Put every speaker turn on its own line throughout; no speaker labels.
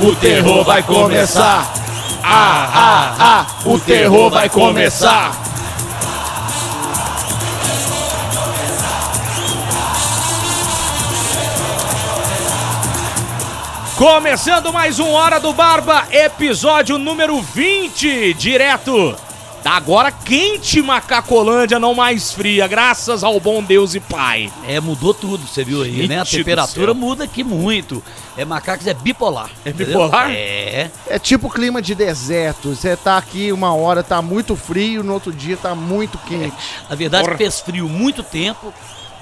o terror vai começar. Ah, ah, ah, o terror vai começar.
Começando mais um Hora do Barba, episódio número 20, direto da agora quente Macacolândia, não mais fria, graças ao bom Deus e Pai.
É, mudou tudo, você viu aí,
Gente
né? A
do
temperatura
céu.
muda aqui muito. É macacos, é bipolar.
É
entendeu?
bipolar?
É.
É tipo clima de deserto. Você tá aqui uma hora, tá muito frio, no outro dia tá muito quente.
Na É. verdade,
Porra.
fez frio muito tempo,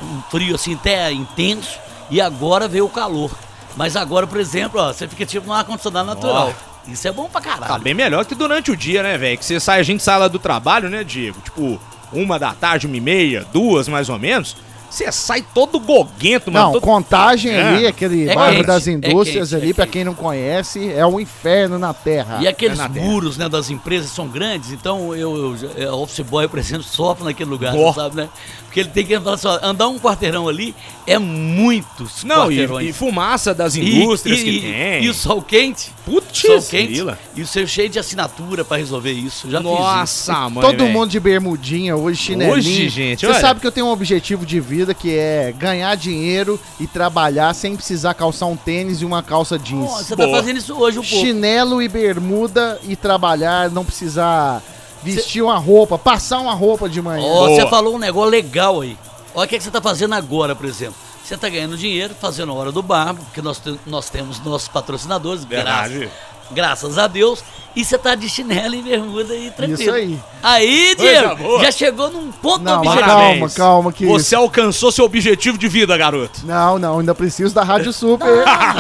um frio assim até intenso, e agora veio o calor. Mas agora, por exemplo, ó, você fica tipo num ar-condicionado natural. Isso é bom pra
Tá
caralho.
bem melhor que durante o dia, né, velho? Que você sai, a gente sai lá do trabalho, né, Diego? Tipo, uma da tarde, uma e meia, duas mais ou menos. Você sai todo goguento, mano.
Não,
todo-
contagem
É.
ali, aquele
É
bairro
quente,
das
é
indústrias
quente,
ali,
é
pra
quente.
quem não conhece, é um inferno na terra.
E aqueles
é na terra.
muros né, das empresas são grandes, então eu, eu, eu office boy, por exemplo, sofre naquele lugar,
Ó.
você sabe, né? Porque ele tem que andar só, andar um quarteirão ali é muitos
Não,
quarteirões.
e, e fumaça das
E-
indústrias
e-
que
e-
tem.
E o sol quente.
Putz,
sol quente.
grila.
E o seu cheio de assinatura pra resolver isso. Já fiz isso.
Nossa, mano.
Todo mundo de bermudinha hoje, chinelinho.
Hoje, gente,
Você
olha.
sabe que eu tenho um objetivo de vida que é ganhar dinheiro e trabalhar sem precisar calçar um tênis e uma calça jeans.
Nossa, você tá
Boa.
fazendo isso hoje um pouco.
Chinelo e bermuda e trabalhar, não precisar vestir uma roupa, passar uma roupa de manhã.
Ó,
Boa.
você falou um negócio legal aí. Olha o que, é que você tá fazendo agora, por exemplo. Você tá ganhando dinheiro, fazendo a hora do barbo, porque nós, te- nós temos nossos patrocinadores,
Verdade.
graças, graças a Deus. E você tá de chinelo e bermuda e tranquilo.
Isso aí.
Aí,
Coisa
Diego,
boa.
já chegou num ponto
Não, mas
objetivo.
calma,
Parabéns.
calma que
Você alcançou seu objetivo de vida, garoto.
Não, não, ainda preciso da Rádio Super.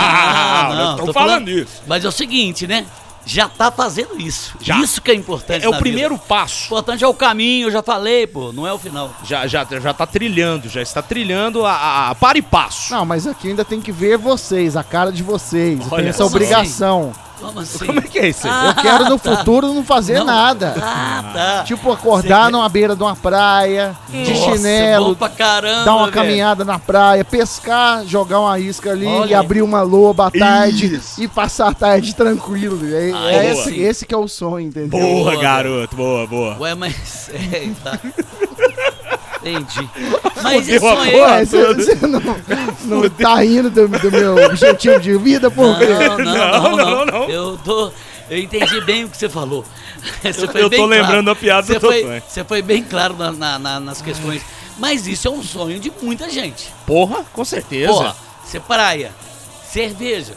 Ah,
não,
tô
tô
falando
falando-
isso.
Mas é o seguinte, né? Já tá fazendo isso.
Já.
Isso que é importante.
É o
na
primeiro
vida. O
passo.
importante é o caminho, eu já falei, pô, não é o final.
Já, já, já tá trilhando, já está trilhando a, a, a par e passo.
não, mas aqui ainda tem que ver vocês, a cara de vocês. Eu
Olha
tenho essa
só.
obrigação.
Como assim?
Como é que é isso aí?
Eu quero no futuro não fazer
Não.
nada.
Ah, tá.
Tipo, acordar numa beira de uma praia, de
Nossa, bom
chinelo,
pra caramba,
dar uma
velho.
caminhada na praia, pescar, jogar uma isca ali
Olha aí.
e abrir uma loba à tarde
Isso.
e passar a tarde tranquilo. É,
Ah,
é
boa.
esse, esse que é o sonho, entendeu?
Boa,
Boa,
garoto, boa, boa.
Ué, mas. É, tá. Entendi. Mas
Fudeu
é isso
a
aí.
porra.
Ué, é, você você não, não tá indo do, do meu objetivo de vida, por quê?
Não, não, não,
Não, não,
não,
não.
Eu tô. Eu entendi bem o que você falou. Você foi
eu
bem
tô lembrando a piada
você
do
foi,
Totó.
você foi bem claro na- na- na- nas questões. Mas isso é um sonho de muita gente.
Porra, com certeza.
Porra, você praia, cerveja,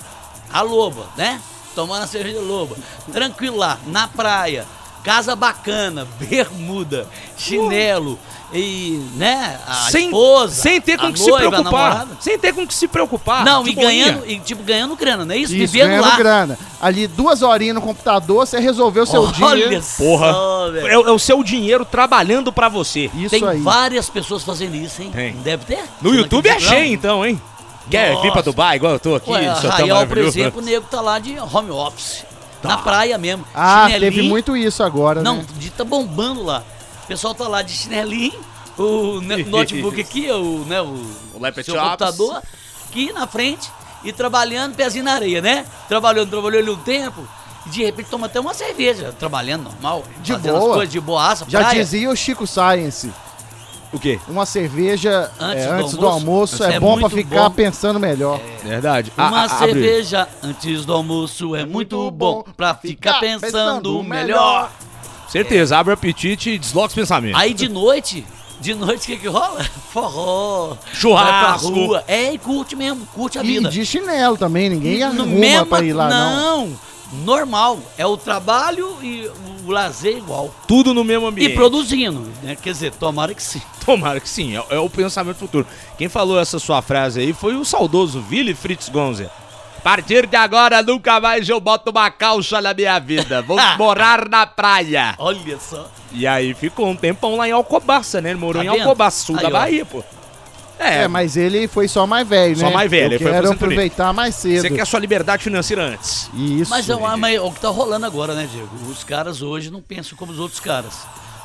a loba, né? Tomando a cerveja loba. Tranquilo lá, na praia, casa bacana, bermuda, chinelo e, né? A
sem,
esposa.
sem ter com
a
o que se
noiva, a
preocupar.
namorada.
Sem ter com o que se preocupar.
Não,
de
e
boinha.
ganhando, e, tipo, ganhando grana, não é isso?
Isso,
Vivendo
ganhando
lá.
grana. Ali duas horinhas no computador, você resolveu seu
Olha
dia.
Porra.
só, velho.
É, o- é o seu dinheiro trabalhando pra você.
Isso
Tem
aí.
várias pessoas fazendo isso, hein?
Tem.
Deve ter.
No
Você não
YouTube é
acredita, não?
cheio, então, hein? Quer vir pra
Nossa.
Dubai igual eu tô aqui?
Ué, a
seu tão
Rael, por
maravilhoso? né? Tá.
exemplo, o nego tá lá de home office. Na praia mesmo.
Ah,
Chinelinho.
teve muito isso agora,
Não,
né?
de- tá bombando lá. O pessoal tá lá de chinelinho, o ne- notebook aqui, o, né, o,
O laptop.
seu computador, aqui na frente e trabalhando, pezinho na areia, né? Trabalhando, trabalhou ali um tempo. e De repente toma até uma cerveja, trabalhando normal,
De
fazendo as
boa.
coisas de boaça,
Já
praia.
dizia o Chico Science,
O quê?
uma cerveja é,
Antes
antes,
do
do
almoço?
almoço é,
É
bom pra
muito
ficar
bom.
pensando melhor.
Verdade. Ah,
Uma
ah, abre.
cerveja antes do almoço é muito bom pra ficar pensando melhor.
Certeza, abre o apetite e desloca os pensamentos.
Aí de noite, de noite o que que rola? Forró.
Churrasco.
Vai pra rua. É, e curte mesmo, curte a
E
É. vida.
de chinelo também, ninguém arruma pra ir lá, não.
não. normal. É o trabalho e o lazer igual.
Tudo no mesmo ambiente.
E produzindo, né? Quer dizer, tomara que sim.
Tomara que sim, é, é o pensamento futuro. Quem falou essa sua frase aí foi o saudoso Willy Fritz Gonzer. A partir de agora, nunca mais eu boto uma calça na minha vida. Vou morar na praia.
Olha só.
E aí ficou um tempão lá em Alcobaça, né? Ele morou
Tá
em
vendo?
Alcobaça, sul
Aí,
da
ó.
Bahia, pô.
É,
É, mas
mas ele foi só mais velho,
Só
né?
mais velho,
Eu
ele foi
quero
pra Santorini.
aproveitar mais cedo.
você quer sua liberdade financeira antes.
Isso.
Mas é, uma, mas é o que tá rolando agora, né, Diego? Os caras hoje não pensam como os outros caras.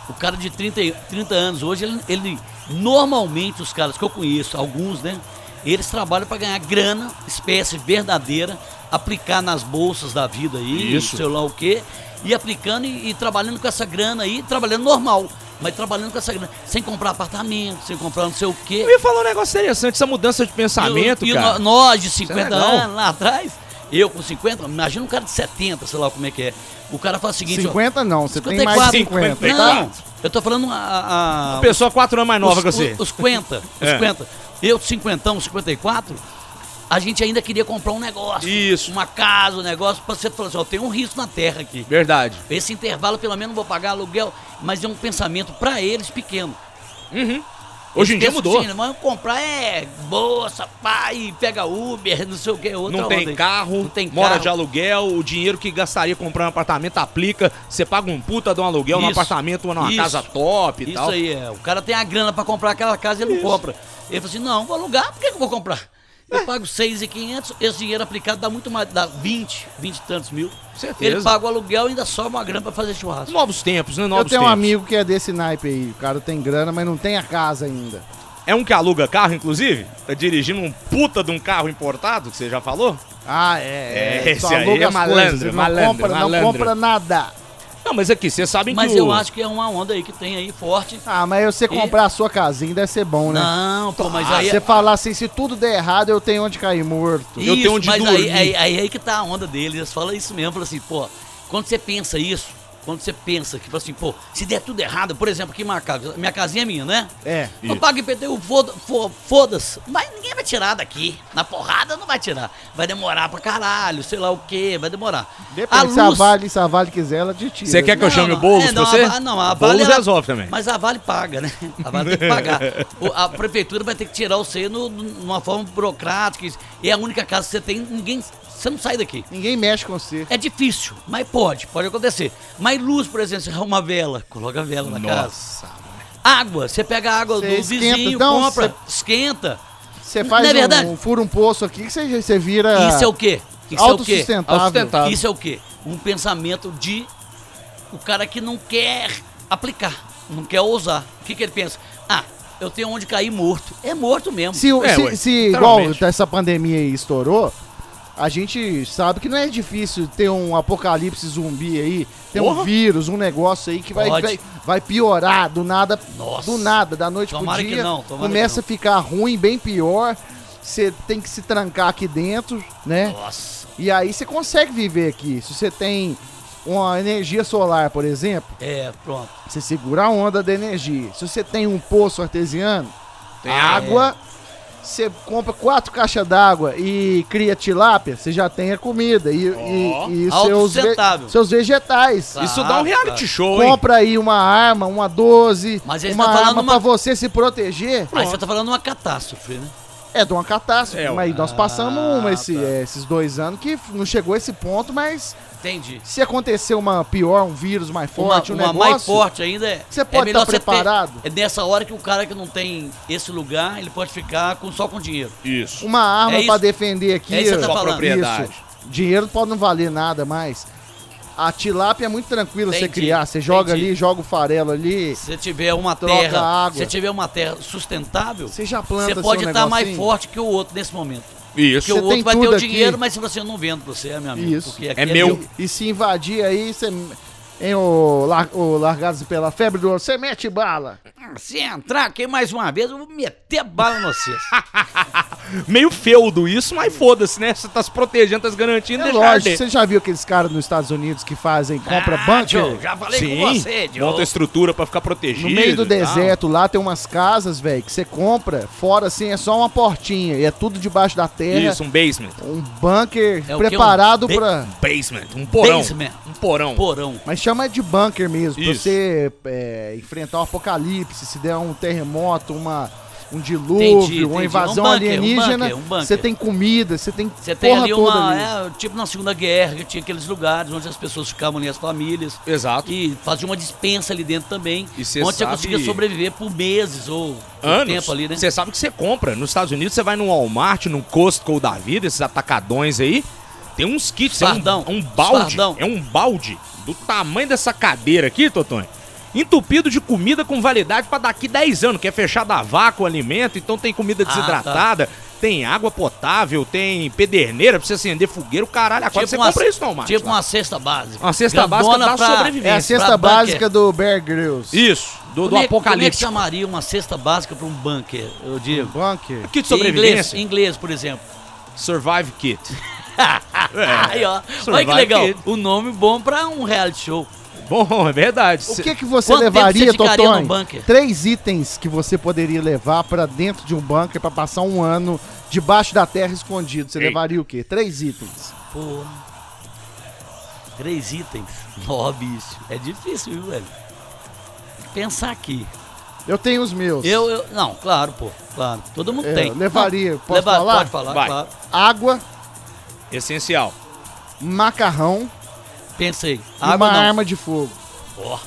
O cara de 30, e- 30 anos hoje, ele, ele- Normalmente os caras que eu conheço, alguns, né? Eles trabalham para ganhar grana, espécie verdadeira, aplicar nas bolsas da vida aí,
Isso.
sei lá o quê, e aplicando e, e trabalhando com essa grana aí, trabalhando normal, mas trabalhando com essa grana, sem comprar apartamento, sem comprar não sei o quê.
Eu ia falar um negócio interessante, essa mudança de pensamento,
E o- e o
cara.
no- nós de
é
50
legal.
anos lá atrás, eu com 50, imagina um cara de 70, sei lá como é que é. O cara faz o seguinte, ó,
50 não, você tem mais
54.
50,
50,
tá?
Não, eu tô falando a- a,
Uma
a
pessoa quatro anos mais nova
os,
que você.
Os, os 50, os
É.
50. Eu, 50, 54, a gente ainda queria comprar um negócio.
Isso.
Uma casa, um negócio, pra você falar assim, ó, tem um risco na terra aqui.
Verdade.
Esse intervalo, pelo menos, não vou pagar aluguel, mas é um pensamento pra eles pequeno.
Hoje em dia
Eles pensam
mudou.
assim, vamos comprar é bolsa, pai, pega Uber, não sei o que, outra
Não tem
onda.
carro,
não tem carro.
mora de aluguel, o dinheiro que gastaria comprando um apartamento aplica, você paga um puta de um aluguel num
Isso.
apartamento, numa
Isso.
casa top e
Isso
tal.
aí, é. O cara tem a grana pra comprar aquela casa e ele não compra. Ele fala assim, não, vou alugar, por que que eu vou comprar?
É.
Eu pago 6,500, esse dinheiro aplicado dá muito mais, dá 20, 20 e tantos mil.
Certeza.
Ele paga o aluguel e ainda sobra uma grana pra fazer churrasco.
Novos tempos, né? Novos
eu tenho um
tempos.
amigo que é desse naipe aí. O cara tem grana, mas não tem a casa ainda.
É um que aluga carro, inclusive? Tá dirigindo um puta de um carro importado, que você já falou?
Ah, é.
É,
só
esse aí
aluga
é
as
malandro,
coisas, ele não
malandro,
compra,
malandro.
Não compra nada.
Não, mas aqui, você sabe
Mas
que
eu
o-
acho que é uma onda aí que tem aí forte.
Ah, mas você comprar a sua casinha deve ser bom, né?
Não, pô, mas
Ah,
aí. é-
você falar assim, se tudo der errado, eu tenho onde cair morto.
eu tenho onde
mas
dormir.
aí, aí, aí, aí que tá a onda deles. Eles falam isso mesmo, falam assim, pô, quando você pensa isso, quando você pensa que, tipo assim, pô, se der tudo errado, por exemplo, aqui em Macau, minha casinha é minha, né?
É.
Eu pago IPTU, foda- fo- foda-se. Mas ninguém vai tirar daqui. Na porrada não vai tirar. Vai demorar pra caralho, sei lá o quê, vai demorar.
Depende, se a Vale, se a Vale quiser, ela te tira.
Você quer que eu chame o Boulos
é,
pra
não,
você?
A, Va- não, a
O Boulos
Vale ela-
resolve também.
Mas a Vale paga, né? A Vale tem que pagar. O- a prefeitura vai ter que tirar você no, numa forma burocrática. E é a única casa que você tem, ninguém. Você não sai daqui.
Ninguém mexe com você.
É difícil, mas pode, pode acontecer. Mas luz, por exemplo, você arruma uma vela, coloca a vela na
Nossa,
casa. Água, você pega a água
Você
do
esquenta,
vizinho,
então,
compra, esquenta.
Você faz
Não é
um-
verdade?
um, fura um poço aqui que você, você vira
Isso é o quê? Isso é o quê?
autossustentável.
Autossustentável.
Isso é o quê? Um pensamento de o cara que não quer aplicar, não quer ousar. O que, que ele pensa? Ah, eu tenho onde cair morto. É morto mesmo.
Se, o-
É,
se-
ué,
se igual
literalmente.
essa pandemia aí estourou, a gente sabe que não é difícil ter um apocalipse zumbi aí, ter um
Porra.
vírus, um negócio aí que vai,
Pode.
vai, vai piorar do nada,
Nossa.
do nada, da noite
Tomara
pro
que
dia,
não, tomara
começa
que
a ficar ruim, bem pior, você tem que se trancar aqui dentro, né?
Nossa.
E aí você consegue viver aqui, se você tem uma energia solar, por exemplo,
É, pronto.
você segura a onda da energia. Se você tem um poço artesiano,
Tem
água, você compra quatro caixas d'água e cria tilápia, você já tem a comida e, e- e seus, ve-
Autossustentável.
seus vegetais.
Tá.
isso dá um reality
Caraca.
show, hein?
Compra aí uma arma, uma 12,
Mas eles
uma
tão falando
arma
uma-
pra você se proteger.
Aí você tá falando de uma catástrofe, né?
É de uma catástrofe,
É,
mas nós passamos
ah,
uma esse-
tá.
é, esses dois anos que f- não chegou a esse ponto, mas
Entendi.
se acontecer uma pior, um vírus mais forte,
uma,
um
uma
negócio...
mais forte ainda é.
Você
é
pode
melhor
tá
você ter-
preparado?
é nessa hora que o cara que não tem esse lugar, ele pode ficar com, só com dinheiro.
Isso.
uma arma
É isso-
pra defender aqui.
é isso que você tá
ó.
falando.
Propriedade.
Isso. Dinheiro pode não valer nada mais. A tilápia é muito tranquila você
Entendi,
criar. Você joga
entendi.
ali, joga o farelo ali.
Se tiver uma
Troca
terra,
água.
se tiver uma terra sustentável,
Você já planta
você
seu
pode estar mais
negocinho.
forte que o outro nesse momento. Porque
Isso.
Você
o outro
tem
vai ter
tudo
o
aqui.
dinheiro, mas se você eu não vendo pra você, meu amigo.
Isso.
Porque aqui
É meu.
E se invadir aí, você. Em o, lar, o largados pela febre do ouro, você mete bala.
Ah, Se entrar aqui mais uma vez, eu vou meter bala em vocês.
Meio feudo isso, mas foda-se, né? Você tá se protegendo, tá se garantindo.
É
deixa
lógico,
arder.
você já viu aqueles caras nos Estados Unidos que fazem compra
Ah,
bunker?
Joe, já falei
Sim,
com você,
monta
Diogo.
estrutura pra ficar protegido.
No meio do
e tal.
deserto lá tem umas casas, velho, que você compra, fora assim é só uma portinha, e é tudo debaixo da terra.
Isso, um basement.
Um bunker
É o quê?
preparado
Um ba-
pra.
Basement, um porão.
Basement.
Um porão.
Porão.
Mas chama de bunker mesmo, pra
Isso.
você é, enfrentar um apocalipse, se der um terremoto, uma, um dilúvio,
Entendi,
uma
entendi.
invasão
Um bunker, um
alienígena,
bunker, um bunker.
você tem comida, você tem
Você tem
porra
ali
toda
uma.
ali.
é, tipo na Segunda Guerra, que tinha aqueles lugares onde as pessoas ficavam ali, as famílias.
Exato.
E fazia uma dispensa ali dentro também.
E cê
onde você
sabe-
conseguia sobreviver por meses ou por
Anos.
tempo ali, né?
Você sabe que você compra. Nos Estados Unidos, você vai num Walmart, num Costco da vida, esses atacadões aí. Tem uns kits, é um,
Fardão.
é um balde.
Fardão.
É um balde do tamanho dessa cadeira aqui, Totonho. Entupido de comida com validade pra daqui 10 anos, que é fechado a vácuo o alimento, então tem comida
Ah,
desidratada. tem água potável, tem pederneira pra você acender fogueira, o caralho. Agora você compra isso não, Marcos.
Tipo
lá.
uma cesta básica.
Uma cesta básica
Grandona
da sobrevivência.
É a cesta
pra bunker.
básica do Bear Grylls.
Isso, do, do
Como é, Como é que
apocalipse.
chamaria uma cesta básica pra um bunker, eu digo?
Bunker.
Kit de
Inglês,
sobrevivência.
inglês, por exemplo.
Survive Kit. É.
Aí, ó. Olha que
Survive
legal.
Kids.
O nome bom pra um reality show.
Bom, é verdade.
O
Cê-
que, que você
Quanto tempo
levaria,
você ficaria
Totone?
num bunker?
Três itens que você poderia levar pra dentro de um bunker pra passar um ano debaixo da terra escondido. Você
Ei.
levaria o quê? Três itens.
Pô. Três itens. Ó, bicho. É difícil, viu, velho? Pensar aqui.
Eu tenho os meus.
Eu, eu. Não, claro, pô. Claro. Todo mundo
É,
tem.
levaria,
Não,
posso falar?
Pode falar,
Vai.
claro.
Água,
Essencial.
macarrão
Pensei.
e uma
Água não.
arma de fogo.
Ó,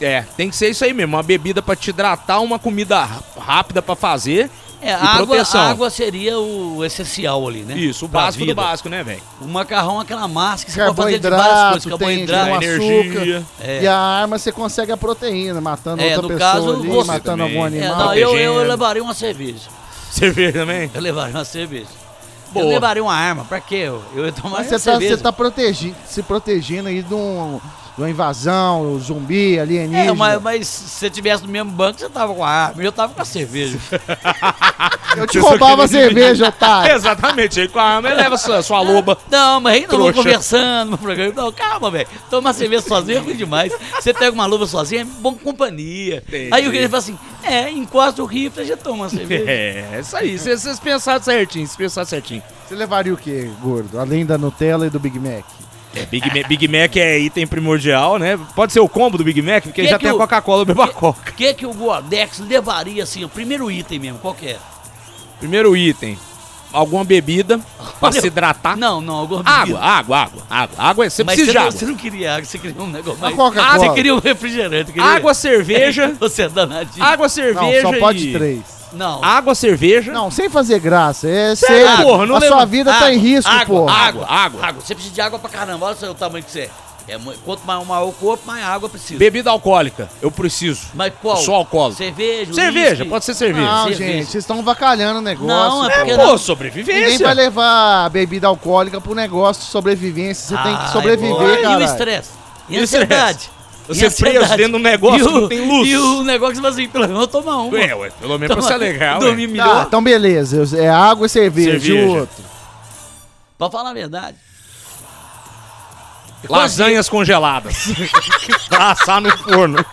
É, tem que ser isso aí mesmo. Uma bebida pra te hidratar, uma comida ra- rápida pra fazer.
É,
E
água,
proteção.
água seria o essencial ali, né?
Isso, o
Pra
básico do
vida.
básico, né, velho?
O macarrão é aquela massa que você pode fazer de várias coisas.
Carboidrato, tem, tem um
Carboidrato.
uma- energia.
açúcar.
É.
E a arma você consegue a proteína, matando
É,
outra
no
pessoa
caso,
ali,
você
matando
também.
algum
É,
É,
animal.
não, eu, eu
protegendo.
levaria uma cerveja.
Cerveja também?
Eu levaria uma cerveja.
Boa.
Eu levaria uma arma. Pra quê? Eu, eu ia tomar
Mas
essa
você tá,
cerveja.
você tá protegindo, se protegendo aí de, um, de uma invasão, um zumbi, alienígena.
É, mas, mas se você tivesse no mesmo banco, você tava com a arma. Eu tava com a cerveja.
Eu te roubava a cerveja, otário.
Exatamente, aí com a arma ele leva sua, sua loba.
Não, mas aí não vou
Trouxa.
conversando no programa. Não, calma, velho. Tomar cerveja sozinho é ruim demais. Você pega uma luva sozinho, é bom com companhia.
Entendi.
Aí o cliente fala assim: é, encosta o rifle e já toma uma cerveja.
É, isso aí. Se vocês pensaram certinho, se pensaram certinho.
Você levaria o quê, gordo? Além da Nutella e do Big Mac?
É, Big, Mac, Big Mac é item primordial, né? Pode ser o combo do Big Mac, porque
Que
já
que
tem a
o-
Coca-Cola, eu bebo a Coca.
O que, que o Gordex levaria assim? O primeiro item mesmo, qual que é?
Primeiro item, alguma bebida pra
Olha,
se hidratar.
Não, não, alguma
Água,
bebida.
água, água, água. Água, é- você
mas
precisa
você
de
não,
água.
você não queria água, você queria um negócio
A
mais.
Coca-Cola.
Ah, você queria um refrigerante. Queria...
Água, cerveja,
Você é danadinho.
água,
Não,
cerveja
só pode
e...
três.
Não.
Água, cerveja...
Não, sem fazer graça. É
Sei
sério.
lá, porra, não
a sua
lembro.
vida tá em risco,
água,
porra.
Água,
Água,
água.
água. Você precisa de água pra caramba. Olha só o tamanho que você é. é mu- quanto maior, maior o corpo, mais água precisa.
Bebida alcoólica, eu preciso.
Mas qual?
Só alcoólico.
Cerveja,
Cerveja,
uísque?
pode ser cerveja.
Não,
Cerveja.
gente, vocês estão vacalhando o negócio.
Não, é
pô.
porque-
Pô,
não.
sobrevivência.
Ninguém vai levar bebida alcoólica pro negócio de sobrevivência. Você tem que
Ai,
sobreviver,
boa.
cara.
E o estresse? E
E
a
o estresse?
ansiedade?
Você
E a ansiedade?
preso dentro de um negócio que não tem luz.
E o negócio vai assim, pelo menos eu tomar uma.
Ué, ué, pelo menos pra
Tomar-
ser legal.
Dormir
Tá,
melhor.
então beleza. Eu- É água e cerveja. E o
Cerveja.
outro?
Pra falar a verdade.
Lasanhas congeladas. pra assar no forno.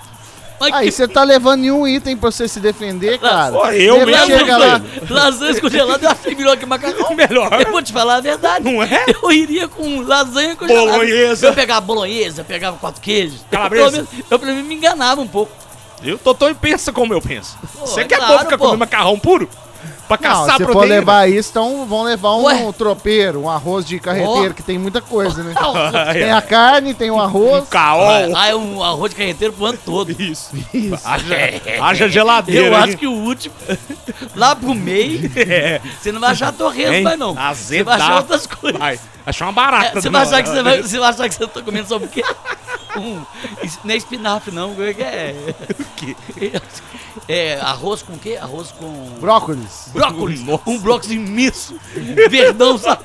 Mas
Aí
que-
você tá levando nenhum item pra você se defender, cara.
Pô, eu
Você vai
mesmo,
chegar lá.
Lasanha congelada eu achei melhor que macarrão.
Melhor.
Eu vou te falar a verdade.
Não é?
Eu iria com lasanha congelada.
Bolonhesa.
Eu pegava bolonhesa, eu pegava quatro queijos.
Calabresa.
Eu, pelo menos- eu, pelo menos, me enganava um pouco.
Eu tô tão pensa como eu penso. Você
é
quer
claro,
bobo ficar
pô.
comendo macarrão puro? Pra
Não,
caçar
se for
proteína?
levar isso, então vão levar um
Ué.
tropeiro, um arroz de carreteiro, que tem muita coisa, né?
Ai,
Tem
ai.
a carne, tem o arroz.
É. Um caol.
Lá é um arroz de carreteiro pro ano todo.
Isso.
Isso.
Haja, haja
É. Eu
geladeira.
acho
hein?
que o último, lá pro meio,
É.
você não vai achar torresmo,
Hein?
vai não. Você vai
Azedar.
achar outras coisas.
Vai. Ah, Achar uma barata.
É, você,
do
vai
mal.
achar que você, vai, você vai achar que você tá comendo só o quê? Um, es- não é espinafre, não. Como é que é? É, arroz com o quê? Arroz com.
Brócolis.
Brócolis!
Nossa.
Um brócolis imenso! Verdão, sabe?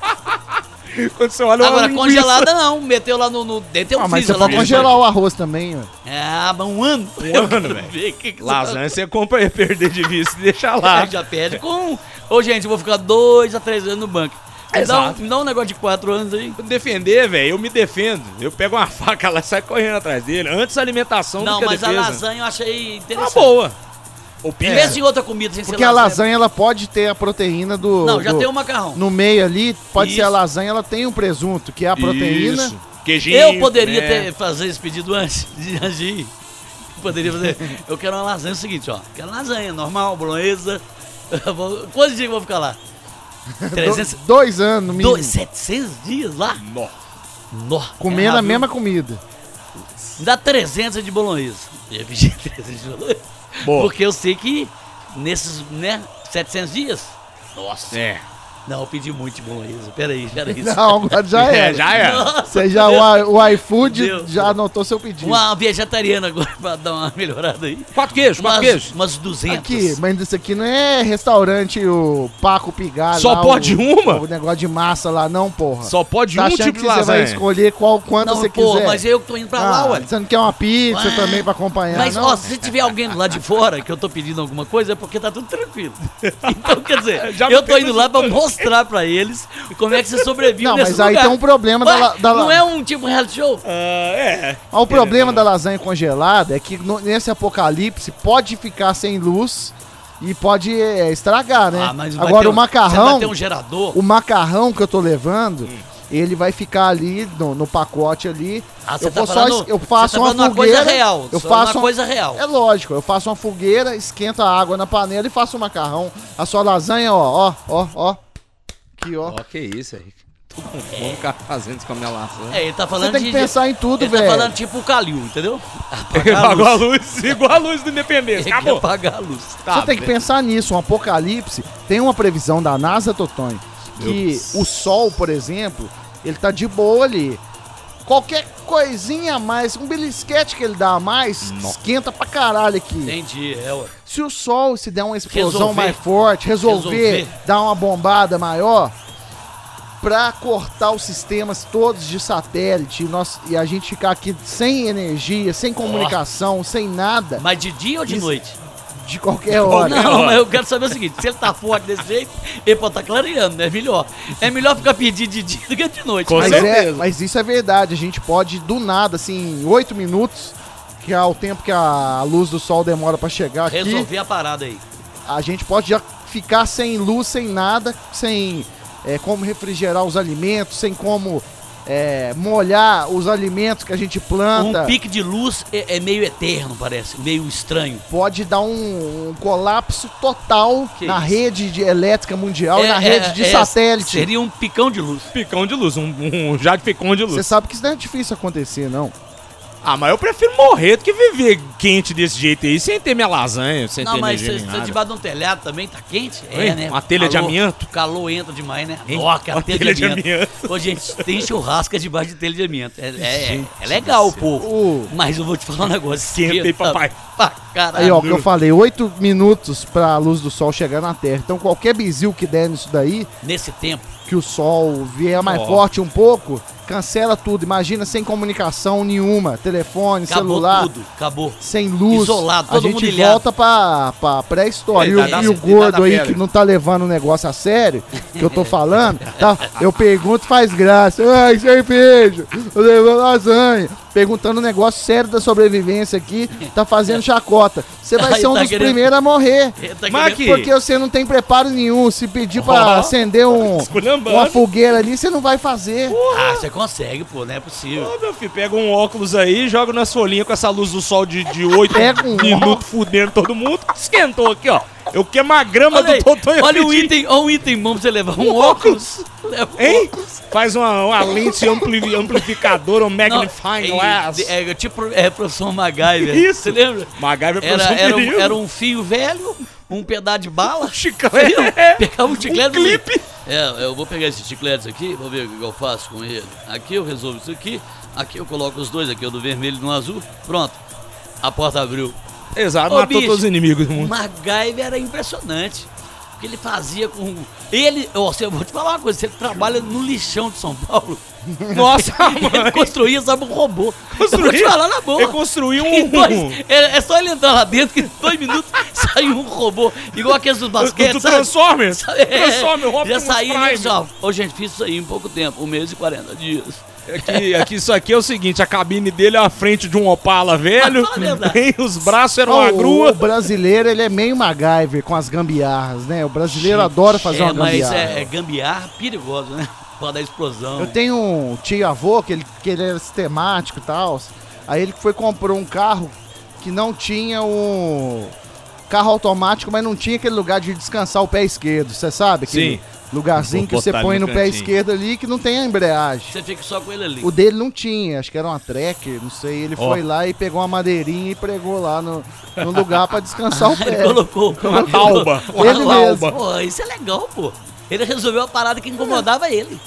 Quando você olha uma
Agora,
linguiça.
congelada não, meteu lá no. no dentro
Ah,
um
mas você
freezer lá
pode
no
congelar o arroz também, ó.
Ah, mas um ano!
Um ano, velho. né?
Vê, que que você tá-
Lasanha você compra e perder de vista e deixa lá.
Aí É, já perde com. um. Ô, gente, eu vou ficar dois a três anos no banco. Me dá, um,
Exato.
me dá um negócio de quatro anos aí.
Pra defender, velho, eu me defendo. Eu pego uma faca lá e saio correndo atrás dele. Antes a alimentação do
Não,
que a
mas a
defesa.
lasanha eu achei
Uma
interessante.
boa. É, O pizza.
Pensa em outra comida sem ser
Porque a lasanha, ela pode ter a proteína do...
Não, já
do-
tem um- o macarrão.
No meio ali, pode ser a
Isso.
lasanha, ela tem um presunto, que é a proteína.
Isso. Queijinho.
Eu poderia
né?
ter, fazer esse pedido antes de agir. Poderia fazer. Eu quero uma lasanha, é o seguinte, ó. Quero lasanha, normal, bolonhesa. Eu vou- Quantos dias eu vou ficar lá? 300.
Do- dois anos, no mínimo.
Dois, 700 dias lá?
Nó.
Nó,
Comendo
é
a mesma comida.
Me Dá 300 de bolonhesa. Eu pedi 300 de bolonhesa.
Boa.
Porque eu sei que nesses, né, 700 dias, nossa,
É.
Não, eu pedi muito de bolonhesa. Peraí, já era isso.
Não, agora já
É,
é.
já é.
Nossa,
Você já, o, o iFood
Deus.
já anotou seu pedido.
uma vegetariana agora pra dar uma melhorada aí.
Quatro queijos, quatro
Umas,
queijos.
umas 200.
Aqui, mas isso aqui não é restaurante o Paco Pigar.
Só
lá,
pode
o-
uma?
O negócio de massa lá, não, porra.
Só pode
tá
um
achando
tipo de
que você vai
lasanha.
escolher qual quanto
Não,
você
pô,
quiser.
mas eu que tô indo pra lá,
Ah,
ué.
Você não quer uma pizza
Ué,
também pra acompanhar,
Mas,
não?
ó, se tiver alguém lá de fora que eu tô pedindo alguma coisa, é porque tá tudo tranquilo. Então, quer dizer,
Já
eu
me
tô indo
perguntou.
lá pra mostrar pra eles como é que você sobrevive
não,
nesse
mas aí
lugar.
tem um problema da,
Ué,
la- da la- Né?
Não é um tipo reality show?
é.
Ó, O problema da lasanha congelada é que no- nesse apocalipse pode ficar sem luz e pode é, estragar, né?
Ah, mas vai
Agora
ter
o
um-
macarrão,
Você vai ter um Hum. gerador.
o macarrão que eu tô levando, ele vai ficar ali no, no pacote ali.
Ah, você
eu
tá
vou só,
falando-
es- eu
você
faço
tá
uma
falando uma
fogueira,
coisa real,
eu
só
faço
uma coisa real.
É lógico, eu faço uma fogueira, esquento a água na panela e faço o macarrão. A sua lasanha, ó, ó, ó, ó. Aqui, ó.
Ó, que isso aí. Tô com fome, cara, fazendo isso com a minha né? lasanha.
É, ele tá falando
Você tem que
de-
pensar em tudo,
ele
velho.
tá falando tipo o Calil, entendeu? Apagar a
Igual a
luz.
É luz, É igual a luz do Independência.
Ele quer
Acabou.
apagar a luz.
Tá,
Você tem que pensar nisso, um apocalipse. Tem uma previsão da NASA, Totonho, que o Sol, por exemplo, ele tá de boa ali. Qualquer coisinha a mais, um belisquete que ele dá a mais, esquenta pra caralho aqui.
Entendi, é, ué.
Se o Sol se der uma explosão
Resolver.
mais forte, resolver,
Resolver.
dar uma bombada maior, pra cortar os sistemas todos de satélite e, nós, e a gente ficar aqui sem energia, sem comunicação, sem nada,
Mas de dia ou de
Isso-
noite?
de qualquer hora.
Não,
hora.
mas eu quero saber o seguinte: se ele tá forte desse jeito, ele pode estar clareando, né? Melhor. É melhor ficar pedindo de dia do que de noite.
Com
Mas-
Mas, é,
certeza.
mas isso é verdade, a gente pode do nada, assim, em oito minutos, que é o tempo que a luz do sol demora pra chegar aqui,
Resolvi a parada aí.
a gente pode já ficar sem luz, sem nada, sem é, como refrigerar os alimentos, sem como é, molhar os alimentos que a gente
Ah,
planta.
tá.
Um pique de luz é, é meio eterno, parece. Meio estranho.
Pode dar um, um colapso total
Que
na
isso.
rede de elétrica mundial e
É-
na
é-
rede de
é-
satélite.
Seria um picão de luz.
Picão de luz, um, um já de picão de
Você
luz.
sabe que isso não é difícil acontecer, não.
Ah, mas eu prefiro morrer do que viver quente desse jeito aí, sem ter minha lasanha, sem
Não,
ter
mas
mas
você
energia
tá
nem nada.
debaixo de um telhado também, tá quente?
Hein? Uma telha de amianto.
O calor entra demais, né?
Hein?
Ó, que a
Uma
telha, de amianto. Ô, gente, tem churrasca debaixo de telha de amianto. É, é- é legal, pô.
O-
Mas eu vou te falar um negócio.
Esquenta aí, papai.
Pra caralho.
Aí, ó, que eu falei, oito minutos pra luz do sol chegar na Terra. Então, qualquer bizil que der nisso daí,
Nesse tempo.
que o sol vier mais
Ó.
forte um pouco, cancela tudo. Imagina sem comunicação nenhuma, telefone,
Acabou
celular,
tudo, acabou.
sem luz.
Isolado,
a
todo
gente
mundo ilhado. tá
volta pra, pra pré-história.
É,
E o-
vai dar-
e o
vai dar
gordo aí
pedra.
que não tá levando o negócio a sério, que eu tô falando, tá? Eu pergunto, faz graça. Ai, cerveja, eu levando lasanha. Perguntando um negócio sério da sobrevivência aqui, tá fazendo chacota. Você vai
Ai,
ser um
tá
dos
querendo-
primeiros a morrer.
Ele tá
Mas
querendo-
aqui-
Porque você não tem preparo nenhum. Se pedir pra
Ó.
acender um,
Esculhambando.
uma fogueira ali, você não vai fazer.
Ah, você consegue, pô, não é possível.
Ô, meu filho, pega um óculos aí, joga nas folhinhas com essa luz do sol de, de 8
Pega um
minutos fudendo todo mundo. Esquentou aqui, ó. Eu queimo a grama
Olha, aí,
do Totonho
olha o
rapidinho.
item, olha um item bom pra você levar. Um,
Um
óculos. Leva um
Hein?
óculos.
Faz uma, uma lente ampli- amplificadora, um
Não,
magnifying glass.
é, é, tipo, é professor MacGyver.
Isso.
Você lembra?
MacGyver
Era,
professor
era, um,
perigo.
era um fio velho, um pedaço de bala.
Chiclete.
Viu? Pegava um chiclete.
Um
e-
clipe.
É, eu vou pegar esses chicletes aqui, vou ver o que eu faço com ele. Aqui eu resolvo isso aqui, aqui eu coloco os dois, aqui é o do vermelho e do azul. Pronto. A porta abriu.
Exato,
Ô,
matou
bicho,
todos os inimigos do
O
mundo.
MacGyver era impressionante. O que ele fazia com. Ele. Ó, você- eu vou te falar uma coisa, você trabalha no lixão de São Paulo.
Nossa,
Ele
mano.
construía, sabe, um robô. Eu vou te
Construiu-
falar na boa.
Ele construiu um-
Em dois- é, é só ele entrar lá dentro que em dois minutos saiu um robô, igual aqueles dos basquete,
do
sabe?
Transformers.
É,
Transformers, Optimus
Já saí e
Prime.
só. Ô, gente, fiz isso aí em pouco tempo, um mês e 40 dias.
Aqui, aqui, isso aqui é o seguinte, a cabine dele é a frente de um Opala velho,
Mas fala a verdade.
hein, os braços eram uma
o,
grua.
o brasileiro, ele é meio MacGyver com as gambiarras, né? O brasileiro adora fazer
é,
uma
mas
gambiarra.
é, é gambiarra perigoso, né? Pode dar explosão.
Eu tenho um tio-avô que ele, que ele era sistemático e tal. Aí ele foi comprou um carro que não tinha um carro automático, mas não tinha aquele lugar de descansar o pé esquerdo, você sabe? Aquele
Sim.
lugarzinho que
Vou
você
botar
põe
ali
no
no
pé
cantinho.
esquerdo ali que não tem a embreagem.
Você fica só com ele ali.
O dele não tinha, acho que era uma tracker, não sei. Ele
Ó.
foi lá e pegou uma madeirinha e pregou lá no, no lugar pra descansar o
Ele
pé.
colocou
Uma tauba.
Ele mesmo.
Pô, isso é legal, pô. Ele resolveu a parada que incomodava ele.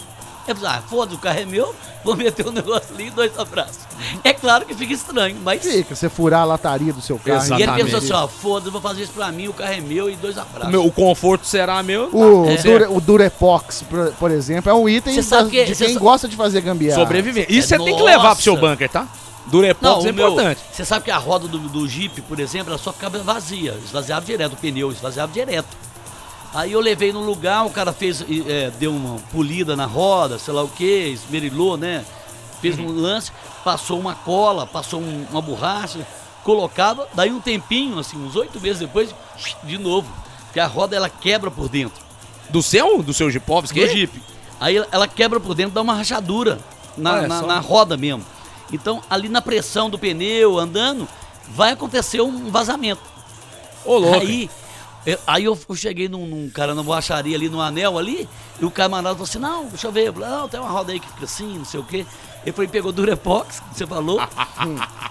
Eu falei, ah, foda, o carro é meu, vou meter um negócio ali e dois abraços. É claro que fica estranho, mas.
Fica, você furar a lataria do seu carro.
E ele
Exatamente.
pensou assim, ó, foda, vou fazer isso pra mim, o carro é meu e dois
O,
abraços.
meu- o conforto será meu.
O,
É.
Dure- o Durepox, por, por exemplo, é um item
Você sabe
da-
que-
de
você
quem
sa-
gosta de fazer gambiarra.
Sobreviver. Isso
É,
você tem que levar pro seu
nossa.
bunker, tá? Durepox é
o meu-
importante.
Você sabe que a roda do, do Jeep, por exemplo, ela só ficava vazia, esvaziava direto, o pneu esvaziava direto. Aí eu levei no lugar, o cara fez, e, é, deu uma polida na roda, sei lá o que, esmerilhou, né? Fez um lance, passou uma cola, passou um- uma borracha, colocava, daí um tempinho, assim, uns oito meses depois, de novo. Porque a roda ela quebra por dentro
Do seu? Do seu Jipovski?
do Jeep. Aí ela- ela quebra por dentro, dá uma rachadura na,
Ah, é
na-
só-
na roda mesmo. Então, ali na pressão do pneu, andando, vai acontecer um vazamento.
Ô, louco.
Aí, eu, aí eu eu cheguei num, num cara na borracharia ali, no anel ali, e o camarada falou assim, não, deixa eu ver, Eu falei, não, tem uma roda aí que fica assim, não sei o quê. Ele foi e pegou Durepox, que você falou,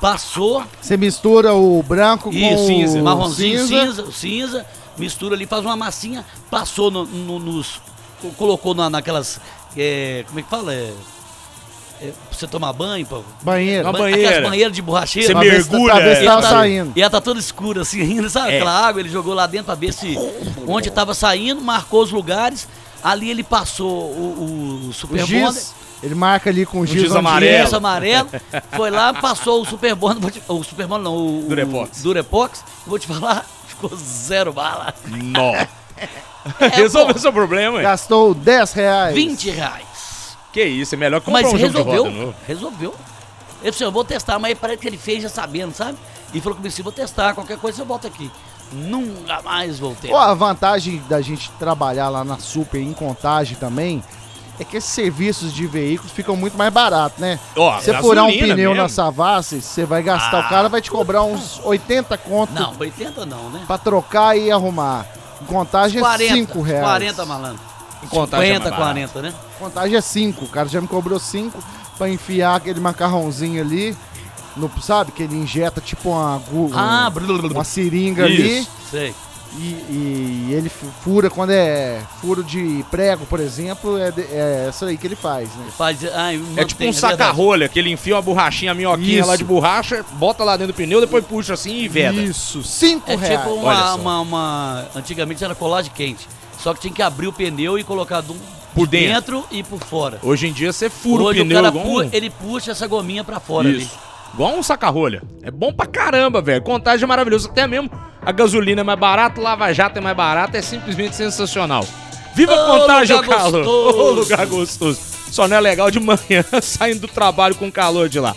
passou,
Você mistura o branco
e
com
cinza,
o
marronzinho,
cinza.
cinza. cinza, mistura ali, faz uma massinha, passou no, no- nos. co- colocou na, naquelas. é, como é que fala? É, é, pra você tomar banho, pô.
Banheiro.
Uma
Ba-
banheira.
Aquelas banheiras de borracheiro.
Você
Pra ver se-
mergulha,
Pra ver se
é.
tava
Tá-
saindo.
E ela tá toda escura, assim, rindo, sabe?
É.
Aquela água, ele jogou lá dentro pra ver se onde tava saindo, marcou os lugares. Ali ele passou o, o, o Super
O
Bonder.
giz, ele marca ali com o giz,
Um giz
onde
amarelo.
entra.
Isso, amarelo. Foi lá, passou o Superbono, o Superbono não, o o
Durepox.
Durepox. Vou te falar, ficou zero bala.
Nó.
É,
Resolveu
pô,
seu problema, hein?
Gastou 10 reais.
20 reais.
Que isso, é melhor que comprar
Mas
um jogo de
resolveu,
roda novo.
resolveu. Ele disse, eu vou testar, mas parece que ele fez já sabendo, sabe? E falou comigo assim, vou testar, qualquer coisa eu volto aqui. Nunca mais voltei.
Ó, a vantagem da gente trabalhar lá na Super em contagem também é que esses serviços de veículos ficam muito mais baratos, né?
Ó,
Você furar um
gasolina
pneu na
mesmo.
Savassi, você vai gastar, o cara vai te cobrar uns 80 conto
Não, 80 não, né?
pra trocar e arrumar. Em Contagem é 5 reais.
40, malandro.
Em contagem é mais
50,
barato.
40, né?
Contagem é 5. O cara já me cobrou 5 pra enfiar aquele macarrãozinho ali. No, sabe? Que ele injeta tipo uma, agu-
Ah,
um-
blá, blá, blá.
uma seringa ali.
Isso.
sei.
E, e ele fu- fura quando é furo de prego, por exemplo, é, de- é essa aí que ele faz, né?
Faz, ai,
É tipo
mantém,
um
verdade.
saca-rolha, que ele enfia uma borrachinha, a minhoquinha
Isso.
lá de borracha, bota lá dentro do pneu, depois puxa assim e veda.
Isso, 5
É
reais.
tipo
Olha
uma,
só.
uma, uma- Antigamente era colagem quente. Só que tinha que abrir o pneu e colocar do...
Por
de
dentro.
e por fora.
Hoje em dia você fura
Hoje
o pneu
o cara
igual
pu-
um...
ele puxa essa gominha pra fora
Isso. Igual um saca-rolha. É bom pra caramba, velho. Contagem é maravilhoso. Até mesmo a gasolina é mais barata, o lava-jato é mais barato, é simplesmente sensacional. Viva a
Ô,
contagem, o
lugar
calor!
gostoso.
Ô, lugar gostoso! Só não é legal de manhã, saindo do trabalho com o calor de lá.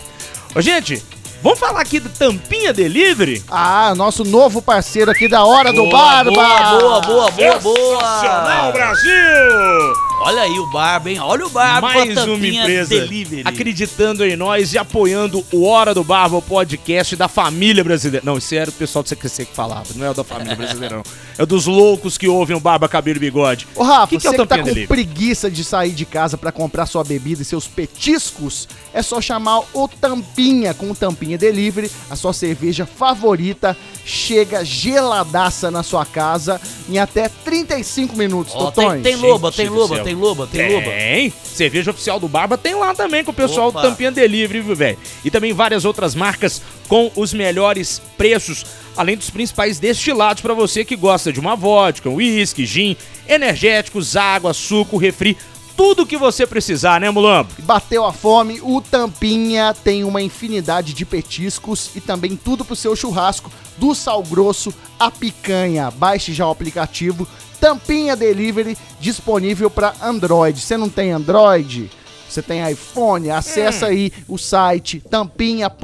Ô, gente, vamos falar aqui do Tampinha Delivery?
Ah, nosso novo parceiro aqui da Hora
ali.
do Barba.
Boa, boa, boa, boa,
Sensacional,
boa.
Brasil!
Olha aí o Barba, hein? Olha o Barba
mais
com a
uma
tampinha
empresa
delivery.
acreditando em nós e apoiando o Hora do Barba, o podcast da família brasileira. Não, isso era o pessoal do CQC que falava, não é o da família brasileira, não. É dos loucos que ouvem o Barba, Cabelo e Bigode.
Ô, Rafa,
Que que é o
você que tá
Tampinha
com
Delivery?
preguiça de sair de casa pra comprar sua bebida e seus petiscos, é só chamar o Tampinha. Com o Tampinha Delivery, a sua cerveja favorita chega geladaça na sua casa em até 35 minutos,
Ó, tem,
Totões.
tem loba, tem
do
loba,
céu.
tem loba, tem loba.
Tem. Cerveja oficial do Barba tem lá também com o pessoal
Opa.
do Tampinha Delivery, viu, velho? E também várias outras marcas com os melhores preços, além dos principais destilados pra você que gosta de uma vodka, um uísque, gin, energéticos, água, suco, refri, tudo que você precisar, né, Mulambo?
Bateu a fome, o Tampinha tem uma infinidade de petiscos e também tudo pro seu churrasco, do sal grosso à picanha. Baixe já o aplicativo Tampinha Delivery disponível para Android. Você não tem Android? Você tem iPhone? Acessa
Hum.
aí o site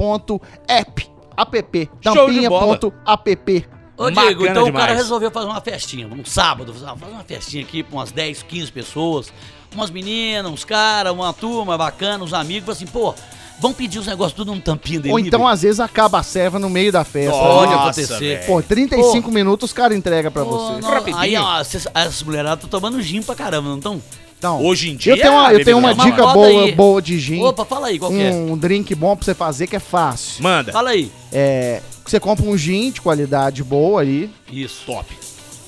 tampinha.app. App,
Show de bola.
tampinha.app.
Ô, Diego,
Bacana
então o cara
demais.
resolveu fazer uma festinha, um sábado, fazer uma- fazer uma festinha aqui pra umas 10, 15 pessoas, umas meninas, uns caras, uma turma bacana, uns amigos, falou assim, pô, vão pedir os negócios tudo num tampinho dele.
Ou então, às vezes, acaba a serva no meio da festa.
Pode
né?
acontecer.
Pô, 35 minutos o cara entrega pra você.
Rapidinho.
Aí, ó, cês- as mulheradas estão tomando gin pra caramba, não estão?
Então,
Hoje em dia,
Eu tenho uma, eu tenho uma
Mas
bebida
dica
roda
boa,
aí.
boa de gin.
Opa, fala aí, qual que é?
um drink bom pra você fazer que é fácil.
Manda.
Fala aí.
É, você compra um gin de qualidade boa aí,
Isso.
Top.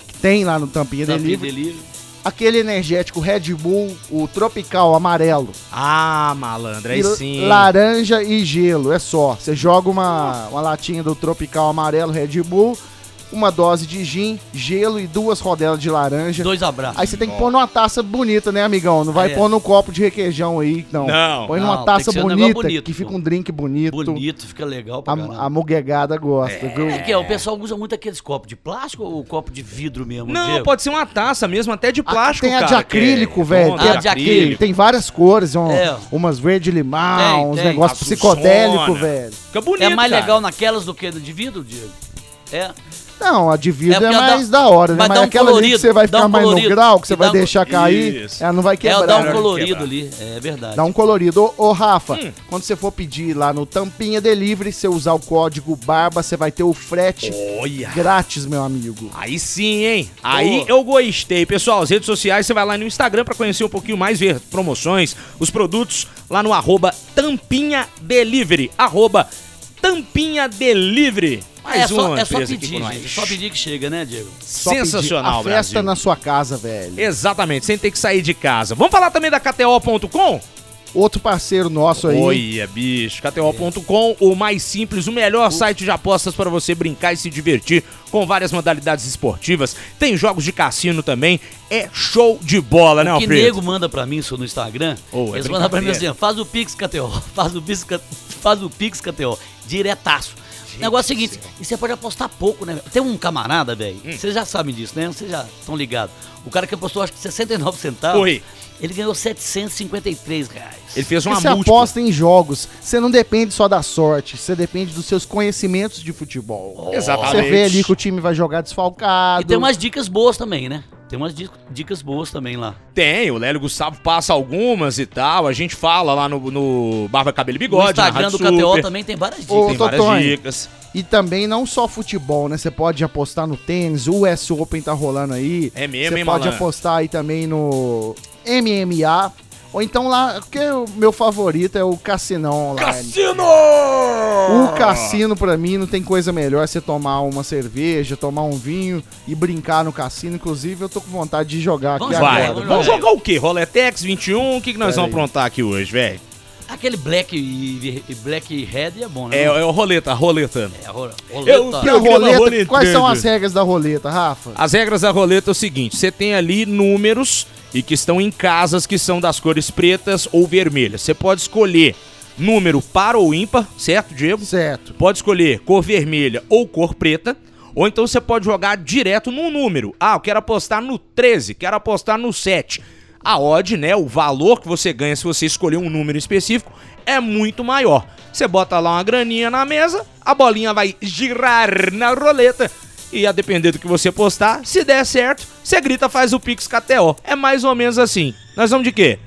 que tem lá no Tampinha
Tampinha
Delivery.
delivery.
aquele energético Red Bull, o tropical amarelo,
Ah, malandro, aí
e
sim.
laranja e gelo, é só. Você joga uma, uma latinha do tropical amarelo Red Bull, uma dose de gin, gelo e duas rodelas de laranja.
Dois abraços.
Aí você tem que pôr numa taça bonita, né, amigão? Não vai
É.
pôr num copo de requeijão aí, não.
Não,
Põe
não,
numa
tem
taça
que ser um
bonita,
negócio bonito,
que fica
pô.
um drink bonito.
Bonito, fica legal pra caramba.
A, a muguegada gosta, viu?
Como é que é? O pessoal usa muito aqueles copos de plástico ou copo de vidro mesmo?
Não,
Diego?
pode ser uma taça mesmo, até de
Ah,
plástico,
tem a
cara.
de acrílico,
que é
velho.
redonda,
Tem
a né? de acrílico.
Tem várias cores, um-
É.
umas verde limão,
Tem,
uns
tem.
negócios
Açuçona.
psicodélicos, velho.
Fica bonito,
É mais
cara.
legal naquelas do que no de vidro, Diego? É.
Não, a de vidro é,
porque ela
mais
dá-
da hora, né?
mas
Mas
dá um
aquela ali que
colorido,
você vai
dá
ficar
um
mais no
colorido,
grau, que você
que
vai
dá um-
deixar cair,
Isso.
ela não vai
É,
quebrar.
o dá um
né?
colorido
Quebrar.
ali. É verdade.
Dá um colorido. Ô, ô, Rafa,
Hum.
quando você for pedir lá no Tampinha Delivery, você usar o código BARBA, você vai ter o frete
Olha.
grátis, meu amigo.
Aí sim, hein? Aí
Boa.
eu gostei. Pessoal, as redes sociais, você vai lá no Instagram pra conhecer um pouquinho mais, ver promoções, os produtos, lá no arroba Tampinha Delivery. Arroba Tampinha Delivery.
É
Mais
só,
uma
é só
empresa aqui
pedir,
com nós.
gente. É só pedir que chega, né, Diego?
Só pedir
Sensacional,
A festa
Brasil.
na sua casa, velho.
Exatamente, sem ter que sair de casa. Vamos falar também da KTO.com?
Outro parceiro nosso aí.
Olha, bicho. KTO.com, o mais simples, o melhor site de apostas para você brincar e se divertir com várias modalidades esportivas. Tem jogos de cassino também. É show de bola, né,
que
Alfredo?
nego manda pra mim isso no Instagram.
Ô, é
eles mandam pra mim
brincadeira.
assim: faz o Pix KTO, faz o Pix, K- faz o Pix KTO, diretaço. O negócio é o seguinte, e você pode apostar pouco, né? Tem um camarada, velho,
Hum.
vocês já sabem disso, né? Vocês já estão ligados. O cara que apostou, acho que 69 centavos,
Oi.
ele ganhou 753 reais.
Ele fez
Porque
uma
você
múltipla.
é aposta em jogos. Você não depende só da sorte, você depende dos seus conhecimentos de futebol.
Exatamente.
Você vê ali que o time vai jogar
E tem
desfalcado.
umas dicas boas também, né? Tem umas di- dicas boas também lá.
Tem, o Lélio Gustavo passa algumas e tal. A gente fala lá no, no Barba Cabelo e Bigode,
no
na
Instagram
Rádio
do KTO
Super.
também tem várias dicas.
Ô,
Tem várias
Totonho.
dicas.
E também não só futebol, né? Você pode apostar no tênis, o US Open tá rolando aí.
É mesmo,
Você
hein,
pode
malandro?
apostar aí também no MMA. Ou então lá, porque o meu favorito é o Cassinão online.
Cassino!
O cassino, pra mim, não tem coisa melhor você tomar uma cerveja, tomar um vinho e brincar no cassino. Inclusive, eu tô com vontade de jogar aqui
Vamos
Vai,
agora.
vamos,
Vamos jogar.
jogar o quê? Roletex 21? O que, que nós vamos aprontar aqui hoje, velho?
Aquele Black e, e Black Red é bom, né?
É, é o roleta, roleta.
É, ro-
Eu-
roleta.
E a
Eu queria uma
roleta, quais são
roleta.
as regras da roleta, Rafa?
As regras da roleta é o seguinte: você tem ali números e que estão em casas que são das cores pretas ou vermelhas. Você pode escolher número par ou ímpar, certo, Diego?
Certo.
Pode escolher cor vermelha ou cor preta. Ou então você pode jogar direto num número. Ah, eu quero apostar no 13, quero apostar no 7. A odd, né, o valor que você ganha se você escolher um número específico, é muito maior. Você bota lá uma graninha na mesa, a bolinha vai girar na roleta. E a depender do que você apostar, se der certo, você grita, faz o Pix KTO. É mais ou menos assim. Nós vamos de quê?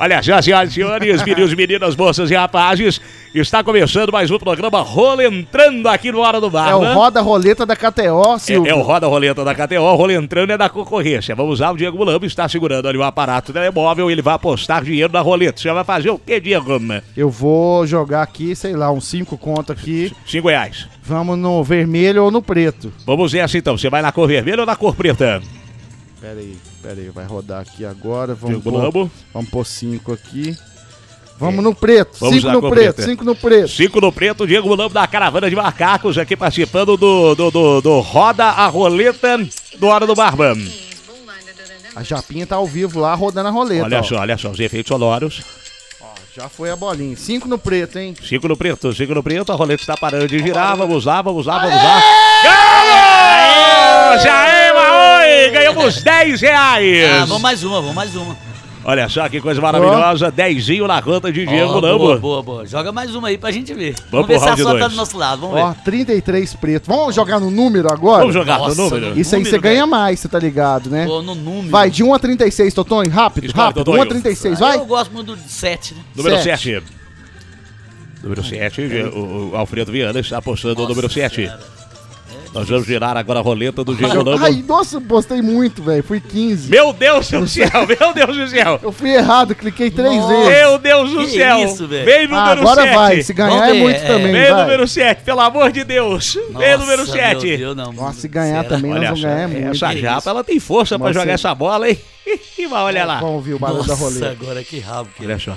Olha, já, senhoras e senhores, meninos, meninas, moças e rapazes, está começando mais um programa Rolentrando aqui no Hora do Bar.
É o
né?
roda roleta da KTO, Silvio.
É, é o Roda Roleta da KTO, Rolentrando é da concorrência. Vamos lá, o Diego Mulambo está segurando ali o aparato telemóvel ele vai apostar dinheiro na roleta. Você vai fazer o quê, Diego?
Eu vou jogar aqui, sei lá, uns 5 conto aqui.
Cinco reais.
Vamos no vermelho ou no preto.
Vamos nessa então, você vai na cor vermelha ou na cor preta?
Pera aí, pera aí, vai rodar aqui agora. Vamos
Diego
pôr,
Mulambo,
vamos pôr 5 aqui. Vamos no preto,
É. Vamos
5
lá com
no
o
preto,
preto.
5 no preto.
cinco no preto, Diego Mulambo da Caravana de Macacos, aqui participando do, do, do, do Roda a Roleta do Hora do Barba.
A Japinha tá ao vivo lá, rodando a roleta.
Olha
ó.
só, olha só, os efeitos sonoros.
Ó, já foi a bolinha. 5 no preto, hein?
Chico no preto, Chico no preto, a roleta está parando de girar, vamos lá, vamos lá, vamos lá. Ganhamos! Aê, Maoi! Ganhamos 10 reais!
Ah, vamos mais uma, vamos mais uma.
Olha só que coisa maravilhosa, dezinho na conta de Diego
Ó,
Lambo.
boa, boa, boa. Joga mais uma aí pra gente ver.
Vamos pro
Vamos, ver se a
round
sua
dois.
tá do nosso lado, vamos
Ó,
ver.
33 preto. Vamos jogar no número agora?
Vamos jogar
Nossa,
no número?
Isso aí
Número,
você ganha
velho.
mais, você tá ligado, né?
Pô, no número.
Vai, de 1 a 36, Totonho. Rápido,
Escolhe,
rápido.
Totonho.
1 a 36,
Eu
vai.
gosto muito do 7, né?
Número
sete.
7. Número 7, o, o Alfredo Viana está apostando o número 7.
Cara, É
Nós vamos girar agora a roleta do Girolamo.
Ai, nossa, postei muito, velho. Fui 15.
Meu Deus do céu, meu Deus do céu.
Eu fui errado, cliquei três
Nossa.
vezes.
Meu Deus do
Que
céu.
isso, velho?
Vem
Ah,
número 7.
agora vai, se ganhar
Vamos
é
ver,
muito
é.
também,
Vem
vai.
número 7, pelo amor de Deus. Vem número 7.
Deus, não.
Nossa, se ganhar
Será?
também, né? nós
Olha,
vamos ganhar
essa-
muito.
essa japa, ela tem força pra
Nossa. é.
jogar essa bola, hein? Mas olha lá.
Vamos ouvir o barulho da
Nossa,
roleta.
agora que rabo que ele
Olha só.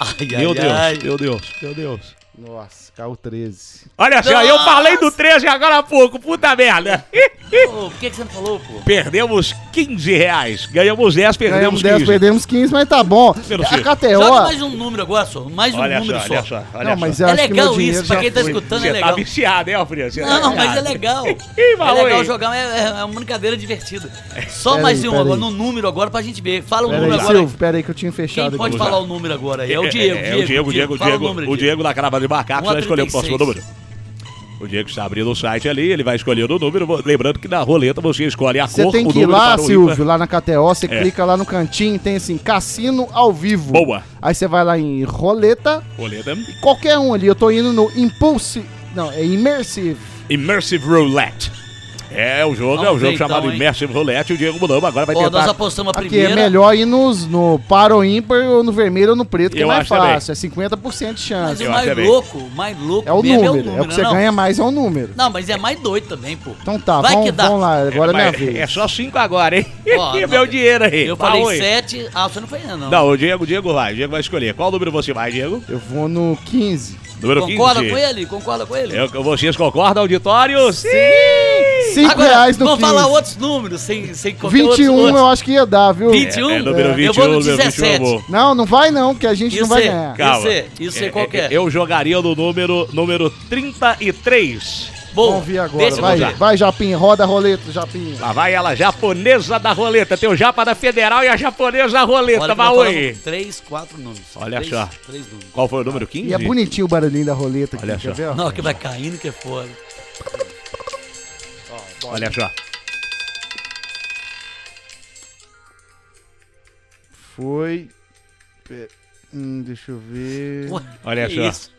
Ai, ai,
Meu
ai.
Deus, meu Deus, meu Deus.
Nossa, caiu 13.
Olha só, eu
Nossa!
falei do 13 agora há pouco, puta merda.
Ô, por que, que você não falou, pô?
Perdemos 15 reais. Ganhamos 10, perdemos
Ganhamos 10,
15.
perdemos 15, mas tá bom.
Menos
A
cinco.
Joga
KTO.
mais um número agora só. Mais um
Olha
número
só,
só.
olha só, olha
Não,
só.
mas eu
É
acho que meu
legal isso,
dinheiro
pra
já
quem tá
foi.
escutando é
Você tá
legal.
viciado, hein, Alfredo? Você tá
Não, mas é
viciado.
legal.
Ih,
é
Maui.
legal jogar, é, é uma brincadeira divertida.
É.
Só
Pera
mais
aí,
um
pera
agora,
aí.
no número agora pra gente ver. Fala o
Pera
número
aí,
agora.
Silvio, pera aí que eu tinha fechado
Quem pode
aqui.
falar o número agora aí? É o Diego,
É, é, o Diego, Diego,
Fala
Diego.
o número,
o Diego da Crava de Barcato já escolheu o
1,36.
próximo número. O Diego está abrindo o site ali, ele vai escolher o número. Vou- Lembrando que na roleta você escolhe a
Você
cor,
tem
o
que ir
número
lá,
para o
Silvio,
ímpar.
lá na KTO, você
É.
clica lá no cantinho, tem assim, cassino ao vivo.
Boa.
Aí você vai lá em roleta,
Roleta. é
qualquer um ali. Eu tô indo no Impulse. Não, é Immersive.
Immersive Roulette. É, o jogo é um
Vamos
jogo
ver
chamado
então, hein?
Immersive Roulette. O Diego Mulamba agora vai
Ó, nós
tentar.
apostamos a
Aqui é
primeira.
melhor ir nos, no par ou ímpar, ou no vermelho ou no preto, que
Eu
é mais
acho também.
fácil. É 50% de
Mas
chance.
Eu
o
acho
mais
também.
louco, o mais louco
É o
mesmo
número. É o que você
não?
ganha mais, é o número.
Não, mas é mais doido também, pô.
Então tá,
Vai
vamos,
que dá.
vamos lá, agora é minha
Mas
vez.
é só cinco agora, hein?
Ó,
e
não,
meu dinheiro aí.
Eu
Fala
falei
aí.
7. Ah, você não foi ainda, não.
Não, o Diego, o Diego vai. O Diego vai escolher. Qual número você vai, Diego?
Eu vou no 15.
Número
Concorda
15.
com ele? Concorda com ele?
Eu- vocês concordam, auditório? É, Sim!
5 reais no
vou
15.
falar outros números, sem, sem qualquer outro
21
outro.
eu acho que ia dar, viu?
21?
É, é número 21,
eu vou no
número 21 eu
17.
vou.
Não, não vai não, porque a gente
E
não vai
você?
ganhar.
Calma.
sei, eu sei qual que é.
Eu jogaria no número, número 33.
Bom,
Vamos ver agora.
deixa eu
Vai,
mudar.
vai, Japinha. Roda a roleta, Japinha.
Lá vai ela, japonesa da roleta. Tem o japa da federal e a japonesa da roleta.
Olha que
Vai,
nós
oi.
falamos três, quatro números.
Olha
três,
só.
Três números.
Qual foi o número 15?
E é bonitinho o barulhinho da roleta aqui,
Olha
quer
só.
ver? ó?
Não, que vai caindo que é foda.
Olha só.
Foi... Pe- Hum, deixa eu ver...
Ué,
Olha
que
só.
isso?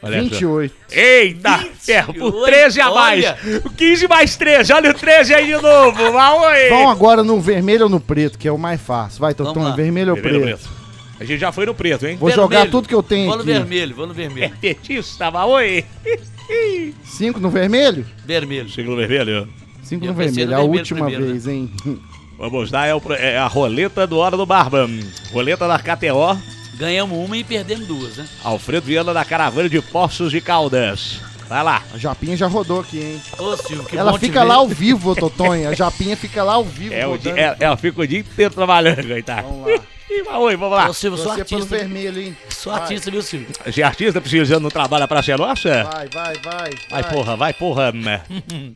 Olha só.
28.
Eita!
28,
É, o 13 a mais.
olha.
O 15 mais 13. Olha o 13 aí de novo. Vai,
Vão
oi.
agora no vermelho ou no preto, que é o mais fácil. Vai,
Vamos
Totão,
lá.
vermelho ou
Vermelho,
preto?
preto. A gente já foi no preto, hein?
Vou jogar
Vermelho.
tudo que eu tenho
Vou no
aqui.
vermelho, vou no
É
vermelho.
petista, vai, oi.
5 no vermelho?
Vermelho.
Siglo vermelho.
5
Eu
no
pensei no
vermelho, É a
vermelho
última
primeiro, né?
vez, hein?
Vamos lá, é, o pro- é a roleta do Hora do Barba. Roleta da KTO.
Ganhamos uma e perdemos duas, né?
Alfredo Viana da Caravana de Poços de Caldas. Vai lá.
A Japinha já rodou aqui, hein?
Ô, Silvio, que
Ela
bom te
fica
ver.
lá ao vivo, ô, Totonha. A Japinha fica lá ao vivo.
É o dia,
rodando.
ela, ela fica o dia inteiro trabalhando, coitado.
Vamos lá.
Ih, mas oi, vamos lá.
Ô, Silvio, sou
Você pelo
artista. né?
vermelho, hein?
Sou artista, viu, Silvio?
Se artista precisando não trabalha pra ser nossa?
Vai, vai, vai.
Vai, porra, vai, porra. né?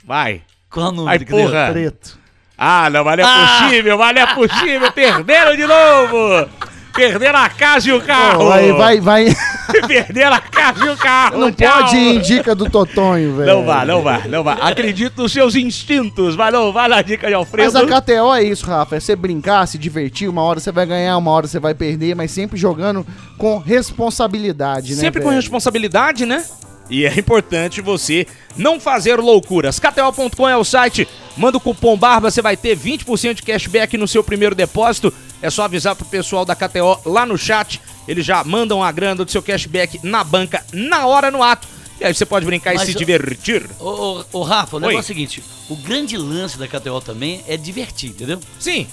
Vai.
Qual o número?
Vai,
que deu?
porra.
Preto.
Ah, não, mas não é
Ah!
possível, mas não é possível. Perderam de novo. Perderam a casa e o carro.
Ô, aí vai, vai.
Perderam a casa e o carro.
Não
Tchau.
pode ir em dica do Totonho, velho.
Não vá, não vá, não vá. Acredite nos seus instintos. Vai, não, vai na dica de Alfredo.
Mas a KTO é isso, Rafa. É você brincar, se divertir. Uma hora você vai ganhar, uma hora você vai perder, mas sempre jogando com responsabilidade, né?
Sempre com
velho?
responsabilidade, né? E é importante você não fazer loucuras. KTO.com é o site. Manda o cupom BARBA, você vai ter 20% de cashback no seu primeiro depósito. É só avisar pro pessoal da KTO lá no chat. Eles já mandam a grana do seu cashback na banca, na hora, no ato. E aí você pode brincar
Mas
e se
eu-
divertir.
Ô, ô, ô, Rafa, o
Oi.
negócio é o seguinte: o grande lance da KTO também é divertir, entendeu?
Sim,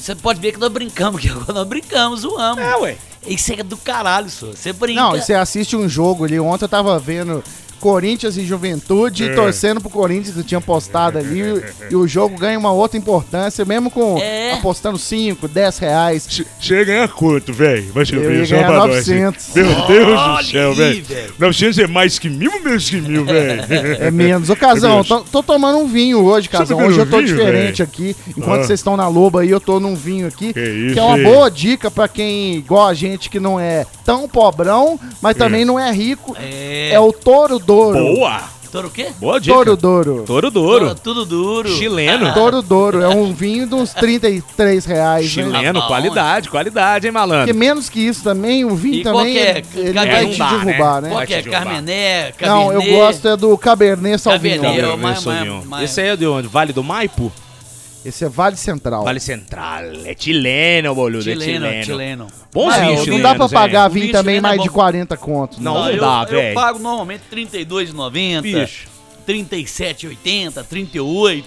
Você pode ver que nós brincamos, que agora nós brincamos, zoamos.
é, ué.
Isso é do caralho, senhor. Você brinca.
Não, e você assiste um jogo ali. Ontem eu tava vendo Corinthians e Juventude, torcendo pro Corinthians, eu tinha postado ali. e o jogo ganha uma outra importância, mesmo com
É.
apostando 5, 10 reais.
Você ganha quanto, velho? é Vai ser
Eu
bem,
ia
só
ganhar
pra
assim.
nós.
900.
Meu Deus do
Olha
céu,
aí,
velho.
velho.
900 é mais que mil, menos que mil, velho.
É menos. Ô, Casão,
Meu
tô, tô tomando um vinho hoje, Casão.
bebeu
Hoje eu tô
um vinho,
diferente aqui. Enquanto
Ah.
vocês estão na loba aí, eu tô num vinho aqui.
Que isso,
que é uma
hein?
boa dica pra quem, igual a gente, que não é tão pobrão, mas também não é rico.
É.
É o Toro Douro.
Boa!
Touro o quê?
Boa dica.
Toro Douro.
Touro duro.
Touro Tudo duro. Ah,
Chileno.
Toro Douro. É um vinho de uns 33 reais. né?
Chileno,
Tá bom,
qualidade, qualidade, hein,
Porque
malandro?
menos que isso também, o vinho
E
também,
qualquer-
ele, ele
qualquer
vai
um
te
dá, né?
derrubar, né?
Qual que é?
Pode derrubar.
Carmené, Cabernet?
Não, eu gosto é do Cabernet Sauvignon.
Cabernet.
Cabernet
mas- mas-
Sauvignon.
mas-
Esse aí é de onde? Vale do Maipo?
Esse é Vale Central.
Vale Central. É chileno, boludo. é
Chileno,
chileno.
chileno.
Bons
É,
vinhos
não
chilenos,
dá pra
hein?
pagar
O
vinho
vinho
também
chileno é
mais
bom.
de né? 40 conto.
Não,
eu,
dá,
Eu
velho.
pago normalmente R$32,90,
Bicho.
R$37,80, R$38.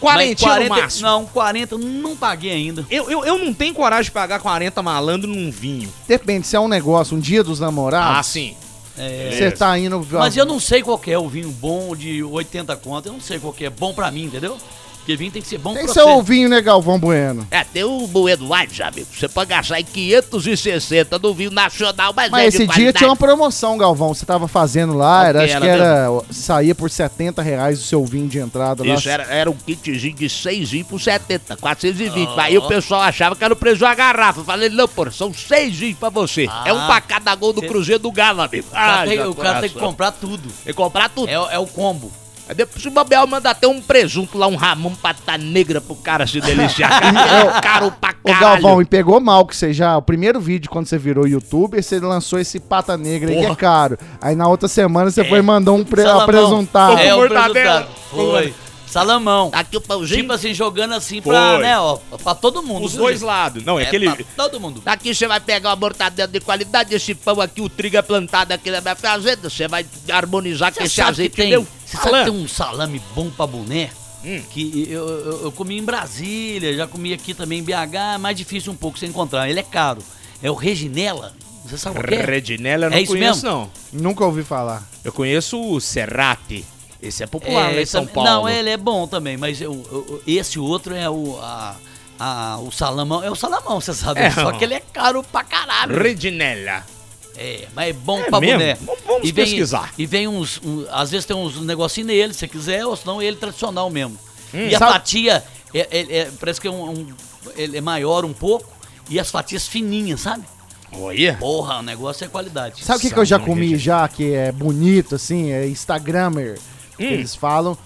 mas
40
40
no é máximo.
Não, 40 não paguei ainda.
Eu, eu, eu não tenho coragem de pagar 40 malandro num vinho. Ah,
Depende, se é um negócio, um dia dos namorados,
sim.
É,
você tá indo...
Ah, Mas eu não sei qual que é o vinho bom de 80 conto. Eu não sei qual que é bom pra mim, entendeu? Porque vinho tem que ser bom
Tem
pra
seu vinho, né, Galvão Bueno?
É, tem o Bueno White, amigo. Você pode gastar em 560 no vinho nacional, mas, é
Mas esse
de
dia
qualidade.
tinha uma promoção, Galvão. Você tava fazendo lá, era, acho que era. Saía por 70 reais o seu vinho de entrada lá.
Isso, era, era um kitzinho de 6 vinhos por 70, 420. Aí o pessoal achava que era o preço de uma garrafa. Eu Falei, não, pô, são 6 vinhos pra você.
Ah.
é um pra cada gol do Cruzeiro do Galo, amigo.
O cara,
Ah,
tem,
meu
o
tá
cara tem que
coração.
comprar tudo.
Tem que comprar tudo.
É, é o combo.
Aí Depois o Babel manda até um presunto lá, um ramão pata negra pro cara se deliciar.
Eu-
é caro pra
Ô,
caralho.
Galvão, e pegou mal que você já. O primeiro vídeo, quando você virou youtuber, você lançou esse pata negra aí que é caro. Aí na outra semana você foi e mandou um pre
É. Salamão.
apresuntado.
É, o
Mortadela.
presuntado. Foi. Salamão.
Aqui o pãozinho.
Tipo assim, jogando assim pra,
Foi.
né, ó, pra todo mundo.
Os
viu,
dois
gente?
lados. Não, é,
É
aquele.
pra todo mundo.
Aqui você vai pegar uma mortadela de qualidade, esse pão aqui, o trigo é plantado aqui na minha fazenda, você vai harmonizar com
Você
esse
sabe
azeite
que tem,
meu.
você sabe que tem um salame bom pra boné?
Hum.
Que eu, eu, eu comi em Brasília, já comi aqui também em BH, é mais difícil um pouco você encontrar. Ele é caro. É o Reginella. Você sabe o que é?
Reginella eu não
É isso
conheço,
mesmo?
não.
Nunca ouvi falar.
Eu conheço o Serrate. Esse é popular lá em
esse
São
também-
Paulo.
Não, ele é bom também, mas eu- eu- esse outro é o. a- a- o salamão. É o salamão, você sabe.
É,
só
ó.
que ele é caro pra caralho.
Reginella.
É, mas é bom
É
pra
mesmo?
boné.
Vamos- vamos
vem-
pesquisar.
E vem uns, um- Às vezes tem uns negocinhos nele, se quiser, ou senão ele tradicional mesmo.
Hum,
e a
Sabe-
fatia é- é- é- parece que é um, um- Ele é maior um pouco. E as fatias fininhas, sabe?
Olha.
Porra, o negócio é qualidade.
Sabe o que, que eu já
Salmão
comi
recheado.
já, que é bonito, assim, é Instagrammer, que eles falam?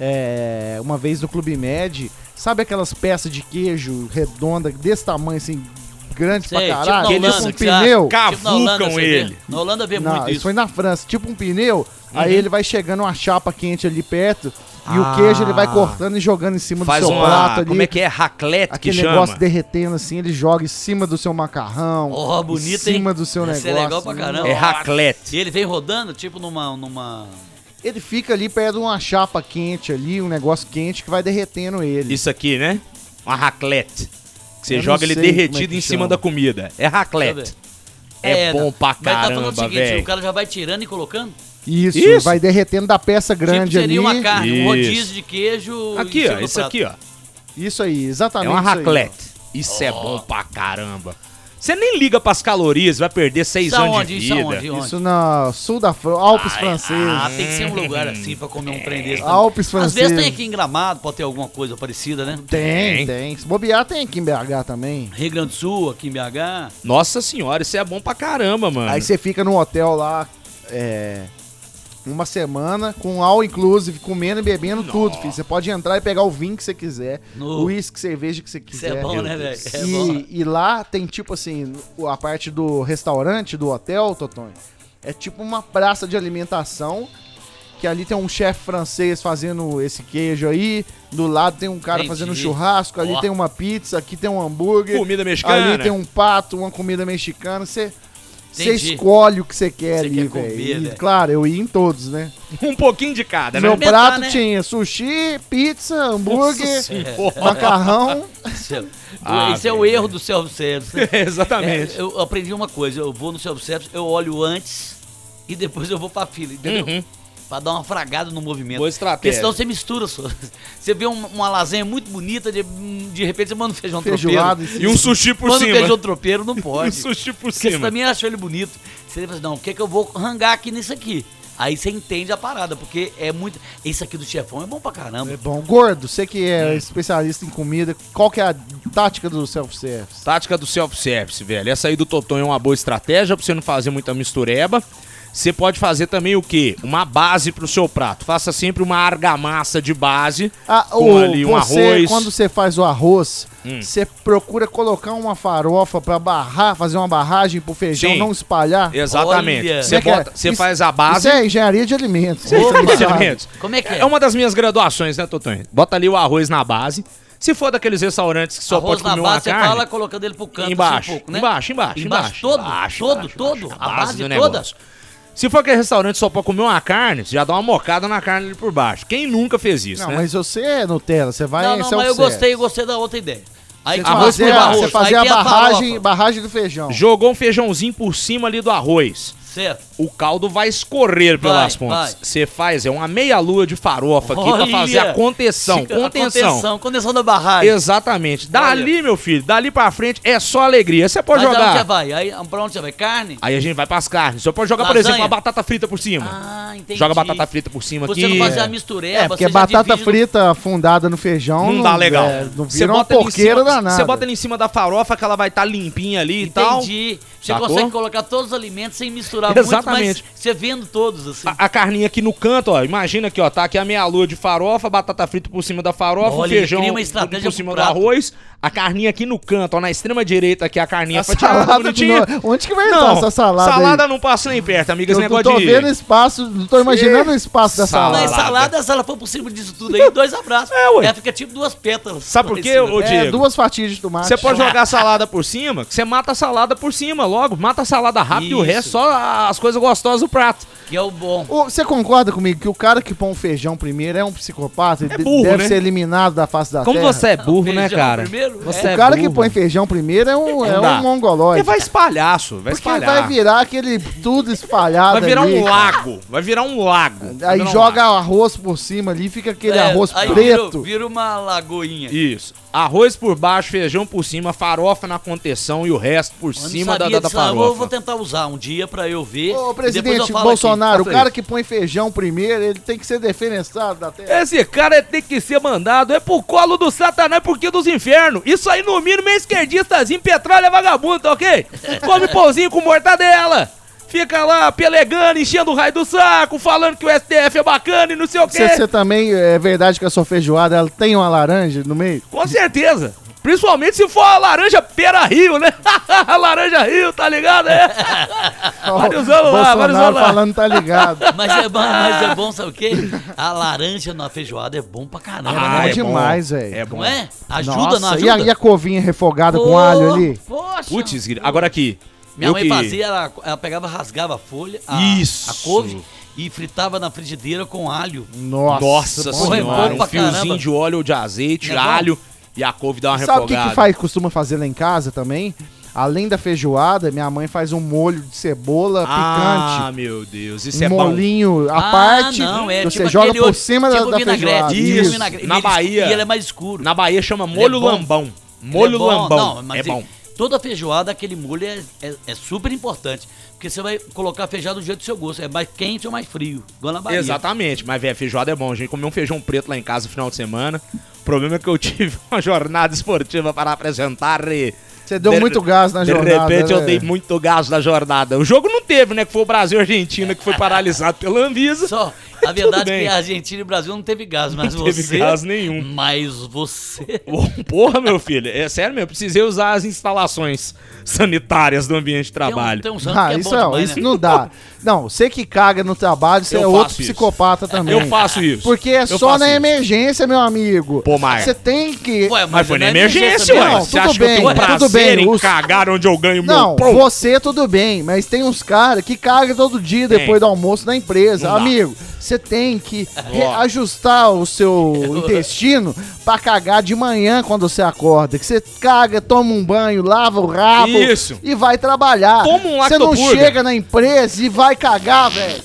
É, uma vez no Clube Med, sabe aquelas peças de queijo redonda, desse tamanho, assim, grande
Sei,
pra
tipo
caralho?
na
Tipo
Holanda,
um
que você acha?
pneu?
Tipo na Holanda,
Cavucam
você vê-
ele.
Na Holanda vê
Não,
muito
isso
isso.
foi na França. Tipo um pneu,
Uhum.
aí ele vai chegando uma chapa quente ali perto e
Ah.
o queijo ele vai cortando e jogando em cima
Faz
do seu
uma.
prato ali.
Como é que é? Raclette que
Aquele
chama.
negócio derretendo assim, ele joga em cima do seu macarrão.
Ó,
em
bonito,
cima
hein?
do seu
Isso
negócio.
é legal pra caramba.
É raclette.
E ele vem rodando, tipo numa. numa...
Ele fica ali perto de uma chapa quente ali, um negócio quente que vai derretendo ele.
Isso aqui, né? Uma raclette. Que você
Eu não
joga ele
sei como é que
derretido em cima
chama.
da comida. É raclette.
Deixa
É, bom
não.
pra
Mas tá
caramba,
falando o seguinte,
velho.
o cara já vai tirando e colocando.
Isso,
Isso.
vai derretendo da peça grande
tipo, seria
ali.
uma carne, um
Isso.
rodízio de queijo. em
Aqui,
cima
ó.
do
Isso
prato. Ah,
aqui, ó.
Isso aí, exatamente.
É uma
isso aí, ó.
raclette. Isso é bom pra caramba. Você nem liga pras calorias, vai perder seis
Isso
anos
aonde?
de
Isso
é vida. é
aonde? Onde?
Isso na sul da França, Alpes franceses.
Ah, tem que ser um lugar assim pra comer um trem desse.
Alpes
Às
franceses.
vezes tem aqui em Gramado, pode ter alguma coisa parecida, né?
Tem.
Tem, tem. Se bobear, tem aqui em BH também.
Rio Grande do Sul, aqui em BH.
Nossa senhora, isso é bom pra caramba, mano.
Aí você fica num hotel lá, é, uma semana, com all inclusive, comendo e bebendo tudo, filho. Você pode entrar e pegar o vinho que você quiser,
No-
o uísque, cerveja que você
Isso
quiser.
é bom, né, velho? É bom.
E, e lá tem tipo assim, o- a parte do restaurante, do hotel, Totonho, é tipo uma praça de alimentação. Que ali tem um chefe francês fazendo esse queijo aí, do lado tem um cara
Entendi.
fazendo churrasco, ali
Ó.
tem uma pizza, aqui tem um hambúrguer.
Comida mexicana.
Ali tem um pato, uma comida mexicana. Você você
Entendi.
escolhe o que você quer
Você
ali,
quer comer,
velho. E,
né?
Claro, eu ia em todos, né?
Um pouquinho de cada, né?
Meu
Experimentar,
prato
né?
tinha sushi, pizza, hambúrguer,
Senhora.
macarrão.
Isso é,
Ah,
esse é o
velho.
erro do self-service. né?
Exatamente.
É, eu aprendi uma coisa, eu vou no self-service, eu olho antes e depois eu vou pra fila, entendeu?
Uhum.
Pra dar uma fragada no movimento.
Boa
Porque
estratégia.
senão você mistura. só. Você vê um, uma, uma lasanha muito bonita, de, de repente você manda um feijão
Feijoada.
tropeiro.
esse-
E um sushi por
manda um
cima.
feijão tropeiro, não
Um
pode.
sushi por
Porque você
cima.
também achou ele bonito. Você fala assim, não, o que é que eu vou rangar aqui nisso aqui? Aí você entende a parada, porque é muito... Isso aqui do chefão é bom pra caramba.
É bom. Gordo, você que é especialista em comida, qual que é a tática do self-service?
Tática do self-service, velho. Essa aí do Totonho é uma boa estratégia pra você não fazer muita mistureba. Você pode fazer também o quê? Uma base pro seu prato. Faça sempre uma argamassa de base
Ah,
com
o-
ali um
você,
arroz. Hum.
Quando você faz o arroz, você procura colocar uma farofa pra barrar, fazer uma barragem pro feijão
Sim.
não espalhar.
Exatamente.
Olha.
Você
Como é que é?
bota, você
Isso- é
faz a base.
Isso é engenharia de alimentos.
Você
Você
faz de
sabe.
alimentos.
Como é que é?
É uma das minhas graduações, né, Totonho? Bota ali o arroz na base. Se for daqueles restaurantes que só pode
Arroz na
comer uma
base, você
carne,
fala colocando ele pro canto assim
embaixo,
um pouco, né?
embaixo, embaixo, embaixo,
todo,
embaixo,
todo,
embaixo,
todo,
embaixo,
a
a base
base,
do
toda.
negócio. se for aquele restaurante só pra comer uma carne, você já dá uma mocada na carne ali por baixo. Quem nunca fez isso,
Não,
né?
mas você é Nutella, você vai.
não, não,
você é
mas
o
eu
certo.
gostei, eu gostei da outra ideia. Aí tipo,
Arroz
Você
com
fazer, a-
arroz.
Você fazer a
tem
barragem,
farofa.
barragem do feijão.
Jogou um feijãozinho por cima ali do arroz.
Certo.
O caldo vai escorrer pelas
Vai,
pontas.
vai.
Você faz, é uma meia lua de farofa aqui pra
Olha!
fazer a contenção.
Fica-
contenção.
A contenção, contenção da barragem.
Exatamente. Dali,
Olha.
meu filho, dali pra frente é só alegria. Você pode
Mas é aonde você
jogar.
vai? Aí, pra onde você vai? Carne?
Aí a gente vai pras carnes. Você pode jogar, por
Lasanha?
exemplo, uma batata frita por cima.
Ah, entendi.
Joga batata frita por cima
Você
aqui.
não faz a
É,
mistureba,
porque
você já
batata
divide-
frita fundada no feijão
Não dá legal.
é, não
Você
vira uma
bota ele em
porqueira
cima-
danada.
Você bota ele em cima da farofa que ela vai estar limpinha ali e tal.
Entendi. Você
Sacou?
consegue colocar todos os alimentos sem misturar
Exatamente.
muito, mas você vendo todos, assim.
A, a carninha aqui no canto, ó. Imagina aqui, ó. Tá aqui a meia lua de farofa, batata frita por cima da farofa, o
Olha, ele
feijão
cria uma
por,
estratégia pro
cima do
prato.
arroz. A carninha aqui no canto, ó. Na extrema direita aqui, a carninha
A
fatiada,
salada
bonitinha.
não- onde é que vai entrar essa salada aí?
Salada não passa nem perto, amiga. Esse
eu não
negócio
tô
de...
vendo espaço, não tô imaginando o espaço dessa
Ah, Salada.
Mas
salada.
salada, se ela for por cima disso tudo aí, dois abraços.
É, ué.
Ela fica tipo duas pétalas.
Sabe por
em
quê,
cima. né?
ô
É,
Diego?
duas fatias de tomate.
Você pode jogar a salada por cima, que você mata a salada por cima logo. Mata a salada rápido e o
Isso.
resto só a- as coisas gostosas do prato.
Que é o bom.
Ô, Você concorda comigo que o cara que põe um feijão primeiro é um psicopata? Ele de-
burro,
deve
né?
ser eliminado da face da
Como
terra?
você é burro, né,
Feijão
cara?
primeiro?
Você
O
é
cara que
burro.
põe feijão primeiro é um, é
Não dá.
um mongoloide.
Ele vai espalhaço, vai
porque
espalhar.
vai virar aquele tudo espalhado
Vai virar
ali,
um
cara.
lago. Vai virar um lago. Vai
Aí
virar um
joga
lago.
arroz por cima ali, fica aquele
É,
arroz
aí
preto.
Vira, vira uma lagoinha.
Isso. Arroz por baixo, feijão por cima, farofa na contenção e o resto por
Eu não
cima da,
sabia
da, da
disso, não. Eu vou-
farofa.
vou tentar usar um dia pra eu ver. e
Ô,
depois eu
presidente
falo
Bolsonaro,
Faça
o cara
isso.
que põe feijão primeiro, ele tem que ser defenestrado da terra.
Esse cara tem que ser mandado, é pro colo do satanás é porque dos infernos. Isso aí no mínimo é esquerdistazinho, petralha vagabundo, tá ok? Come pãozinho com mortadela. Fica lá pelegando, enchendo o raio do saco, falando que o STF é bacana e não sei o
Você,
quê.
você também, é verdade que a sua feijoada ela tem uma laranja no meio?
Com certeza. Principalmente se for a laranja pera Rio, né? laranja Rio, tá ligado? É. Vários anos lá,
Bolsonaro
vários anos lá.
falando, tá ligado.
aqui. Mas é, bom, mas é bom, sabe o quê? A laranja na feijoada é bom pra caramba,
Ah,
né?
é demais, velho.
É
Não
bom.
é? Ajuda,
Nossa,
não ajuda?
E a, e a covinha refogada com alho ali?
Poxa.
Putz, agora aqui.
Minha
eu
mãe
que-
fazia, ela, ela pegava, rasgava a folha, a,
Isso.
a couve e fritava na frigideira com alho.
Nossa,
Nossa
Senhora,
bom demais.
senhora,
bom
um
pra
fiozinho
caramba.
de óleo de azeite,
Não é bom?
alho e a couve dá uma
Sabe o que,
refogada.
que faz, costuma fazer lá em casa também? Além da feijoada, minha mãe faz um molho de cebola
Ah,
picante.
meu Deus, isso
Um
é bom.
molinho à
Ah,
parte
não, é
que
tipo
você joga
aquele
por
outro-
cima
tipo
da, da
vinagrete,
feijoada.
tipo
Isso.
vinagrete.
Na
Ele é escuro,
Bahia.
E ele é mais escuro.
Na Bahia chama
é
molho
bom.
lambão.
Ele
Molho
é bom,
lambão.
não, mas
é
ele-
bom.
Toda feijoada, aquele molho é, é- é super importante. Porque você vai colocar a feijoada do jeito do seu gosto. É mais quente ou mais frio. Igual na Bahia.
Exatamente, mas velho, feijoada é bom. A gente comeu um feijão preto lá em casa no final de semana. O problema é que eu tive uma jornada esportiva para apresentar e.
Você deu
de-
muito gás na
de
jornada.
repente eu
né?
dei muito gás na jornada. O jogo não teve, né? Que foi o Brasil e a Argentina que foi paralisado pela Anvisa.
Só, a
Tudo
verdade é
bem.
que a Argentina e o Brasil não teve gás, mas
teve
você...
gás nenhum.
Mas você...
Ô, Porra, meu filho, é sério mesmo, eu precisei usar as instalações sanitárias do ambiente de trabalho.
Tem um, tem um santo
Ah,
que é
isso,
bom
não,
demais,
isso
né?
não dá. Não, você que caga no trabalho, você
Eu
é
faço
outro
isso.
psicopata também.
Eu faço isso.
Porque é
Eu
só
faço
na
isso.
emergência, meu amigo.
Pô, Maia.
Você tem que.
Ué,
Mas foi na
não é
emergência, né?
mesmo.
ué.
não,
Você
tudo
acha que eu
bem,
tenho
tudo
prazer
bem,
em
os-
cagar onde eu ganho
Não,
meu pão?
você tudo bem, mas tem uns caras que cagam todo dia
Tem.
depois do almoço na empresa.
Não dá.
Amigo, você tem que reajustar o seu intestino pra cagar de manhã quando você acorda. Que você caga, toma um banho, lava o rabo
Isso.
e vai trabalhar.
Toma um
Você não
lactoburger.
chega na empresa e vai cagar, velho.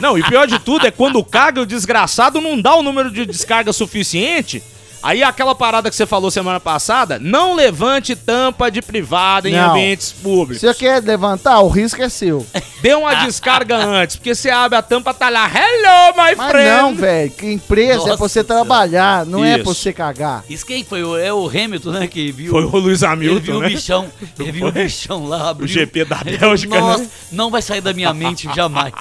Não, e pior de tudo é quando caga, o desgraçado não dá o número de descarga suficiente. Aí aquela parada que você falou semana passada, não levante tampa de privada em
Não.
ambientes públicos.
Se você quer levantar, o risco é seu.
Dê uma descarga antes, porque você abre a tampa, tá lá. Hello, my
Ah. Mas
friend.
não, velho. que Empresa é pra
Nossa
você
Senhora.
trabalhar, não é pra
Isso.
você cagar.
Isso quem foi? O- É o Hamilton, né? Que viu.
Foi o Luiz
ele
Hamilton,
viu
né?
o bichão. Ele viu o
Foi?
bichão lá. Abriu.
O GP da
Ele falou,
Bélgica,
Nossa,
né?
não vai sair da minha mente jamais.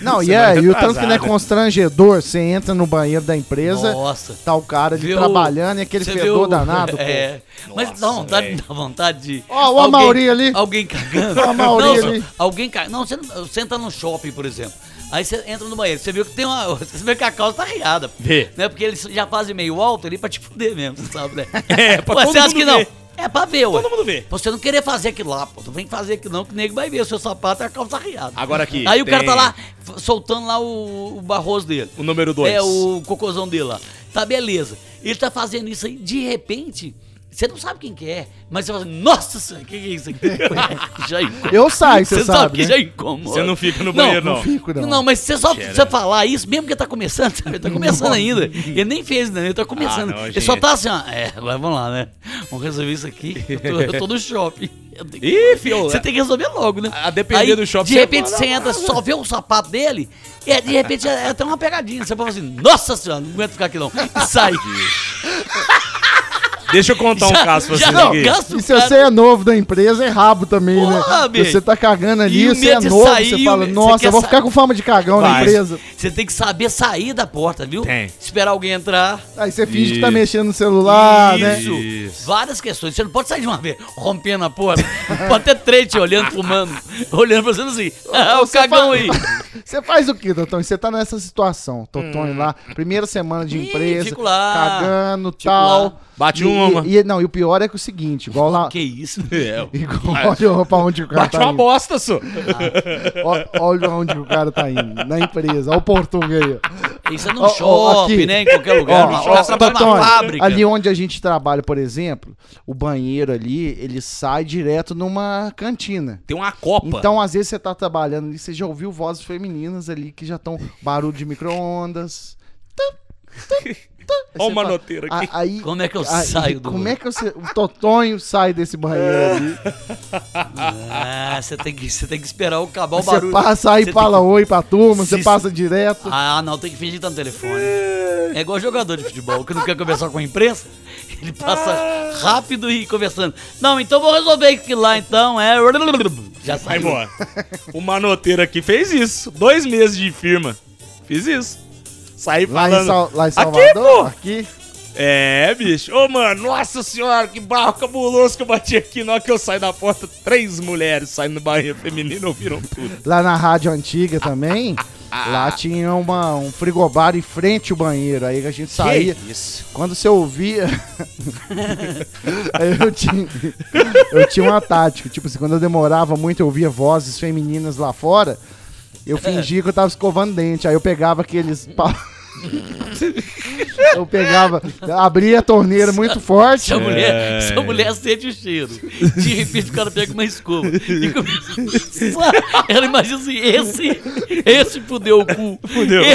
Não,
Você
e é,
vai
e o tanto que não é
atrasado.
constrangedor, você entra no banheiro da empresa,
Nossa.
tá o cara ali
Viu-
trabalhando e aquele
Você
fedor
viu-
danado, pô.
É. Mas dá vontade,
velho.
dá vontade de.
Ó, o Amauri ali.
Alguém cagando.
O Amauri
não,
ali.
Alguém cagando. Não, você, não- você entra no shopping, por exemplo. Aí você entra no banheiro. Você viu que tem uma. Você vê que a calça tá riada.
Vê.
Né? Porque eles já fazem meio alto ali pra te fuder mesmo, você sabe, né?
É, pra
Ué,
todo
você acha
mundo
que
ver.
não? É pra ver, ué.
Todo mundo vê.
Pra você não querer fazer aquilo lá, pô. Não vem fazer aquilo não, que o nego vai ver o seu sapato e a calça riada.
Agora aqui,
Aí o cara
tem-
tá lá f- soltando lá o, o barroso dele.
O número dois.
É, o cocôzão dele lá. Tá, beleza. Ele tá fazendo isso aí, de repente, você não sabe quem que é, mas você fala assim, nossa senhora, que que é isso aqui? já incomoda.
Eu saio, você
Você
sabe,
sabe que
né?
já incomoda.
Você não fica no
Não,
banheiro, não.
Não fico, não.
Não, mas você só você falar isso, mesmo que tá começando, sabe? Tá começando ainda. Ele nem fez, né? Ele tá começando.
Ah, não,
ele só
gente.
tá assim, ó. É, agora vamos lá, né? Vamos resolver isso aqui. Eu tô, eu tô no shopping. Eu tenho que-
Ih, fio,
Você tem que resolver logo, né?
a depender
Aí,
do shopping,
De
você
repente
manda
você entra, só vê o sapato dele, e aí, de repente é até uma pegadinha. Você fala assim, nossa senhora, não aguento ficar aqui não. E sai.
Deixa eu contar um caso pra
já
vocês
não
aqui.
gasta o
E se
cara.
você é novo da empresa, é rabo também,
Porra,
né?
bicho.
Você tá cagando ali,
E o
você é
medo de
novo,
sair,
você
o
fala,
medo- você
nossa,
quer
eu vou
sa-
ficar com fama de cagão na
Vai.
empresa.
Você tem que saber sair da porta, viu?
Tem.
Esperar alguém entrar.
Aí você finge que tá
Isso.
mexendo no celular, né?
Isso.
Isso.
Várias questões. Você não pode sair de uma vez rompendo a porta. pode ter três te olhando, fumando. Olhando pra você assim. Ah, o
Você
cagão
faz-
aí.
Você faz o quê, Totônio? Você tá nessa situação,
Hum.
Totônio lá, primeira semana de
Ih,
empresa,
fico lá.
cagando,
Fico
tal.
lá.
Bate
E-
uma.
E, e- não, e o pior é que é o seguinte, igual lá...
Que isso?
É.
Igual, olha pra onde o cara
Ah, Bate
tá
uma
indo.
bosta, só.
Olha, olha onde o cara tá indo, na empresa. Olha o português aí. ó.
Isso é num
Ó, ó,
shopping,
aqui.
né? Em qualquer
Ó,
lugar. Numa-
ó,
Você trabalha numa
Totônio,
fábrica.
Ali onde a gente trabalha, por exemplo, o banheiro ali, ele sai direto numa cantina.
Tem uma copa.
Então, às vezes, você tá trabalhando ali, você já ouviu vozes femininas ali que já estão barulho de micro-ondas. Tum, tum, tum. Aí
Ó o
você fala,
manoteiro aqui.
"Ah, Aí,
Como é que eu
aí,
saio do
Como é que você, o Totonho sai desse
É.
banheiro ali?
Ah, você tem que, você tem que esperar o- acabar o
Você
barulho.
passa aí
Você
fala oi pra turma, você
Se-
passa direto.
Ah, não, tem que fingir que tá no telefone. É igual jogador de futebol, que não quer conversar com a imprensa, ele passa rápido e conversando. Não, então vou resolver aquilo lá, então, é... Já
Vai
sai
embora. o manoteiro aqui fez isso. Dois meses de firma. Fiz isso. Saí
Lá
falando.
em, Sal- lá em
aqui,
Salvador,
pô!
aqui,
É, bicho. Ô, mano, nossa senhora, que barro cabuloso que eu bati aqui. Na hora que eu saí da porta, três mulheres saindo do banheiro feminino ouviram tudo.
lá na rádio antiga também,
Ah.
lá tinha uma, um frigobar em frente ao banheiro. Aí a gente saía,
Que isso.
Quando você ouvia. eu, tinha, eu tinha uma tática. Tipo assim, quando eu demorava muito, eu ouvia vozes femininas lá fora. Eu fingia que eu tava escovando dente. Aí eu pegava aqueles. pa- eu pegava. Abria a torneira muito forte.
Se a mulher, se a mulher sente o cheiro, de repente o cara pega uma escova e começa. Ela imagina assim: esse, esse fudeu o cu.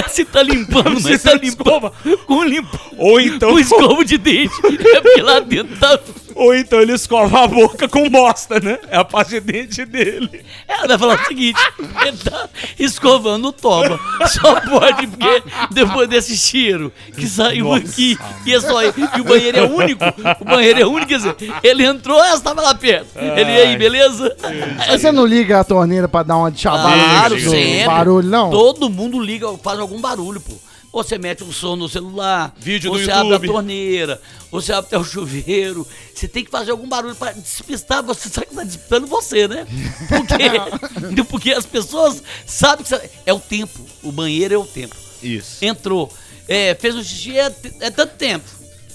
Esse tá limpando, mas tá limpando com, limpo,
Ou então,
com escova de dente. É porque lá dentro tá.
ou então ele escova a boca com bosta, né? É a parte de dente dele.
Ela vai falar o seguinte: ele tá escovando o toba. Só pode, porque depois desse cheiro que saiu aqui, e é só que o banheiro é único. O banheiro é único, quer dizer, ele entrou, ela estava lá perto. Ele e aí, beleza?
Mas Você não liga a torneira pra dar uma de chavala
Claro,
no
sempre.
barulho, não?
Todo mundo liga, faz algum barulho, pô. Ou você mete um som no celular,
Vídeo
ou
do
você abre a
YouTube.
torneira, ou você abre até o chuveiro. Você tem que fazer algum barulho pra despistar. Você sabe que tá despistando você, né? Porque, porque as pessoas sabem que você- é o tempo. O banheiro é o tempo.
Isso.
Entrou, é, fez um xixi, é, é tanto tempo.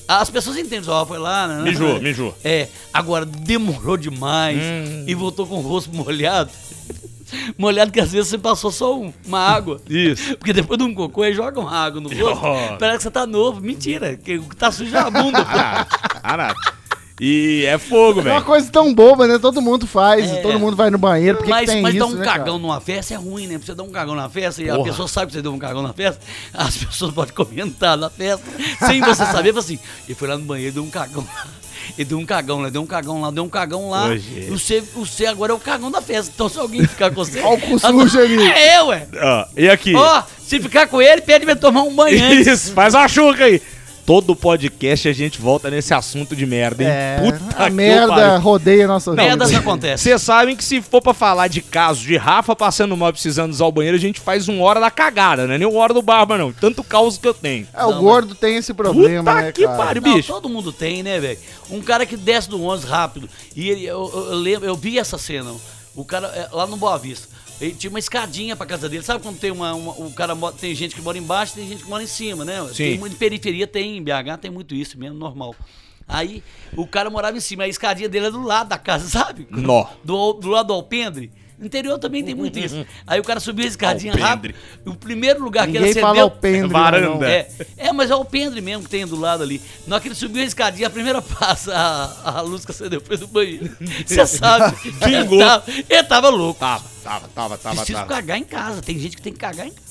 As pessoas entendem, ó, foi lá, né?
Mijou, mijou. Hum.
É, agora demorou demais e voltou com o rosto molhado. molhado que às vezes você passou só um- uma água.
Isso.
Porque depois de um cocô, aí joga uma água no rosto.
Joga.
Parece que você tá novo. Mentira, que o que tá sujo é a bunda. pô.
Ah, ah, nada. E é fogo,
É uma
velho.
coisa tão boba, né? Todo mundo faz,
É.
todo mundo vai no banheiro. Por que,
mas
que tem
mas
isso,
dar um
né, cara?
cagão numa festa é ruim, né? Porque Você dá um cagão na festa e a
Porra.
pessoa sabe que você deu um cagão na festa, as pessoas podem comentar na festa, sem você saber, fala assim, ele foi lá no banheiro e deu um cagão. E deu um cagão lá, deu um cagão lá, deu um cagão lá.
Hoje.
O C, o C agora é o cagão da festa. Então se alguém ficar com você.
Olha o cu sujo ali.
É eu, ué.
Ah,
Ó, e aqui?
Ó, se ficar com ele, pede pra tomar um banho antes.
Isso, faz uma chuca aí. Todo podcast a gente volta nesse assunto de merda, hein?
É,
Puta que
a merda
pariu.
rodeia nossa
Merdas
vida.
acontecem.
Vocês sabem que se for pra falar de casos de Rafa passando mal e precisando usar o banheiro, a gente faz uma hora da cagada, né? Nem uma hora do barba, não. Tanto caos que eu tenho.
É, o gordo tem esse problema,
Puta
né,
que
cara?
pariu,
Não,
bicho.
todo mundo tem, né, velho? Um cara que desce do ônibus rápido. E ele- eu, eu- eu lembro, eu vi essa cena. O cara, é, lá no Boa Vista, ele tinha uma escadinha pra casa dele. Sabe quando tem uma. uma- o cara mo- tem gente que mora embaixo tem gente que mora em cima, né? Tem muito em periferia, tem em BH, tem muito isso mesmo, normal. Aí o cara morava em cima, a escadinha dele era do lado da casa, sabe?
Nó.
Do, al- do lado do alpendre. No interior também tem muito isso. Aí o cara subiu a escadinha rápido. e O primeiro lugar que ele
Ninguém
acendeu.
fala alpendre, né,
Varanda.
não.
É, é, mas é o pendre mesmo que tem do lado ali. Na hora que ele subiu a escadinha, a primeira passa, a, a luz que acendeu foi do banheiro. Você sabe. que Ele tava, ele tava louco.
Ah,
Tava, tava, tava, tava,
Preciso
tá.
tava.
cagar em casa. Tem gente que tem que cagar em casa.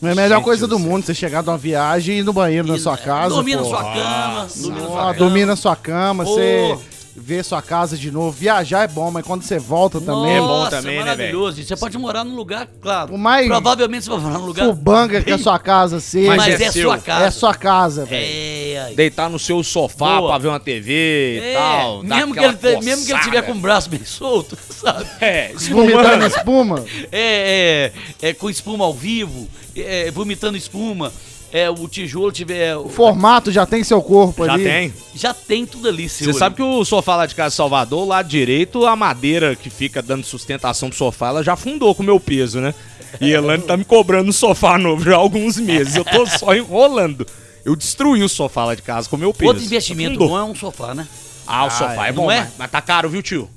Não é a melhor coisa do mundo você chegar de uma viagem e ir no banheiro na sua casa.
é. Dormir na
pô. Ah,
sua cama. Dormir na
Ó,
sua
dormir
cama.
na sua cama,
Pô.
você vê sua casa de novo. Viajar é bom, mas quando você volta também, é bom.
Nossa,
também, né,
maravilhoso. gente. Você pode morar num lugar, claro.
O mais-
Provavelmente você vai morar num lugar.
Fubanga que é sua casa, assim.
Mas,
Mas
é,
é seu.
sua casa.
É sua casa, velho.
É, aí.
Deitar no seu sofá
Boa.
pra ver uma TV e
É,
tal. dar
mesmo, que
aquela
ele, te- mesmo que ele tiver
coçada.
com o braço bem solto, sabe?
É,
Vomitando espuma.
é, é, é, com espuma ao vivo, é, vomitando espuma, é, o tijolo tiver. o-
O formato já tem seu corpo
Já
ali.
tem.
Já tem tudo ali, seu.
Você sabe que o sofá lá de casa de Salvador, lá direito, a madeira que fica dando sustentação pro sofá, ela já afundou com o meu peso, né? E Elane tá me cobrando um sofá novo já há alguns meses. Eu tô só enrolando. Eu destruí o sofá lá de casa com o meu peso.
Outro investimento
Afundou.
bom é um sofá, né?
Ah, o sofá é, bom,
é?
Mas, mas tá caro, viu, tio?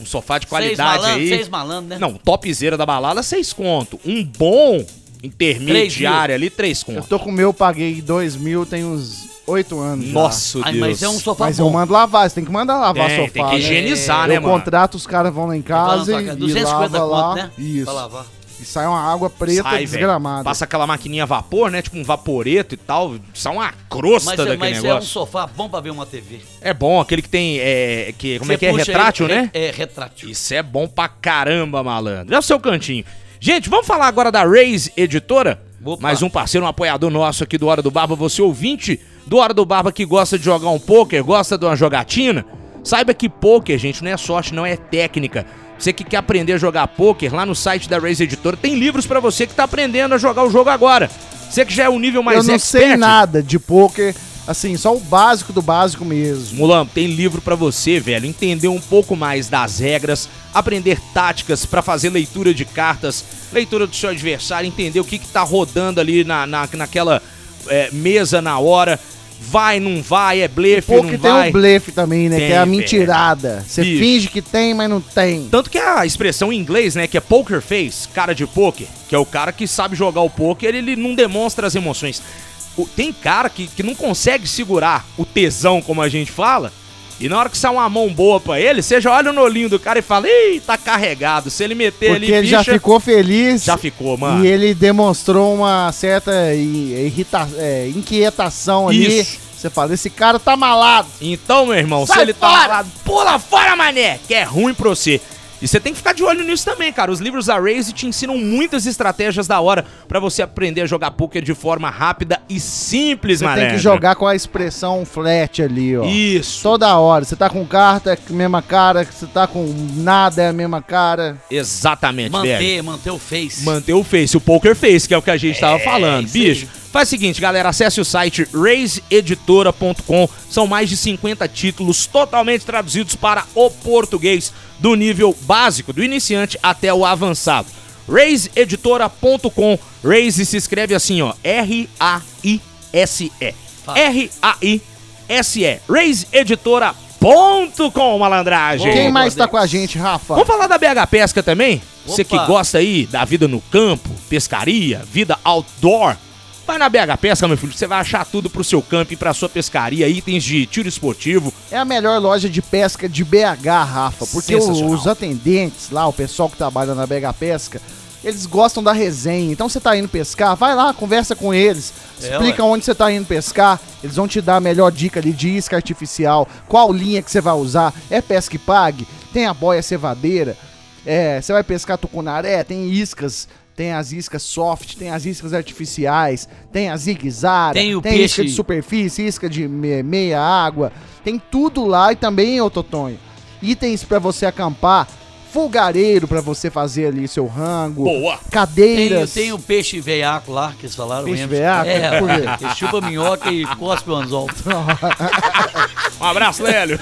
Um sofá de
seis
qualidade
malandro,
aí.
seis malandro, né?
Não, topzera da balada, seis conto. Um bom intermediário ali, três
Eu
conto.
tô com o meu, paguei 2 mil, tem uns 8 anos. já.
Nossa,
Ah,
Deus.
mas é um sofá
Mas
bom.
eu mando lavar, você tem que mandar lavar
Tem,
sofá.
tem que
né?
higienizar, né,
eu
mano?
contrato, os caras vão lá em
Tá lá na
casa
sua
e,
casa,
e lava
conto,
lá.
né? Pra
Isso.
lavar.
E sai uma água preta
Sai, velho.
desgramada.
Passa aquela maquininha a vapor, né? Tipo um vaporeto e tal. Sai uma crosta
Mas, é,
daquele
mas é um
negócio.
sofá bom pra ver uma TV.
É bom, aquele que tem. É, que, como é
Você
que é?
puxa ele-
Retrátil,
re-
né?
É, retrátil.
Isso é bom pra caramba, malandro. É o seu cantinho. Gente, vamos falar agora da Raise Editora?
Opa.
Mais um parceiro, um apoiador nosso aqui do Hora do Barba. Você ouvinte do Hora do Barba que gosta de jogar um pôquer, gosta de uma jogatina. Saiba que pôquer, gente, não é sorte, não é técnica. Você que quer aprender a jogar pôquer, lá no site da Raise Editora tem livros pra você que tá aprendendo a jogar o jogo agora. Você que já é um nível mais
eu não
expert,
sei nada de poker, assim, só o básico do básico mesmo.
Mulambo, tem livro pra você, velho, entender um pouco mais das regras, aprender táticas pra fazer leitura de cartas, leitura do seu adversário, entender o que, que tá rodando ali na, na, naquela é, mesa na hora. Vai, não vai, é blefe, não
Poker tem
vai.
um blefe também, né?
Tem,
que é a
velho.
mentirada. Você
Bicho. Então,
finge que tem, mas não tem.
Tanto que a expressão em inglês, né, que é poker face, cara de poker, que é o cara que sabe jogar o poker, ele não demonstra as emoções. O- tem cara que, que não consegue segurar o tesão, como a gente fala, e na hora que sai uma mão boa pra ele, você já olha no olhinho do cara e fala, ih, tá carregado. Se ele é meter
Porque
ali,
ele já
ficha,
ficou feliz.
já ficou, mano.
E ele demonstrou uma certa i- irrita é, inquietação ali.
Isso.
Você fala, esse cara tá malado.
Então, meu irmão,
Sai
se ele tá
fora!
lá, pula fora, mané, que é ruim pra você. E você tem que ficar de olho nisso também, cara. Os livros da Raze te ensinam muitas estratégias da hora pra você aprender a jogar poker de forma rápida e simples,
Você
mané.
tem que jogar com a expressão flat ali, ó.
É, Isso,
Toda hora. Você tá com carta, é a mesma cara. Você tá com nada, é a mesma cara.
exatamente, velho.
Manter, manter o face.
Manter o face, o poker face, que é o que a gente tava falando,
isso
bicho. Faz o seguinte, galera, acesse o site raiseeditora.com. São mais de 50 títulos totalmente traduzidos para o português, do nível básico, do iniciante até o avançado. raiseeditora.com. Raise se escreve assim, ó, R A I S E.
Fala.
R A I S E. raiseeditora.com, malandragem.
Quem
Boa,
mais tá
Dex.
com a gente, Rafa?
Vamos falar da BH Pesca também? Você que
Opa.
gosta aí da vida no campo, pescaria, vida outdoor, vai na BH Pesca, meu filho, que você vai achar tudo pro seu campo e pra sua pescaria, itens de tiro esportivo.
É a melhor loja de pesca de BH, Rafa, porque o-
Sensacional.
os atendentes lá, o pessoal que trabalha na BH Pesca, eles gostam da resenha. Então você tá indo pescar, vai lá, conversa com eles,
É,
explica onde você tá indo pescar, eles vão te dar a melhor dica ali de isca artificial, qual linha que você vai usar, é pesca e pague, tem a boia cevadeira, é, você vai pescar tucunaré, tem iscas, tem as iscas soft, tem as iscas artificiais, tem a zigue-zague,
Tem o
isca
peixe-
de superfície, isca de me- meia água, tem tudo lá e também, ô Totonho, itens pra você acampar, fogareiro pra você fazer ali seu rango,
Boa.
Tem,
cadeiras.
tem o peixe veiaco lá, que eles falaram.
Peixe
lembra?
veiaco?
É,
Por quê?
ele chupa minhoca e cospe o anzol.
Um abraço, Lélio.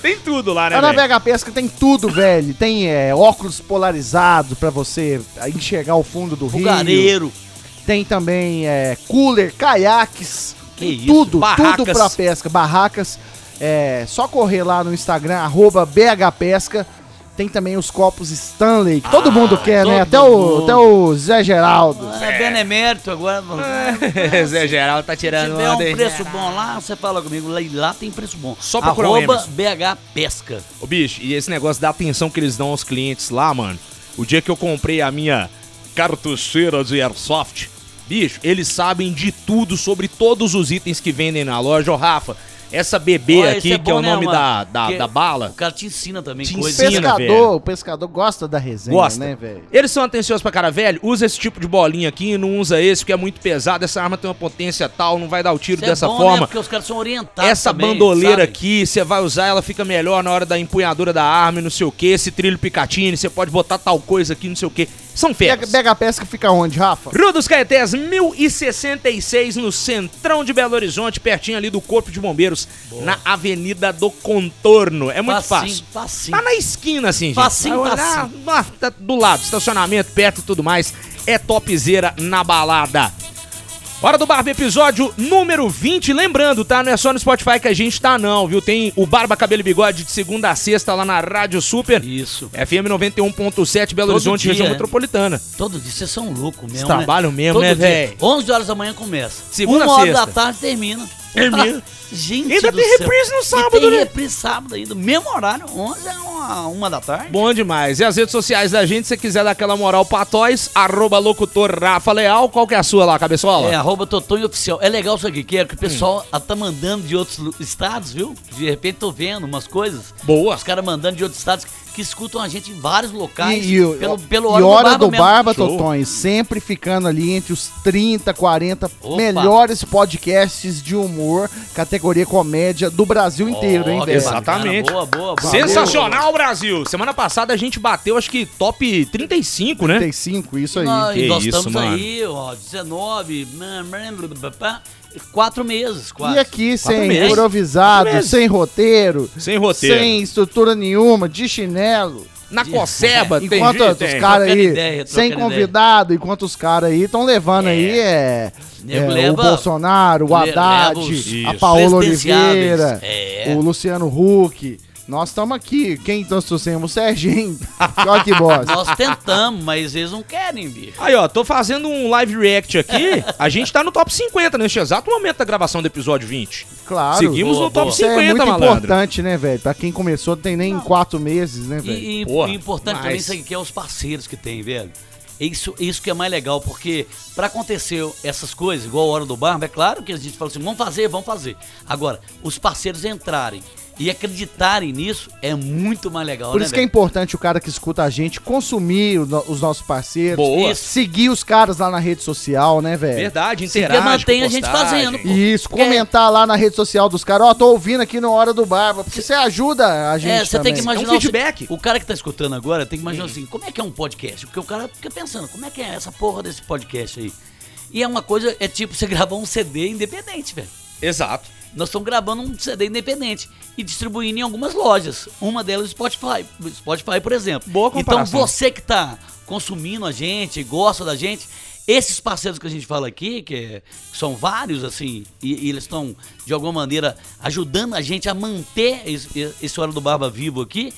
Tem tudo lá, né,
Ah, Lá na
velho?
Vega Pesca tem tudo, velho. Tem é, óculos polarizados pra você enxergar o fundo do rio.
Fogareiro.
Tem também é, cooler, caiaques,
Que
tem
isso,
tudo,
barracas.
tudo pra pesca, barracas. É só correr lá no Instagram, arroba BHPesca. Tem também os copos Stanley, que todo mundo quer, né?
Ah, todo
Até o,
mundo.
até o Zé Geraldo.
É benemérito agora.
Zé Geral tá
Se
tirando
tiver
onda
um
aí.
preço bom lá, você fala comigo. Lá, lá tem preço bom.
Só procurar o
Arroba
Emerson.
BH Pesca.
Ô, bicho, e esse negócio da atenção que eles dão aos clientes lá, mano. O dia que eu comprei a minha cartucheira de Airsoft, bicho, eles sabem de tudo sobre todos os itens que vendem na loja. Ô, Rafa, essa bebê
Ó, esse
aqui,
é
que é o
bom, né,
nome
mano?
da, da,
Que-
da bala,
O cara te ensina também
Te
coisas.
ensina.
pescador,
velho.
o pescador gosta da resenha,
gosta.
né, velho?
Eles são atenciosos pra cara, velho. Usa esse tipo de bolinha aqui, não usa esse, porque é muito pesado. Essa arma tem uma potência tal, não vai dar o tiro
Isso é
dessa
bom, né?
forma.
Porque os caras são orientados.
Essa
também,
bandoleira
sabe?
aqui, você vai usar, ela fica melhor na hora da empunhadura da arma e não sei o que. Esse trilho picatine, você pode botar tal coisa aqui, não sei o que. São
Pega,
feras.
pega a pesca fica onde, Rafa?
Rua dos Caetés, 1066, no centrão de Belo Horizonte, pertinho ali do Corpo de Bombeiros, na Avenida do Contorno. É muito fácil.
Facinho, facinho.
Tá na esquina, assim, gente.
Facinho,
Vai olhar,
facinho.
lá, tá do lado, estacionamento perto e tudo mais. É topzera na balada. Hora do Barba, episódio número 20. Lembrando, tá? Não é só no Spotify que a gente tá, não, viu? Tem o Barba Cabelo e Bigode de segunda a sexta lá na Rádio Super.
Isso.
FM 91.7 Belo
Todo
Horizonte,
dia,
região
né?
metropolitana.
Todo dia vocês são loucos mesmo.
Esse
né?
trabalho mesmo,
Todo
né,
dia.
véi?
11 horas da manhã começa.
Segunda a
Uma hora
sexta.
da tarde termina.
Termina.
Gente,
Ainda
do
tem
céu.
reprise no
E
sábado,
tem
né?
reprise sábado ainda. Mesmo horário, 11 é uma, uma da tarde.
Bom demais. E as redes sociais da gente, se quiser dar aquela moral pra Toys, arroba locutor Rafa Leal. Qual que é a sua lá, cabeçola?
É, arroba Totonho Oficial. É legal isso aqui, que é que o
Hum.
pessoal ah, tá mandando de outros lu- estados, viu? De repente tô vendo umas coisas.
Boa.
Os caras mandando de outros estados que, que escutam a gente em vários locais.
E, e o-
pelo, pelo
e Hora do
Barba mesmo.
Barba, tá
Show.
Totões, sempre ficando ali entre os 30, 40
Opa.
melhores podcasts de humor, categoria comédia do Brasil inteiro, hein,
Ó, que
velho?
exato. Exatamente.
bacana. Boa, boa, boa.
Sensacional, Brasil! Semana passada a gente bateu, acho que top 35, né?
35, isso aí.
Nós,
Que
nós
isso,
estamos
mano.
aí, ó, 19, né, lembro, blá, blá, quatro meses, quase.
E aqui, sem
meses. Quatro
improvisado,
meses.
sem roteiro,
Sem roteiro.
sem estrutura nenhuma, de chinelo.
Na Coceba, tem
Enquanto
jeito,
os
tem.
caras aí,
Trocando ideia,
sem
trocando
convidado, enquanto os caras aí estão levando aí, é,
Nego
é, o
leva-
Bolsonaro, o
le-
Haddad,
leva os-
a
os
Paola
presidenciáveis.
Oliveira,
É.
o Luciano Huck. Nós estamos aqui. Quem nós trouxemos? O Serginho. Olha que bosta.
Nós tentamos, mas eles não querem, bicho.
Aí, ó, tô fazendo um live react aqui. A gente tá no top 50 neste exato momento da gravação do episódio 20.
Claro.
Seguimos
Boa,
no top
boa.
Isso é
50,
muito
malandro.
importante, né, velho? Pra quem começou, tem nem quatro meses, né, velho?
E, e-
Porra,
e importante
mas-
também isso aqui, que é os parceiros que tem, velho. Isso, isso que é mais legal, porque pra acontecer essas coisas, igual a Hora do Barba, é claro que a gente fala assim, vamos fazer, vamos fazer. Agora, os parceiros entrarem e acreditarem nisso é muito mais legal,
Por
né,
isso que é
velho?
importante o cara que escuta a gente consumir o no- os nossos parceiros.
Boa.
Isso. Seguir os caras lá na rede social, né, velho?
Verdade,
Sim, porque
interage.
mantém
com
a gente
postagem.
fazendo, pô.
Isso,
É.
comentar lá na rede social dos caras. Ó, tô ouvindo aqui no Hora do Barba, porque você ajuda a gente.
É, você tem que
também.
imaginar.
É um feedback.
O cara que tá escutando agora tem que imaginar assim: como é que é um podcast? Porque o cara fica pensando: como é que é essa porra desse podcast aí? E é uma coisa, é tipo você gravar um CD independente, velho.
Exato.
Nós estamos gravando um CD independente e distribuindo em algumas lojas. Uma delas o Spotify, o Spotify, por exemplo.
Boa comparação.
Então você que está consumindo a gente, gosta da gente, esses parceiros que a gente fala aqui, que é- que são vários assim, e, e eles estão de alguma maneira ajudando a gente a manter esse, esse Hora do Barba vivo aqui,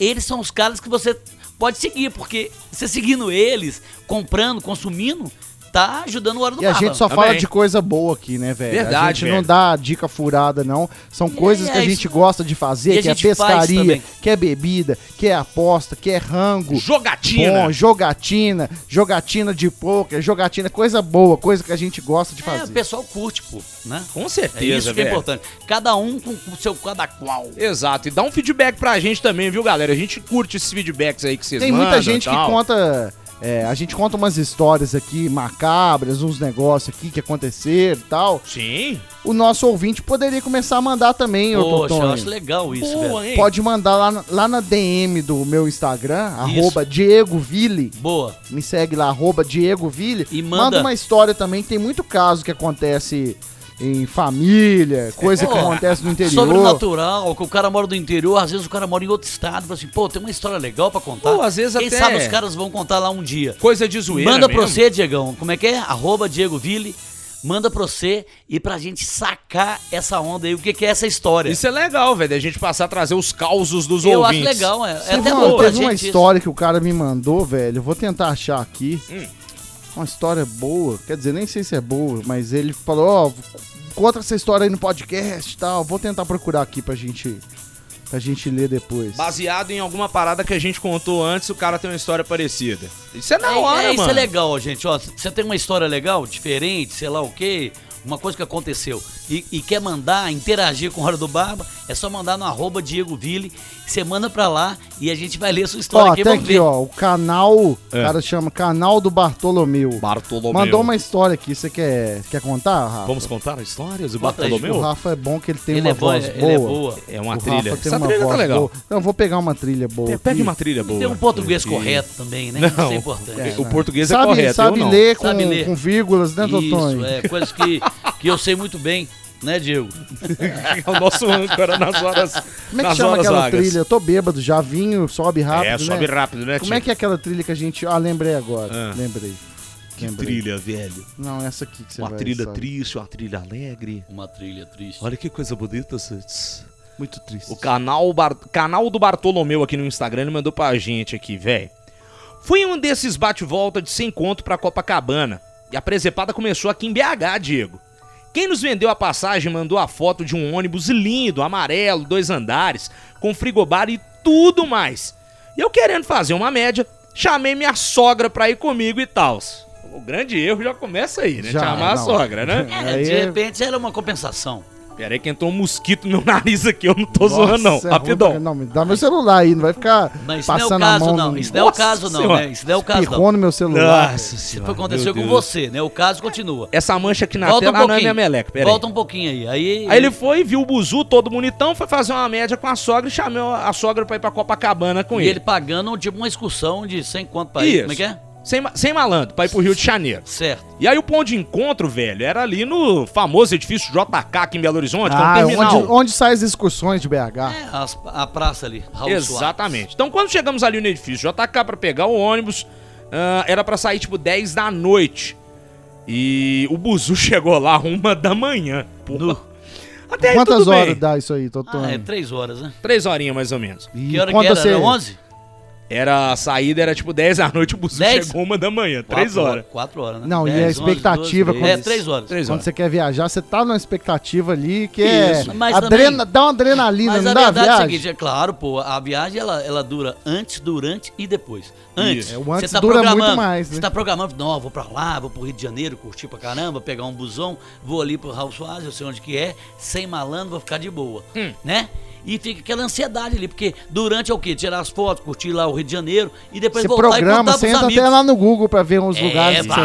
eles são os caras que você pode seguir, porque você seguindo eles, comprando, consumindo, tá ajudando o Hora do
E a
Barba.
gente só
Também.
fala de coisa boa aqui, né, velho?
Verdade,
A gente não
velho.
dá dica furada, não. São coisas que a
é
gente
isso.
gosta de
E
fazer,
a
que é
gente faz
pescaria,
também.
que é bebida, que é aposta, que é rango.
Jogatina.
Bom, jogatina, jogatina de poker, jogatina, coisa boa, coisa que a gente gosta de
É, o
fazer.
pessoal curte, pô, né?
Com
É
certeza,
isso que é
velho.
importante. Cada um com o seu cada qual.
Exato, e dá um feedback pra gente também, viu, galera? A gente curte esses feedbacks aí que vocês
Tem
mandam
muita gente
e
que
tal.
conta. é, a gente conta umas histórias aqui macabras, uns negócios aqui que aconteceram e tal.
Sim.
O nosso ouvinte poderia começar a mandar também, ô
Poxa, eu acho
Totônio.
legal isso, velho.
hein?
Pode mandar lá, na- lá na DM do meu Instagram,
Isso.
arroba Diego Ville.
Boa.
Me segue lá, arroba Diego Ville.
E manda-
uma história também, tem muito caso que acontece em família, coisa que
Pô,
acontece no interior.
Sobrenatural, que o cara mora do interior, às vezes o cara mora em outro estado, fala assim, pô, tem uma história legal pra contar.
Pô, às vezes
Quem
até-
sabe os caras vão contar lá um dia.
Coisa de zoeira
Manda pra
mesmo.
você, Diegão, como é que é? Arroba Diego Ville, manda pra você e pra gente sacar essa onda aí, o que, que é essa história.
Isso é legal, velho, a gente passar a trazer os causos dos
eu acho
ouvintes.
legal, é, é
Teve
até
uma-
bom pra
teve
gente
uma
isso.
história que o cara me mandou, velho. Eu vou tentar achar aqui.
Hum.
Uma história boa. Quer dizer, nem sei se é boa, mas ele falou, ó, conta essa história aí no podcast e tal. Vou tentar procurar aqui pra gente, pra gente ler depois.
Baseado em alguma parada que a gente contou antes, o cara tem uma história parecida. Isso é na
É,
hora,
é, isso
mano.
é legal, gente. Ó, você tem uma história legal, diferente, sei lá o quê, uma coisa que aconteceu e, e quer mandar, interagir com a Hora do Barba, é só mandar no arroba Diego Ville. Você manda pra lá e a gente vai ler a sua história
Ó,
aqui.
até
vamos
aqui,
ver.
ó, o canal, o cara chama Canal do Bartolomeu.
É. Bartolomeu.
Mandou uma história aqui, você quer, quer contar, Rafa?
Vamos contar histórias do
Bota Tá aí,
O
Bartolomeu?
Rafa é bom que ele tem
Ele
uma
é boa,
voz boa.
ele é boa.
É uma
O
trilha.
Rafa tem
Essa
uma
trilha tá
voz
legal.
boa. Não, eu vou pegar uma trilha boa.
Pe- Pega
aqui.
uma trilha boa.
Tem um português
Aqui.
correto também, né? Isso
Não.
é importante.
O português é
sabe,
correto,
sabe
eu não.
ler com,
Sabe ler.
com vírgulas, né,
Isso,
Totonho?
é, coisas que, que eu sei muito bem, né, Diego?
É o nosso âncora nas horas
Como é que
nas
chama
horas
aquela
vagas.
trilha? Eu tô bêbado, já vinho, sobe rápido,
é,
né?
sobe rápido, né,
Como é que é aquela trilha que a gente... Ah, lembrei agora,
Ah.
lembrei.
Que
lembrei.
trilha, velho.
Não, essa aqui que você
Uma
vai...
trilha
sabe?
triste, uma trilha alegre.
Uma trilha triste.
Olha que coisa bonita, Santos.
Muito triste.
O canal, Bar- canal do Bartolomeu aqui no Instagram ele mandou pra gente aqui, velho. Fui em um desses bate-volta de sem conto pra Copacabana. E a presepada começou aqui em BH, Diego. Quem nos vendeu a passagem mandou a foto de um ônibus lindo, amarelo, dois andares, com frigobar e tudo mais. E eu querendo fazer uma média, chamei minha sogra pra ir comigo e tal. O grande erro já começa aí, né?
Já,
Chamar a
não.
sogra, né?
É,
Aí
de
é-
repente era uma compensação.
Pera aí que entrou um mosquito no meu nariz aqui, eu não tô zoando não.
Nossa, é ruim
Rapidão.
pra- Não, me dá meu celular aí, não vai ficar
Mas isso
passando
não é o
a
caso,
mão...
não.
no-
Isso não é o
Nossa
caso, não,
Senhora.
né? Isso não é o caso, não.
Pirrou no meu celular.
Isso
senhora.
foi aconteceu
meu
com
Deus.
você, né? O caso continua.
Essa mancha aqui na
Volta um
tela ah, não é minha
pouquinho.
meleca, pera
Volta
aí.
um pouquinho aí. Aí,
Aí ele foi, viu o buzu todo bonitão, foi fazer uma média com a sogra e chamou a sogra pra ir pra Copacabana com
E
ele.
ele pagando tipo uma excursão de 100 quanto pra ele. Como é que é?
Sem, ma- sem malandro, pra ir pro Rio de Janeiro.
Certo.
E aí o ponto de encontro, velho, era ali no famoso edifício JK aqui em Belo Horizonte, que é um
Ah, onde,
terminal.
onde saem as excursões de BH?
Ah.
É, as- a praça ali, Raul Soares.
Exatamente. Então, quando chegamos ali no edifício JK pra pegar o ônibus, ah, era pra sair tipo 10 da noite. E o Buzu chegou lá uma da manhã. Pô.
Nu.
Até aí,
Quantas
tudo bem.
horas dá isso aí, Totônio?
Ah, é três horas, né?
Três horinhas mais ou menos.
E
Que hora que
quando
era?
você-
Era 11?
Era, a saída era tipo 10 da noite, o buzu
10?
chegou uma da manhã, três
Quatro
horas.
Quatro horas, né?
Não, e a
10, 11,
expectativa
12,
quando-
É, três horas.
Três
Quando
horas.
você quer viajar, você tá numa expectativa ali que é.
Isso. Mas
adrena-
também-
dá uma adrenalina,
Mas
não
a
dá a
verdade é o
viagem?
seguinte, é claro, pô, a viagem ela, ela dura antes, durante e depois. Antes,
Isso.
É, o antes dura muito mais, né?
Você tá programando, não, vou pra lá, vou pro Rio de Janeiro, curtir pra caramba, pegar um busão, vou ali pro Raul Soares, eu sei onde que é, sem malandro, vou ficar de boa, né? E fica aquela ansiedade ali, porque durante é o quê? Tirar as fotos, curtir lá o Rio de Janeiro e depois
você
voltar e
programa,
contar
você
pros
entra
amigos.
até lá no Google pra ver uns
é,
lugares que
vai,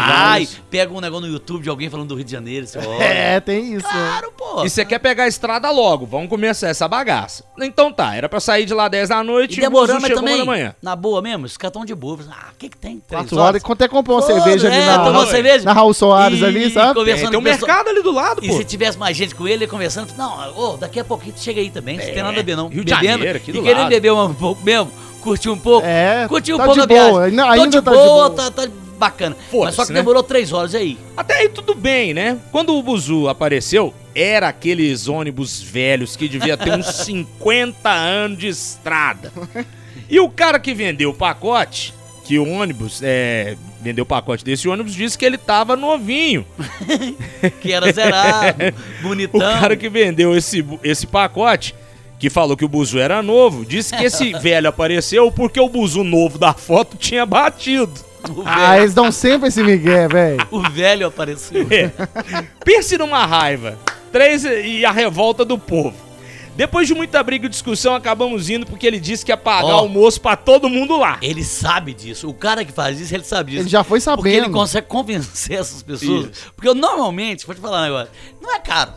você vai.
pega um negócio no YouTube de alguém falando do Rio de Janeiro, você olha.
É, tem isso. né?
Claro, pô.
E você quer pegar a estrada logo, vamos começar essa bagaça. Então tá, era pra sair de lá 10 da noite
E demorando, mas
chegou uma da
também,
manhã.
na boa mesmo, esse cartão de boa. Ah, o que que tem? Três
Quatro horas, quanto é comprar uma cerveja ali
é,
na,
tomar
na,
uma cerveja.
na Raul Soares
E
ali, sabe?
É,
Conversando
tem um
com o pessoal.
mercado ali do lado,
E
pô.
se tivesse mais gente com ele, conversando, não, ô, daqui a pouquinho tu chega aí também, não tem nada a ver não.
É. Rio de Janeiro, aqui
e
do
querendo
lado.
beber um pouco mesmo, curtir um pouco.
É,
curtir um
tá
pouco
de
a viagem.
boa, ainda-
Tô
ainda
de
tá de boa.
boa, tá, tá bacana. Mas
Foda-se,
só que
né?
demorou três horas aí.
Até aí tudo bem, né? Quando o Buzu apareceu, era aqueles ônibus velhos que devia ter uns 50 anos de estrada. E o cara que vendeu o pacote, que o ônibus é, vendeu o pacote desse ônibus, disse que ele tava novinho.
que era zerado, bonitão.
O cara que vendeu esse, esse pacote, que falou que o buzu era novo, disse que esse velho apareceu porque o buzu novo da foto tinha batido.
o,
Ah,
velho,
eles dão sempre esse migué, velho.
Ah,
o velho apareceu.
É. Pense numa raiva. Três e a revolta do povo. Depois de muita briga e discussão, acabamos indo porque ele disse que ia pagar
Ó.
almoço pra todo mundo lá.
Ele sabe disso. O cara que faz isso, ele sabe disso.
Tá. Ele já foi
Porque ele
sabendo.
consegue convencer essas pessoas. Porque normalmente, vou te falar um negócio, não é caro.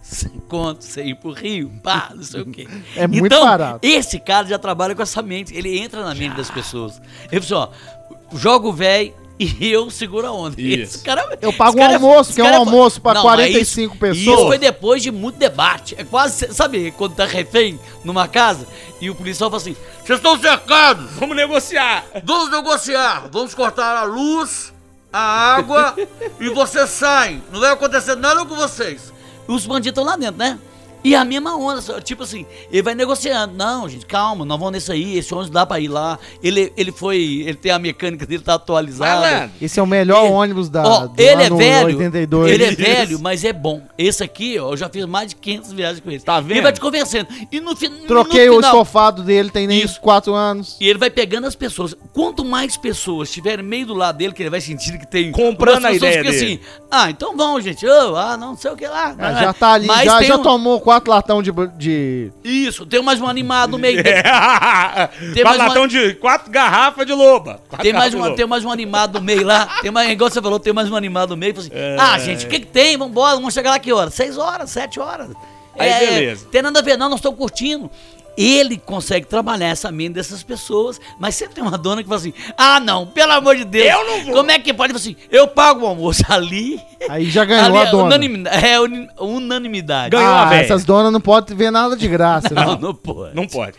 Sem conto, sem ir pro Rio, pá, não sei o quê.
É muito
então,
barato.
Esse cara já trabalha com essa mente. Ele entra na mente das pessoas. Ele fala assim, ó, joga o véi e eu seguro a onda.
Isso.
Esse cara,
Eu pago
esse
um
cara-
almoço,
esse
que é um
cara
almoço pra
Não, mas
45 pessoas.
Isso foi depois de muito debate. É quase, sabe, quando tá refém numa casa e o policial fala assim: vocês estão cercados!
Vamos negociar.
Vamos negociar, vamos cortar a luz, a água e vocês saem. Não vai acontecer nada com vocês. Os bandidos estão lá dentro, né? E a mesma onda, só- tipo assim, ele vai negociando. Não, gente, calma, nós vamos nesse aí, esse ônibus dá pra ir lá. Ele, ele foi, ele tem a mecânica dele, tá atualizada.
Malandro.
Esse é o melhor ônibus da
Ó,
Tá, do
ele é
ano
velho,
82.
ele é velho, mas é bom. Esse aqui, ó, eu já fiz mais de 500 viagens com ele.
Tá
Ele
vendo?
vai te convencendo. E no, fi no
Troquei o
final,
estofado dele, tem nem
Isso.
4 anos.
e ele vai pegando as pessoas. Quanto mais pessoas estiverem meio do lado dele, que ele vai sentindo que tem.
Comprando
umas
a
pessoas
ideia
que
dele.
assim, ah, então vão, gente. Ô, ah, não sei o que lá. né?"
Ah, já tá ali,
Mas
já,
tem
já
um-
tomou 4 latão de, de.
Isso, tem mais um animado no meio dele.
É.
Tem mais
Balatão
uma-
de quatro garrafas de loba. Quatro
Tem mais,
garrafas de
uma,
loba.
tem mais um animado no meio lá. Tem mais, igual você falou, tem mais um animado no meio. Fala Assim,
É.
Ah, gente, o que, que tem? Vambora, vamos chegar lá que horas? Seis horas, sete horas. É,
Aí, beleza.
Tem nada a ver, não, nós estamos curtindo. Ele consegue trabalhar essa mente dessas pessoas, mas sempre tem uma dona que fala assim: ah, não, pelo amor de Deus.
Eu não vou."
Como é que pode? Ele fala assim: eu pago o almoço ali.
Aí já ganhou
ali
a dona.
Unanimidade, é uni- unanimidade.
Ganhou a
Ah,
velha.
essas donas não podem ver nada de graça. né?
Não,
Não.
não pode.
Não pode.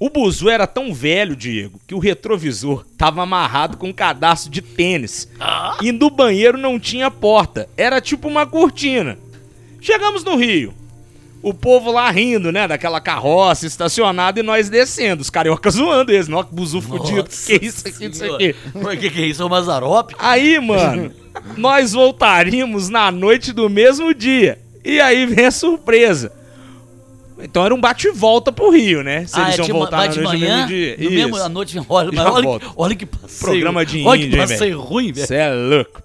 O Buzu era tão velho, Diego, que o retrovisor tava amarrado com um cadastro de tênis.
Ah?
E no banheiro não tinha porta. Era tipo uma cortina. Chegamos no Rio. O povo lá rindo, né? Daquela carroça estacionada e nós descendo. Os cariocas zoando eles. Nossa, que buzu fudido.
Nossa
Que é isso aqui, isso
Senhora.
aqui.
Mas que que é isso? É o Mazarope?
Aí, mano, nós voltaríamos na noite do mesmo dia. E aí vem a surpresa. Então era um bate e volta pro Rio, né? Se eles
é
iam
de ma-
voltar
vai
na
de
noite
manhã,
do mesmo dia.
No mesmo, à noite, olha, mas
Já
olha, que-
volto.
olha que passeio.
Programa de
Olha que
índio, hein,
passeio ruim, velho.
Você é louco.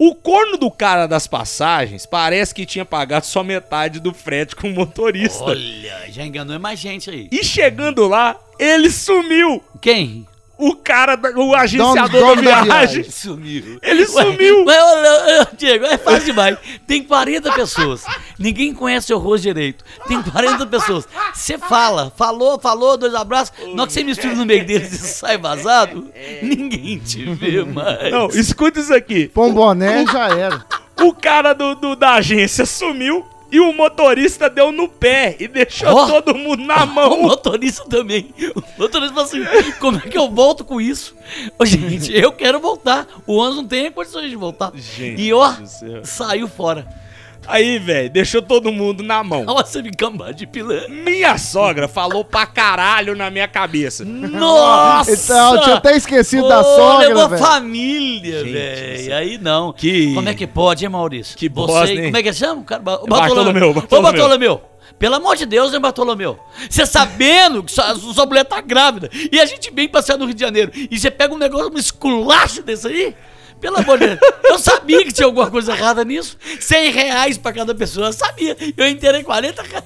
O corno do cara das passagens parece que tinha pagado só metade do frete com o motorista.
Olha, já enganou mais gente aí.
E chegando lá, ele sumiu.
Quem?
O cara, da- o agenciador
dono
da
da
viagem.
Sumiu.
Ele sumiu.
Ué, olha, olha, Diego, é fácil demais. Tem 40 pessoas. Ninguém conhece seu rosto direito. Tem 40 pessoas. Você fala, falou, falou, dois abraços. Na hora que você mistura no meio deles e sai vazado, ninguém te vê mais.
É. Não, escuta isso aqui.
Põe um boné já era.
O cara do, do- da agência sumiu e o motorista deu no pé e deixou
Ó.
todo mundo na
O
mão.
motorista também. O motorista fala assim: como é que eu volto com isso? Ô, gente, eu quero voltar. O ônibus não tem condições de voltar.
Gente
e ó,
do céu.
saiu fora.
Aí, velho, deixou todo mundo na mão.
Nossa, me cambada de pilantra.
Minha sogra falou pra caralho na minha cabeça.
Nossa!
Então, eu tinha até esquecido da
Ô,
sogra,
levou
velho.
família,
Gente,
velho.
isso- é
Aí não.
Que-
Como é que pode, hein, Maurício?
Que
Você,
bosta, hein?
Como é que chama? o Cara, Ba-
Bartolomeu,
Ô,
Bartolomeu.
Bartolomeu. Pelo amor de Deus, hein, Bartolomeu? Você sabendo que sua, sua mulher tá grávida e a gente vem passear no Rio de Janeiro e você pega um negócio, um esculacho desse aí? Pelo amor de Deus. Eu sabia que tinha alguma coisa errada nisso. 100 reais pra cada pessoa, eu sabia. Eu inteirei 40 reais.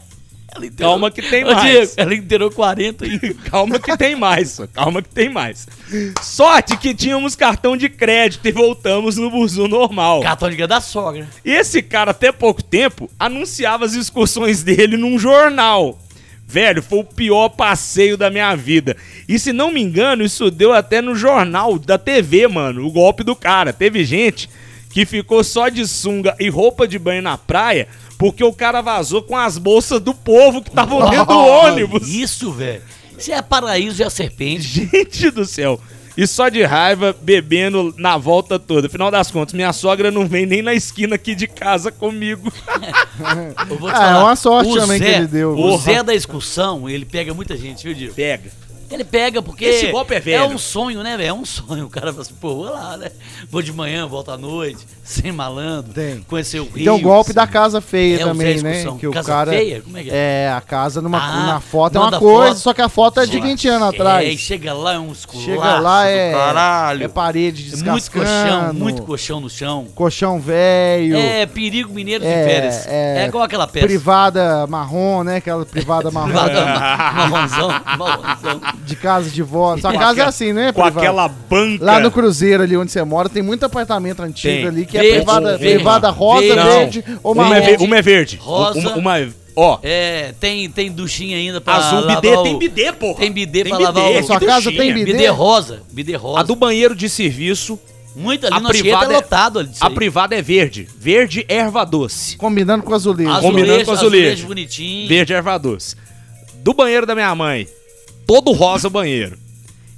Ela inteirou-
Calma que tem
Ô,
mais.
Diego, ela inteirou 40 e
Calma que tem mais, só. calma que tem mais. Sorte que tínhamos cartão de crédito e voltamos no buzu normal.
cartão de grana da sogra.
E esse cara, até pouco tempo, anunciava as excursões dele num jornal. Velho, foi o pior passeio da minha vida. E se não me engano, isso deu até no jornal da TV, mano, o golpe do cara. Teve gente que ficou só de sunga e roupa de banho na praia porque o cara vazou com as bolsas do povo que estavam dentro do ônibus.
Isso, velho. Isso é paraíso e a serpente.
Gente do céu. E só de raiva, bebendo na volta toda. Afinal das contas, minha sogra não vem nem na esquina aqui de casa comigo.
Eu vou
Ah, é uma sorte também que ele deu.
O
Porra.
Zé da excursão, ele pega muita gente, viu, Diego?
Pega.
Que ele pega, porque
Esse golpe é velho.
é um sonho, né, velho? É um sonho. O cara fala assim, pô, vou lá, né? Vou de manhã, volto à noite, sem malandro,
Tem.
conhecer o Rio.
E Tem o um golpe da casa feia
É, o Zé
também, né?
Excursão.
Que o
Casa
cara.
feia? Como é que
é? a casa numa,
Ah,
na foto é uma
manda
coisa,
foto.
só que a foto é de
Sim.
20 anos
É, e
atrás.
chega lá, é um esculacho
Chega lá,
do
é,
Caralho.
é parede descascando.
muito colchão, muito colchão no chão.
colchão velho.
É, perigo mineiro de
É,
férias. É,
é,
igual aquela peça.
Privada marrom, né? Aquela privada marrom
Privada, ma- marronzão, marronzão.
de casa de vó. Sua
Com
casa é
aquela-
assim, né?
Com
privada?
aquela banca.
Lá no Cruzeiro, ali onde você mora, tem muito apartamento antigo
É. Tem.
ali que é
Verde,
privada,
verde,
privada rosa,
verde.
Não.
verde ou marrom.
uma, é ve- uma é verde.
rosa.
Uma, uma é- ó,
É, tem, tem duchinha ainda pra
azul,
lavar
bidê.
o-
Tem bidê, porra.
Tem bidê pra lavar o-
que
Sua casa
duchinha.
tem
bidê.
bidê?
rosa, bidê rosa.
A do banheiro de serviço,
Muito
a
ali, nós chegamos
privada
é
é-
lotado ali. disso
a
aí.
privada é verde. Verde é erva doce.
Combinando com azulejo.
Azulejo,
combinando com
azulejo
azulejo.
bonitinho.
Verde é erva doce. Do banheiro da minha mãe, todo rosa o banheiro.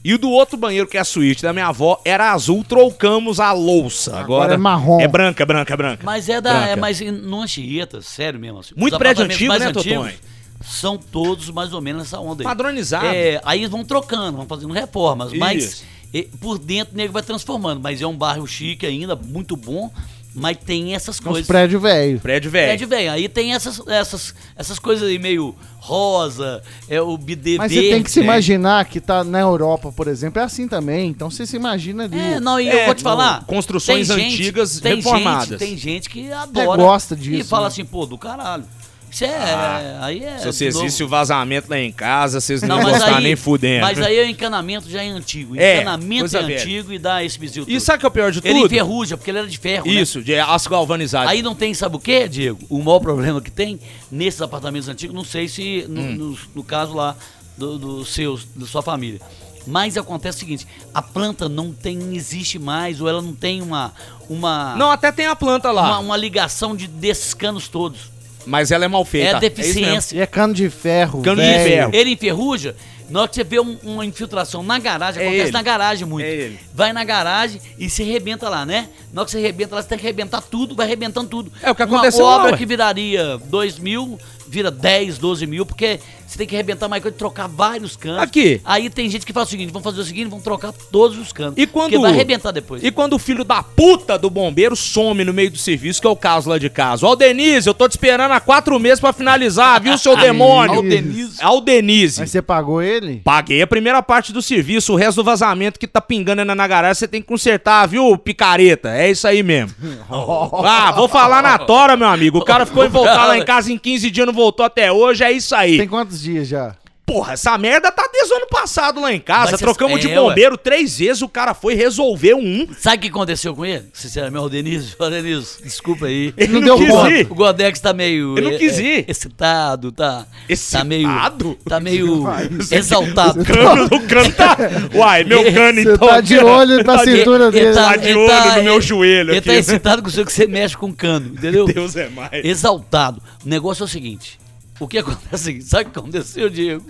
E o do outro banheiro, que é a suíte da minha avó, era azul, trocamos a louça. Agora,
é marrom.
É branca, é branca, é branca.
Mas é da.
Branca.
É mais em- no Anchieta, sério mesmo. assim.
Muito
Os
prédio
apartamentos
antigo,
mais
né,
antigos
Totonho?
São todos mais ou menos nessa onda aí.
Padronizado.
É, aí eles vão trocando, vão fazendo reformas, mas
Isso.
eh, por dentro o nego vai transformando. Mas é um bairro chique ainda, muito bom, mas tem essas
Uns
coisas.
prédios velhos.
Prédio velho.
Prédio velho. Aí tem essas, essas, essas coisas aí meio rosa, é o BDB.
Mas você tem
né?
que se imaginar que tá na Europa, por exemplo, é assim também. Então você se imagina ali.
É, não, e
É,
eu vou te falar.
construções
tem gente-
antigas
tem
reformadas.
Gente, tem gente que adora.
gosta disso,
E fala
né?
assim, pô, do caralho. Isso é. aí é.
Ah, Se você
de novo.
existe o vazamento lá em casa, vocês não,
Não,
vão
mas
gostar
aí,
nem fudendo.
Mas aí o encanamento já é antigo. O
É,
encanamento
coisa
é
velha.
antigo e dá esse bizil
E
todo.
sabe o que é o pior de tudo?
Ele enferruja, porque ele era de ferro, né?
Isso, de aço galvanizado.
Aí não tem, sabe o que, Diego? O maior problema que tem nesses apartamentos antigos, não sei se no,
Hum.
no- no caso lá do, do seus, da sua família. Mas acontece o seguinte, a planta não tem, não existe mais, ou ela não tem uma, uma,
Não, até tem a planta lá,
uma, uma ligação de, desses canos todos.
mas ela é mal feita.
é a
isso mesmo.
deficiência.
E é cano de ferro.
Cano de
velho.
ferro.
Ele enferruja, na hora que você vê um- uma infiltração na garagem,
É
acontece
ele.
na garagem muito.
É ele.
Vai na garagem e se arrebenta lá, né? Na hora que você arrebenta lá, você tem que arrebentar tudo, vai arrebentando tudo.
É o que aconteceu lá,
Uma obra
ué.
que viraria 2 mil, vira 10, 12 mil, porque você tem que arrebentar mais coisa, trocar vários cantos.
Aqui.
Aí tem gente que faz o seguinte, vamos fazer o seguinte, vamos trocar todos os cantos.
E quando,
Porque vai arrebentar depois.
E quando o filho da puta do bombeiro some no meio do serviço, que é o caso lá de casa. Ó, Denise, eu tô te esperando há quatro meses pra finalizar, viu, seu demônio?
Ao Denise.
Ao Denise.
Mas você pagou ele?
Paguei a primeira parte do serviço, o resto do vazamento que tá pingando ainda na garagem, você tem que consertar, viu, picareta? É isso aí mesmo. ah, vou falar na tora, meu amigo. O cara ficou em voltar lá em casa em 15 dias, não voltou até hoje, é isso aí.
Tem quantos dias já?
Porra, essa merda tá desde o ano passado lá em casa.
Mas cê-
Trocamos de
é,
bombeiro três vezes, o cara foi, resolveu um.
Sabe o que aconteceu com ele? Sinceramente, o Denise, ô Denise, desculpa aí.
Ele
não
não,
deu
quis
conta.
ir.
O Godex tá meio.
Eu não
é,
quis
é,
ir.
excitado, tá. Tá meio.
Excitado?
Tá meio
Vai, você-
exaltado.
Cano, o cano tá. Uai, meu cano
Você
então.
tá de olho na
de-
cintura dele.
tá- de olho no meu
ele-
joelho
Ele
aqui,
tá
né?
excitado com o seu que você mexe com o cano, entendeu?
Deus é mais.
Exaltado. O negócio é o seguinte: o que acontece é o seguinte, sabe o que aconteceu, Diego?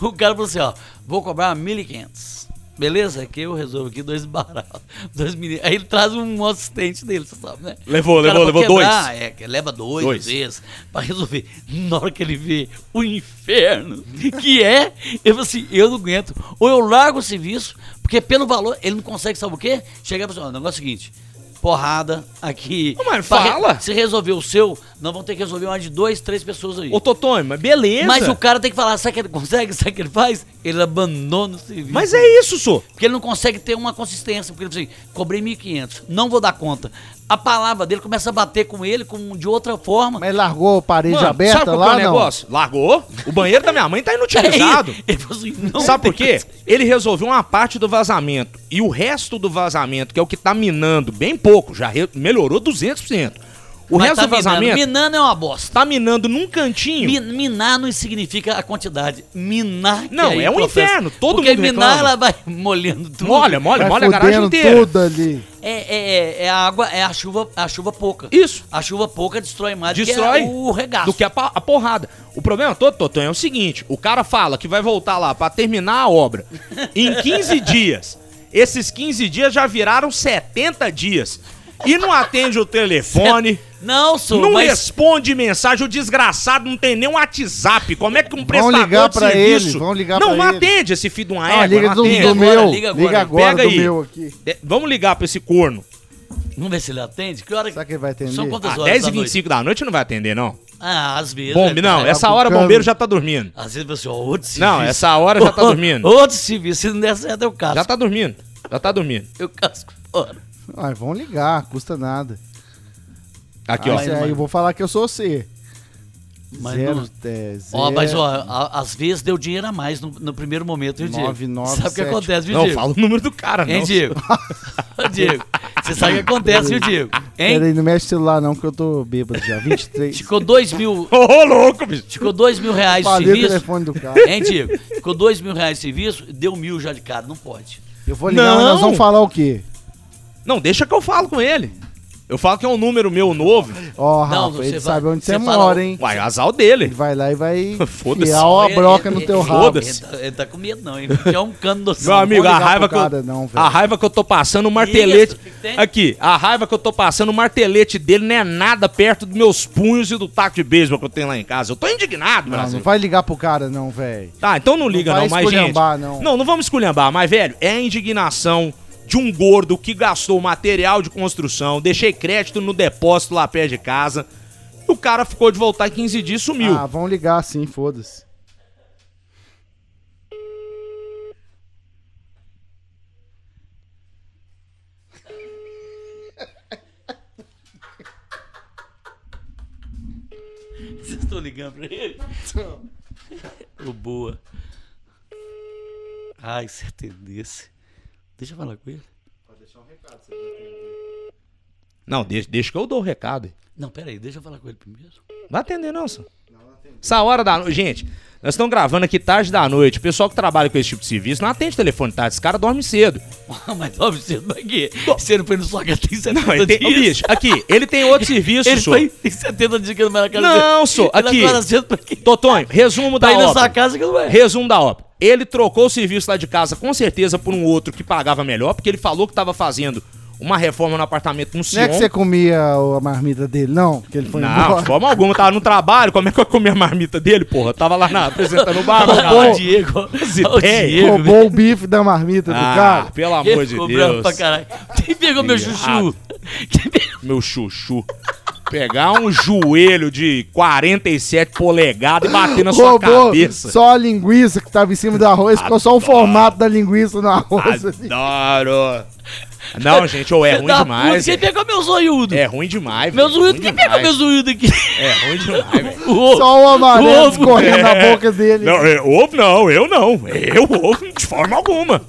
O cara falou assim: ó, vou cobrar 1.500. Beleza? É Que eu resolvo aqui dois baratos. Dois meninos. Aí ele traz um assistente dele, você sabe, né?
Levou,
O cara
levou,
pra
levou
quebrar, É, que leva dois,
Dois.
dois vezes pra resolver. Na hora que ele vê o inferno que é, ele fala assim: eu não aguento. Ou eu largo o serviço, porque pelo valor ele não consegue, sabe o quê? Chega e fala assim: ó, o negócio é o seguinte. Porrada aqui.
Ô, mas
Pra re-
fala.
Se resolver o seu, nós vamos ter que resolver mais de dois, três pessoas aí.
Ô, Totonho, mas beleza.
Mas o cara tem que falar, sabe o que ele consegue? Sabe o que ele faz? Ele abandona o serviço.
Mas é isso, senhor.
Porque ele não consegue ter uma consistência. Porque ele fala assim, cobrei 1.500, não vou dar conta. A palavra dele começa a bater com ele com, de outra forma.
Mas largou a parede
Mano,
aberta
sabe qual que é
lá,
o
não? É
negócio? Largou. O banheiro da minha mãe tá inutilizado.
Ele falou assim, não
Sabe por
tem
quê? Ele resolveu uma parte do vazamento. E o resto do vazamento, que é o que tá minando bem pouco, já re- melhorou 200%. O
Mas
resto
tá
do vazamento
Minando. Minando é uma bosta.
tá minando num cantinho.
Mi- Minar não significa a quantidade. Minar que
Não,
aí
é um
o processo.
inferno, todo
Porque
mundo
minar
reclama.
ela vai molhando tudo.
Molha, molha,
Vai
molha a garagem
fudendo
inteira.
tudo ali.
É, é, é, é a água, é a chuva, a chuva pouca.
Isso.
A chuva pouca destrói mais
Destrói
do que a- é o regaço.
do que a, pa- a porrada. O problema todo, Totonho, é o seguinte: o cara fala que vai voltar lá pra terminar a obra em 15 dias. Esses 15 dias já viraram 70 dias. E não atende o telefone,
Não, sou,
Não
mas
responde mensagem, o desgraçado não tem nem um WhatsApp. Como é que um prestador
ligar
de
pra
serviço...
ele, vão ligar
não,
pra
não
ele.
atende esse filho de uma égua,
Ah, liga
não
do,
atende.
do
agora,
meu.
liga agora.
Liga agora,
Pega
do
aí.
meu aqui.
É, Vamos ligar pra esse corno.
Vamos ver se ele atende? Que hora
Será que ele vai atender?
São quantas
Ah,
horas?
10
da
e 25 da noite não vai atender, não.
noite? Ah, às vezes.
Bombe,
né,
não,
cara?
essa hora o
cucando.
bombeiro já tá dormindo.
Às vezes você, ó, outro serviço.
Não, essa hora já tá
Ô, ô,
dormindo.
Outro serviço, se não der certo, eu casco.
Já tá dormindo. Já tá dormindo.
Eu casco fora.
Ah, vão ligar, custa nada.
Aqui,
Ah,
ó.
mas aí eu vou falar que eu sou você.
Mas
zero,
não-
é, zero,
Ó, mas ó, a- às vezes deu dinheiro a mais no, no primeiro momento, viu, Diego?
Nove, nove,
Sabe o que
sete.
acontece, viu,
Não,
Diego?
fala o número do cara,
Hein,
não.
Diego? Ô, Diego, você sabe o que acontece, viu, Diego? Hein?
Peraí, não mexe no celular não, que eu tô bêbado já. 23.
Ficou dois mil,
Ô, ô, louco, bicho.
ficou dois mil reais de
Falei o
serviço.
telefone do cara.
Hein, Diego? Ficou dois mil reais de serviço, deu mil já de cara, não pode.
Eu vou ligar,
Não.
mas nós vamos falar o quê?
Não, deixa que eu falo com ele. Eu falo que é um número meu novo.
Ó,
Não,
Rafa, ele
você vai-
sabe onde
você
você
fala-
mora, hein?
Uai, azar o
Ele
dele.
vai lá e vai
Foda-se.
enfiar uma broca no
Ele- é-
teu
ele-
rabo.
Foda-se.
Ele, tá- ele tá com medo, não, hein? É um cano no
Meu
céu.
amigo,
vou
a
ligar
raiva, que
pro
eu, Ah,
cara, não, velho.
a raiva que eu tô passando, o martelete.
que que tem?
aqui, a raiva que eu tô passando, o martelete dele não é nada perto dos meus punhos e do taco de beisebol que eu tenho lá em casa. Eu tô indignado,
Não,
Brasil.
não vai ligar pro cara não, velho.
Tá, então não liga não,
vai
mas gente.
esculhambar, não.
não, não vamos esculhambar, mas velho, é a indignação de um gordo que gastou material de construção, deixei crédito no depósito lá perto de casa. E o cara ficou de voltar em 15 dias e sumiu.
Ah, vão ligar sim, foda-se.
Vocês estão ligando pra ele? Ô, boa. Ai, se atendesse. Deixa eu falar com ele.
Não, deixa, deixa que eu dou o recado.
Não, pera aí, deixa eu falar com ele primeiro.
Vai atender, não, senhor. Essa hora da noite. Gente, nós estamos gravando aqui tarde da noite. O pessoal que trabalha com esse tipo de serviço não atende telefone tarde. Esse cara dorme cedo.
Ah, Mas óbvio, você não vai tá aqui. Você não foi no Soca, tem 70
Não, ele tem. Ô,
dias.
bicho, aqui, ele tem outro serviço,
Ele
senhor.
foi tem 70 dias que eu não vai na casa dele.
Não, senhor,
Ele
aqui. Tá
agora cedo pra quê?
Totonho, resumo da
Tá
Pra ir na sua
obra.
casa que não vai.
Resumo da obra. Ele trocou o serviço lá de casa, com certeza, por um outro que pagava melhor, porque ele falou que estava fazendo uma reforma no apartamento no
Não
Sion.
é que você comia o- a marmita dele, não? Que ele foi
Não,
é.
embora.
de forma alguma. Tava no trabalho, como é que eu ia comer a marmita dele, porra? Eu tava lá na, apresentando o bar,
Ó, o
caralho.
Diego. ó, O
ideias.
Diego. velho.
Roubou o bife da marmita do
Ah,
cara.
pelo
Ele
amor de
ficou bravo
Deus.
pra caralho. Quem pegou meu chuchu?
Errado.
Quem pegou?
Meu chuchu. Pegar um joelho de 47 polegadas e bater na sua
Roubou
cabeça.
só a linguiça que tava em cima do arroz, ficou só o formato da linguiça no arroz. assim. ali.
Adoro. Não, gente, ou é ruim
Da
demais.
puta, Quem pegou meu zoiudo?
É ruim demais.
Meu
velho,
zoiudo,
ruim
quem pegou meu
demais.
zoiudo aqui?
É ruim demais, velho.
O ovo.
Só o amarelo
Ovo.
escorrendo na boca dele.
Não, é, ovo não, eu não. Eu ovo de forma alguma.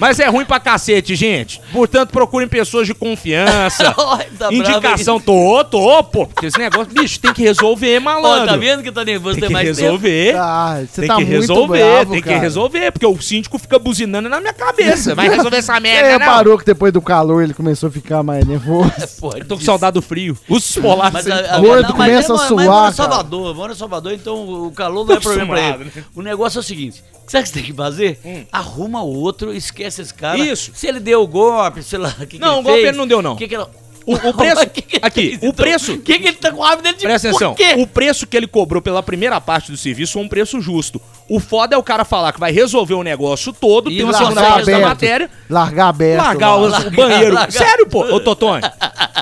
Mas é ruim pra cacete, gente. Portanto, procurem pessoas de confiança.
Olha, tá bravo
Indicação, tô, tô, pô. Porque esse negócio, bicho, tem que resolver,
Ó, tá
malandro.
vendo que tá nervoso
tem que
demais
resolver.
Ah, você
tem
tá
que
muito
resolver,
bravo,
tem que
cara.
resolver, porque o síndico fica buzinando na minha cabeça. Vai resolver essa
Você
merda, não.
reparou que depois do calor ele começou a ficar mais nervoso?
tempo? É, Pô, então
Eu tô com saudade do frio. Os polares
Mas
sempre
a- a-
gordo
não, mas
começa
eu moro-
a
mas
suar,
moro em
cara.
Salvador, moro em Salvador, então o calor não é
Tô
problema pra
acostumado, né? Hum.
ele. O negócio é o seguinte: sabe o que você tem que fazer? Arruma outro, esquece esse cara.
Isso.
Se ele deu o golpe, sei lá, o que
Não,
que
o golpe ele não deu, não.
O que que ele-
O- o
Não,
preço-
mas que que ele
aqui,
fez,
o preço-
O que, que ele tá com raiva dele de
Presta atenção,
Por quê?
o preço que ele cobrou pela primeira parte do serviço foi um preço justo. O foda é o cara falar que vai resolver o negócio todo,
E tá
tem uma
largar
segunda parte da matéria,
largar aberto.
largar o,
lá.
o
largar,
banheiro.
largar.
Sério, pô, ô Totonho.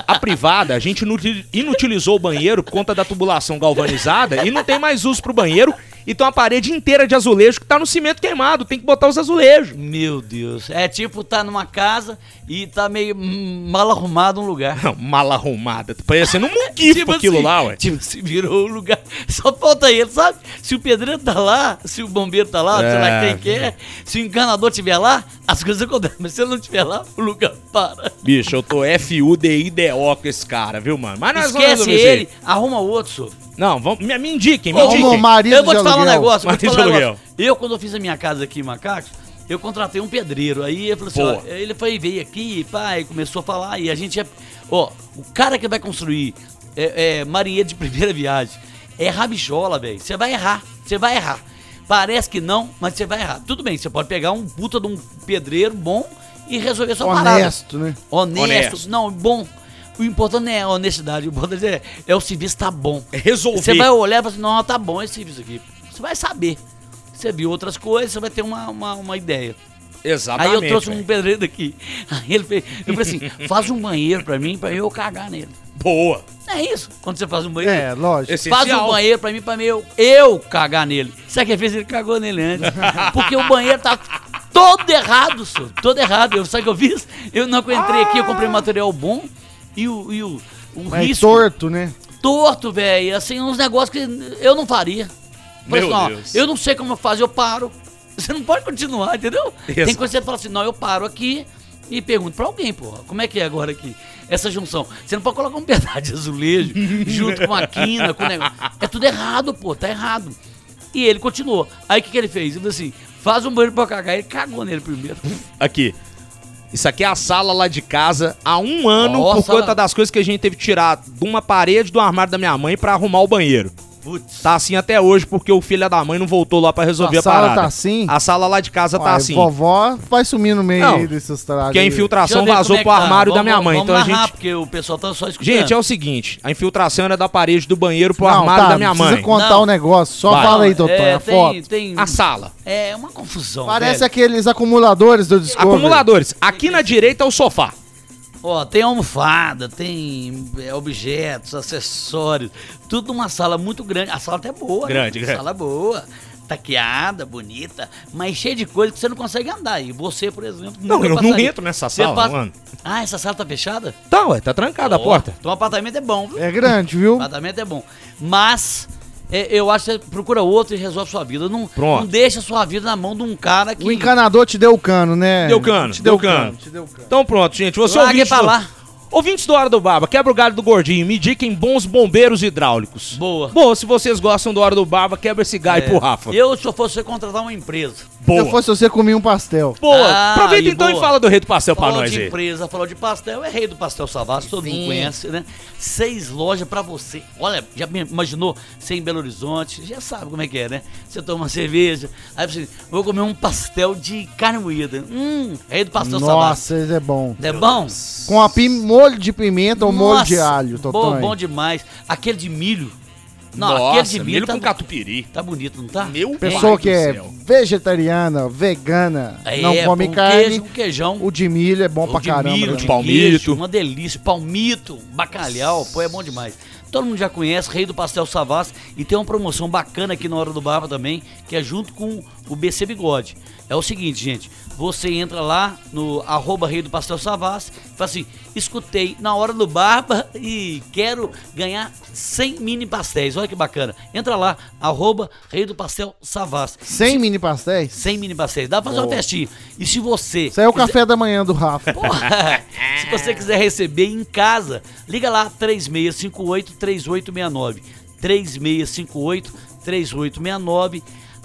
A privada, a gente inuti- inutilizou o banheiro por conta da tubulação galvanizada e não tem mais uso pro banheiro. E tem uma parede inteira de azulejo que tá no cimento queimado, tem que botar os azulejos.
Meu Deus. É tipo tá numa casa e tá meio hum, mal arrumado um lugar.
Não, Mala arrumada, tá parecendo um muquifo aquilo
assim,
lá, ué.
Tipo, se virou o lugar. Só falta ele, sabe? Se o pedreiro tá lá, se o bombeiro tá lá,
É.
sei lá quem que é, se o encanador tiver lá, as coisas acontecem. Mas se ele não tiver lá, o lugar para.
Bicho, eu tô F-U-D-I-D-O com esse cara, viu, mano? Mas nós vamos
Esquece
resolver isso aí.
ele, arruma outro, senhor.
Não, vamos, me, me indiquem, me
Ô,
indiquem.
Arruma marido
eu vou
de
te falar um
aluguel.
negócio, eu vou te
Marido
falar um
de
negócio. Eu, quando eu fiz a minha casa aqui em Macacos, eu contratei um pedreiro. Aí ele falou assim, ó,
Boa.
ele foi, veio aqui, pai, começou a falar, e a gente é. Ó, o cara que vai construir é, é, marinheiro de primeira viagem é rabichola, velho. Você vai errar, você vai errar. Parece que não, mas você vai errar. Tudo bem, você pode pegar um puta de um pedreiro bom e resolver sua parada.
Honesto, né?
Honesto,
Honesto.
não, bom. O importante não é a honestidade, o importante é, é o serviço tá bom.
Resolver.
Você vai olhar e falar assim, não, tá bom esse serviço aqui. Você vai saber. Você viu outras coisas, você vai ter uma, uma, uma ideia.
Exatamente.
Aí eu trouxe
velho.
um pedreiro daqui. Aí ele fez, eu falei assim, faz um banheiro pra mim, pra eu cagar nele.
Boa.
É isso, quando você faz um banheiro.
É, lógico.
Faz um
Essencial.
banheiro pra mim, pra mim, eu, eu cagar nele. Sabe o que ele fez? Ele cagou nele antes. Porque o banheiro tá todo errado, senhor. Todo errado. Eu, sabe o que eu fiz? Eu não entrei aqui, eu
Ah.
comprei material bom e o, e o, o
Mas
risco
torto, né?
torto, velho. Assim, uns negócios que eu não faria. Falei
Meu
assim, ó,
Deus.
Eu não sei como eu faço, eu paro. Você não pode continuar, entendeu? Tem
Exato.
coisa que você fala assim, não, eu paro aqui e pergunto pra alguém, porra, como é que é agora aqui? Essa junção. Você não pode colocar um pedaço de azulejo junto com a quina, com o negócio. É tudo errado, pô, tá errado. E ele continuou. Aí o que, que ele fez? Ele falou assim, faz um banheiro pra eu cagar. Ele cagou nele primeiro.
Hum. Aqui. Isso aqui é a sala lá de casa há um ano
Ó,
por
sala-
conta das coisas que a gente teve que tirar de uma parede do armário da minha mãe pra arrumar o banheiro.
Putz.
Tá assim até hoje porque o filho da mãe não voltou lá pra resolver a,
A sala
parada.
tá assim?
A sala lá de casa tá
Uai,
assim.
Vovó vai sumir no meio
Não,
aí desses trajes.
Porque a
aí.
infiltração
é
vazou um
tá.
pro armário da minha mãe. Então a gente
porque o pessoal tá só escutando.
Gente, é o seguinte, a infiltração era da parede do banheiro pro
Não,
armário
tá,
da minha
não precisa
mãe.
contar
Não. É,
o negócio, só
Vai.
fala aí, doutor, a
tem,
foto.
Tem,
A sala.
É uma confusão.
Parece
velho.
aqueles acumuladores do Discovery.
Acumuladores. Aqui na direita é o sofá.
Ó, tem almofada, tem é, objetos, acessórios, tudo numa sala muito grande. A sala até é boa,
Grande,
né?
grande.
Sala boa, taqueada, bonita, mas cheia de coisa que você não consegue andar. E você, por exemplo,
Não,
nunca
eu não
passaria.
entro nessa
Você
sala,
passa-
mano.
Ah, essa sala tá fechada?
Tá, ué, tá trancada a
Ó,
porta.
Então o apartamento é bom, viu?
É grande, viu?
O apartamento é bom. Mas é, eu acho que você procura outro e resolve sua vida. Não,
Pronto.
não deixa sua vida na mão de um cara que.
O encanador te deu o cano, né?
Deu cano,
Te
deu
deu o cano.
cano.
Te deu o cano.
Então pronto, gente. Você
Larga
ouvinte
pra
do-
lá.
Ouvintes do Hora do Barba, quebra o galho do gordinho, me indiquem bons bombeiros hidráulicos.
Boa.
Boa, se vocês gostam do Hora do Barba, quebra esse galho
É,
pro Rafa.
Eu, se eu fosse contratar uma empresa.
Boa.
Se fosse você comer um pastel.
Boa.
Ah,
Aproveita
e
então e
boa.
fala do Rei do Pastel pra
Falou
nós
de
aí.
empresa, falou de pastel, é rei do pastel Savassi, todo mundo conhece, né? Seis lojas pra você. Olha, já me imaginou você em Belo Horizonte? Já sabe como é que é, né? Você toma uma cerveja, aí você vou comer um pastel de carne moída. Hum, rei do pastel Savassi.
Nossa, esse é bom.
Não É bom?
Com a pim, molho de pimenta
um
ou molho de
Nossa,
alho,
Bom,
Totonho.
bom demais. Aquele de milho. Não,
Nossa,
aquele de milho,
milho
tá,
com catupiry.
tá bonito, não tá?
Meu
Pessoa
pai
que
do
é
céu.
vegetariana, vegana, não come
com
carne,
É, um Queijo, com queijão.
o de milho é bom
Ou
pra
de
caramba.
milho,
né?
de
de
palmito.
queijo, uma delícia. Palmito, bacalhau, pô, é bom demais. Todo mundo já conhece, Rei do Pastel Savassi. E tem uma promoção bacana aqui na Hora do Barba também, que é junto com o BC Bigode. É o seguinte, gente. Você entra lá no arroba Rei do Pastel Savassi e fala assim, escutei na Hora do Barba e quero ganhar 100 mini pastéis. Olha que bacana. Entra lá, arroba Rei do Pastel Savassi.
Sem mini pastéis?
100 mini pastéis. Dá pra fazer uma festinha. E se você...
Isso aí é o
quiser-
café da manhã do Rafa.
Porra, se você quiser receber em casa, liga lá 3658-3869. 3658-3869.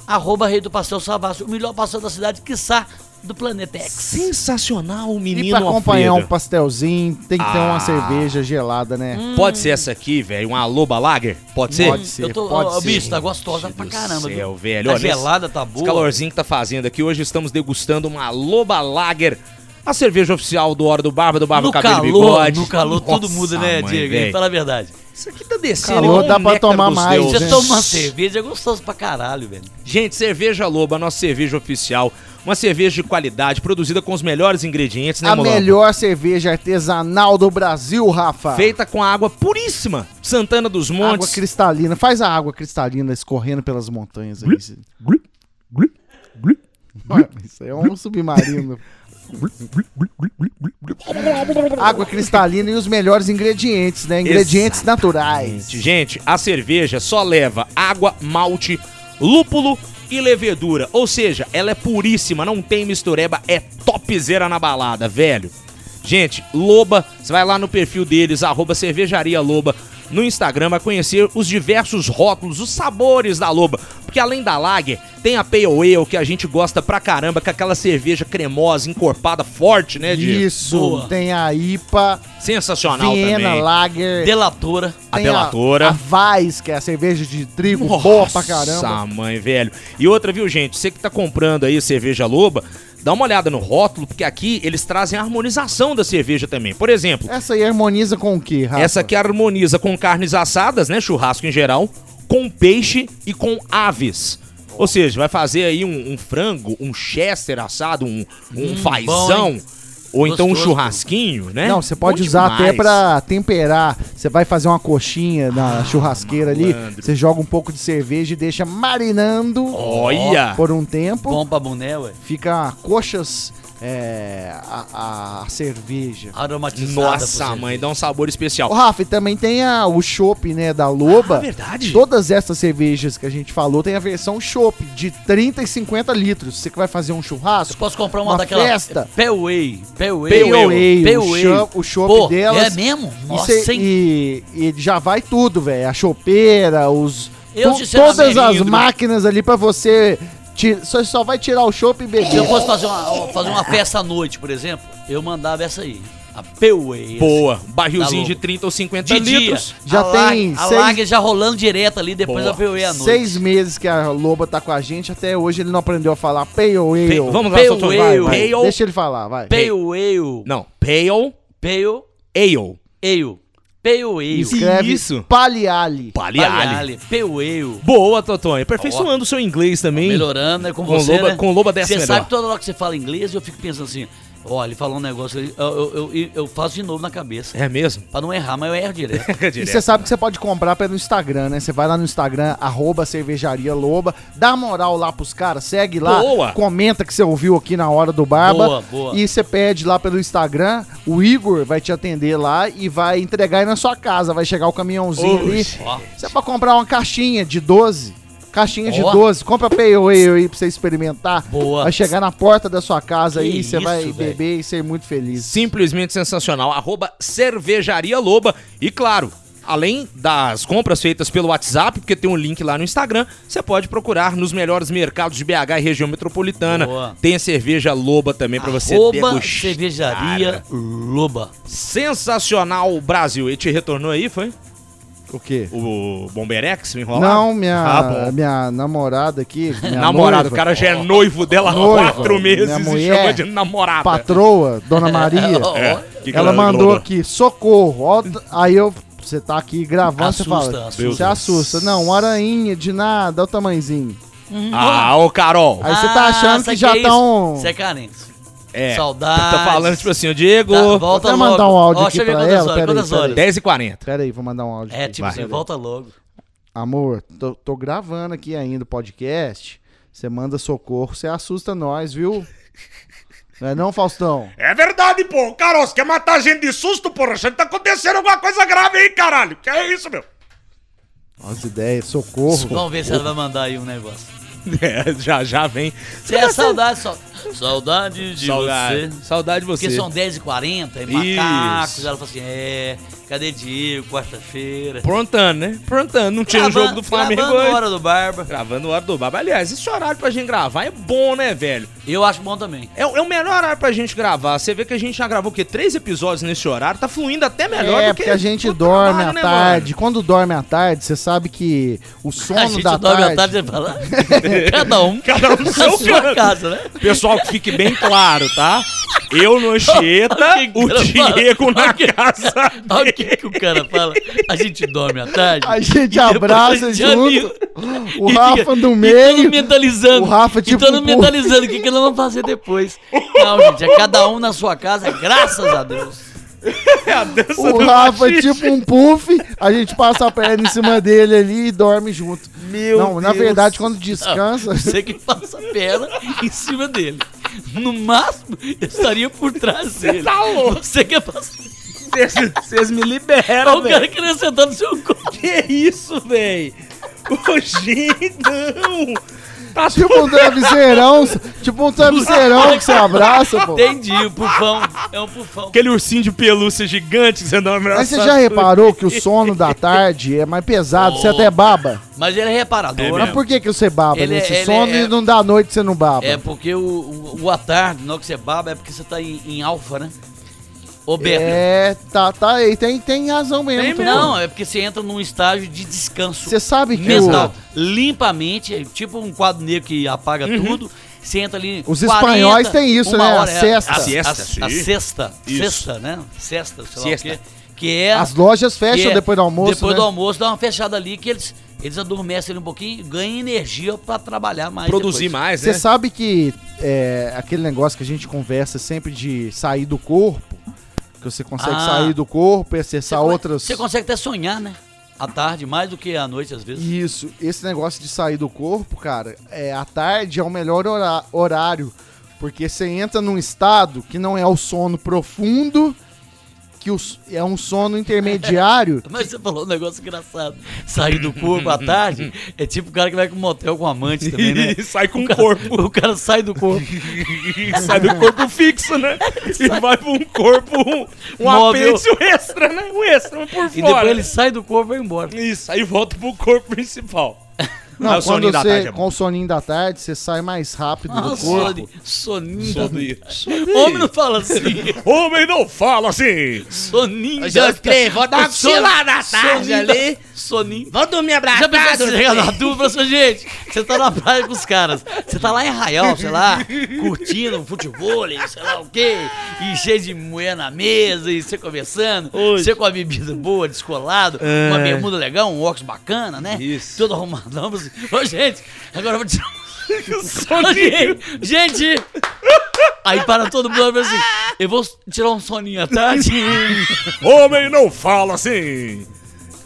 Arroba Rei do Pastel Savassi, o melhor pastel da cidade, quiçá, do Planeta
É
X.
Sensacional, Ah, menino
E pra acompanhar um
Alfredo.
pastelzinho, tem que ter
Ah. Hum,
uma cerveja gelada, né?
Pode ser essa aqui, velho, uma Loba Lager? Pode ser?
Pode ser,
Eu tô,
pode
ó,
ser.
bicho, tá gostosa pra
do
caramba. viu?
céu, velho.
Tá
Olha,
gelada, tá
Esse
boa.
calorzinho que tá fazendo aqui, hoje estamos degustando uma Loba Lager, a cerveja oficial do Hora do Barba, do Barba
no
Cabelo
calor,
e Bigode.
no calor, tudo
Nossa,
muda, né,
mãe,
Diego?
velho.
Fala a verdade.
Isso aqui tá descendo
Calor
igual
dá
um
pra
néctar
tomar
dos
mais,
deuses.
né?
Você toma uma cerveja, é gostoso pra caralho, velho.
Gente, cerveja Loba, nossa cerveja oficial, uma cerveja de qualidade, produzida com os melhores ingredientes, né,
A
Molango?
melhor cerveja artesanal do Brasil, Rafa.
Feita com água puríssima, de Santana dos
Água
Montes.
cristalina. Faz a água cristalina escorrendo pelas montanhas aí. Olha, Isso aí é um submarino. água cristalina e os melhores ingredientes, né? Ingredientes naturais.
Gente, gente, a cerveja só leva água, malte, lúpulo e levedura. Ou seja, ela é puríssima, não tem mistureba, é topzera na balada, velho. Gente, Loba, você vai lá no perfil deles, arroba cervejaria Loba, no Instagram, vai conhecer os diversos rótulos, os sabores da Loba. Porque além da Lager, tem a Pale Ale, que a gente gosta pra caramba, com aquela cerveja cremosa, encorpada, forte, né, Diego?
Isso.
Boa.
Tem a IPA,
Sensacional
Viena
também.
Lager.
Delatora.
A
tem
Delatora.
A, a Weiss, que é a cerveja de trigo,
Nossa,
boa pra caramba.
mãe, velho. E outra, viu, gente? Você que tá comprando aí cerveja loba, Dá uma olhada no rótulo, porque aqui eles trazem a harmonização da cerveja também. Por exemplo,
Essa aí harmoniza com o que, Rafa?
essa aqui harmoniza com carnes assadas, né? Churrasco em geral, com peixe e com aves. Ou seja, vai fazer aí um, um frango, um chester assado, um,
Hum,
um faisão, ou então um
Gostoso.
churrasquinho, né?
Não, você pode
Bom
usar até
demais.
pra temperar. Você vai fazer uma coxinha na
Ah,
churrasqueira ali, você joga um pouco de cerveja e deixa marinando
Olha!
por um tempo.
Bom pra boné, ué.
Fica coxas, é, a, a cerveja.
Aromatizada.
Nossa,
por
mãe,
cerveja.
dá um sabor especial.
Ô, Rafa, e também tem a- o chopp, né, da Loba.
Ah, verdade.
Todas essas cervejas que a gente falou tem a versão chopp de 30 e 50 litros. Você que vai fazer um
Eu
churrasco,
posso comprar uma,
Uma
daquela.
festa.
Payway. Payway.
Pale
Ale,
Pale
o
Ale.
chopp- o chopp
Pô,
delas.
É mesmo? Nossa,
e, cê-
hein?
e- e já vai tudo, velho. A chopeira, os.
Eu,
to-
sinceramente,
todas as
Pedro-
máquinas ali pra você. ti- Você só vai tirar o chopp e
Se eu
beber.
fosse fazer uma, fazer uma festa à noite, por exemplo, eu mandava essa aí. A Payway.
Boa, barrilzinho
Tá
de
louco.
30 ou 50
De dia.
litros.
Já
a lag-
tem
A
seis-
lag já rolando direto ali, depois
Boa.
da Payway à noite.
Seis meses que a Loba tá com a gente, até hoje ele não aprendeu a falar pale ale.
Pa- vamos lá,
Pale
Sotomayor, vai,
ale.
vai. Pale.
Deixa ele falar, vai.
Pale Ale.
Não, pale
Pale
ale.
Ale. Pale Ale.
Escreve
isso?
Paliale.
Paliale.
Pale Ale.
Boa, Totonho. Aperfeiçoando o seu inglês também.
Melhorando, né? Com,
Com
você,
loba-
né?
com loba dessa
Você
melhor.
sabe que toda hora que você fala inglês, eu fico pensando assim, ó, ele falou um negócio, ali, eu, eu, eu, eu faço de novo na cabeça.
É mesmo? é
Pra não errar, mas eu erro direto.
E você sabe que você pode comprar pelo Instagram, né? Você vai lá no Instagram, arroba cervejaria loba, dá moral lá pros caras, segue lá,
Boa.
comenta que você ouviu aqui na hora do Barba.
Boa, boa.
E você pede lá pelo Instagram, o Igor vai te atender lá e vai entregar aí na sua casa. Vai chegar o caminhãozinho ali.
Ó,
Você pode comprar uma caixinha de 12. Caixinha de
Ó.
12, compra Pale Ale aí pra você experimentar.
Boa.
Vai chegar na porta da sua casa
Que
aí, você
isso,
vai
velho.
beber e ser muito feliz.
Simplesmente sensacional. Arroba Cervejaria Loba. E claro, além das compras feitas pelo WhatsApp, porque tem um link lá no Instagram, você pode procurar nos melhores mercados de BH e região metropolitana.
Boa.
Tem a cerveja Loba também pra você
Arroba
degustar.
cervejaria Loba.
Sensacional, Brasil. E te retornou aí, foi?
Tá
O quê?
O Bomberex me enrolado?
Não, minha,
Ah, bom.
minha namorada aqui. Minha
namorada,
noiva,
o cara já é noivo dela
Noiva,
há quatro
minha
meses e
mulher,
chama de namorada.
Patroa, Dona Maria.
É, que que
ela mandou
mandou?
aqui, socorro. ó, aí eu. Você tá aqui gravando, você
Assusta,
fala.
assusta.
Você assusta. Não, uma aranha de nada, olha o tamanzinho.
Ah, ô Carol.
Aí você tá achando que já tá um.
Você Ah, é carente.
É,
Saudades.
Tá falando tipo assim, o Diego,
Tá, volta
Vou até
logo.
mandar um áudio
Ó,
aqui
deixa eu ver
pra
quantas
ela,
horas,
peraí,
quantas
peraí.
horas.
10h40.
Pera aí, vou mandar um áudio.
É,
aqui.
tipo assim, volta logo.
Amor, tô, tô gravando aqui ainda o podcast. Você manda socorro, você assusta nós, viu? Não é não, Faustão?
É verdade, pô. Carol, você quer matar a gente de susto, porra? Gente, tá acontecendo alguma coisa grave aí, caralho. Que é isso, meu?
As ideias, socorro.
Vamos ver se ela vai mandar aí um negócio.
É, já, já vem.
Você é saudade só. Saudade de
Saudade.
você.
Saudade de você.
Porque são 10h40, é macacos. Ela fala assim, é, cadê Diego, quarta-feira?
Prontando, né? Prontando. Não tinha o jogo do Flamengo
Gravando
hoje.
hora do Barba.
Gravando hora do baba. Aliás, esse horário pra gente gravar é bom, né, velho?
Eu acho bom também.
É, o- é o melhor horário pra gente gravar. Você vê que a gente já gravou o quê? Três episódios nesse horário. Tá fluindo até melhor
é,
do que
porque a gente
o
dorme
trabalho,
à
né,
tarde. Quando dorme à tarde, você sabe que o sono
a gente
da
dorme à tarde,
tarde...
você fala. Cada um
é
Cada um no
na
seu
sua
canto.
casa, né?
Pessoal, que fique bem claro, tá? Eu no Anchieta,
Que
o
engraçado.
Diego na
Ok.
casa.
Olha o que, que o cara fala. A gente dorme à tarde.
A gente
depois
abraça
a gente
junto, o
E
Rafa
fica-
no
E todo
meio.
mentalizando.
o Rafa,
E
tipo,
todo
um-
mentalizando o que, que nós vamos fazer depois. Não, gente, é cada um na sua casa, graças a Deus.
O Rafa, tipo um puff, a gente passa a perna em cima dele ali e dorme junto. Meu Não, na verdade, quando descansa,
Você que passa a perna em cima dele. No máximo, eu estaria por trás
tipo,
dele. Tá louco. Você que passa.
Vocês vocês me liberam,
Olha o cara querendo sentar no seu colo.
Que isso, véi? Ô, gente, não!
Ah.
Tá
tipo um travesseirão, tipo um travesseirão que você abraça, pô.
Entendi, o pufão. É um pufão.
aquele ursinho de pelúcia gigante que você dá um uma
Mas você já reparou que o sono da tarde é mais pesado, você
Oh.
até baba.
Mas ele é reparador.
Mas por que, que você baba
Ele é-
nesse
ele
sono
é-
e não dá noite você não baba?
É porque o, o, o à tarde, na hora que você baba, é porque você tá em, em alfa, né? Ô, Beto.
É, tá, tá aí, tem, tem razão mesmo. tá bom.
Não, é porque você entra num estágio de descanso
Você sabe que o,
Uhum.
mental. Limpa a mente, é tipo um quadro negro que apaga tudo. Você entra ali.
Os espanhóis têm isso,
uma
né? A
hora, é,
sexta.
A,
Siesta,
a-
sim.
a sexta.
Isso.
Sexta, né? Sexta, sei
Siesta.
lá o quê. Que é.
As lojas fecham
que é-
depois do almoço,
Depois
né?
do almoço, dá uma fechada ali que eles, eles adormecem ali um pouquinho e ganham energia pra trabalhar mais.
Produzir
depois.
mais,
Você
né?
sabe que é, aquele negócio que a gente conversa sempre de sair do corpo, que você consegue
Ah.
sair do corpo e acessar
con-
Tá outras...
Você consegue até sonhar, né? À tarde, mais do que à noite, às vezes.
Isso, esse negócio de sair do corpo, cara, é à tarde é o melhor hora- horário, porque você entra num estado que não é o sono profundo, que os- é um sono intermediário.
Mas você falou um negócio engraçado. Sair do corpo à tarde é tipo o cara que vai com um motel com amante também, né?
E sai com um
O
o
cara-
corpo.
O cara sai do corpo.
Sai do corpo fixo, né? E vai pra um corpo, um, um
Móvel.
apêndice um extra, né? Um extra, um por fora.
e depois ele sai do corpo e vai embora.
Isso, aí volta pro corpo principal.
Não,
Ah, o
quando
soninho da tarde
você,
é bom.
com o soninho da tarde, você sai mais rápido do
Nossa,
corpo.
Sony, soninho. da-
Sobre isso.
Homem não fala assim.
Homem não fala assim.
Soninho.
Um, dois, três, vou dar uma
Soninho-
cochilada à tarde
soninho da-
ali.
Soninho.
Vou dormir
Já pensou
abraçado.
você chegar na turma e falar assim, gente, você tá na praia com os caras, você tá lá em Arraial, sei lá, curtindo um futebol, sei lá o quê, e cheio de mulher na mesa, e você conversando, você com a bebida boa, descolado, uma bermuda legal, um óculos bacana, né?
Isso.
Todo arrumadão, você, ô gente, agora eu vou tirar... Ô, gente, gente! Aí para todo mundo e fala assim, eu vou tirar um soninho à tarde.
Homem não fala assim.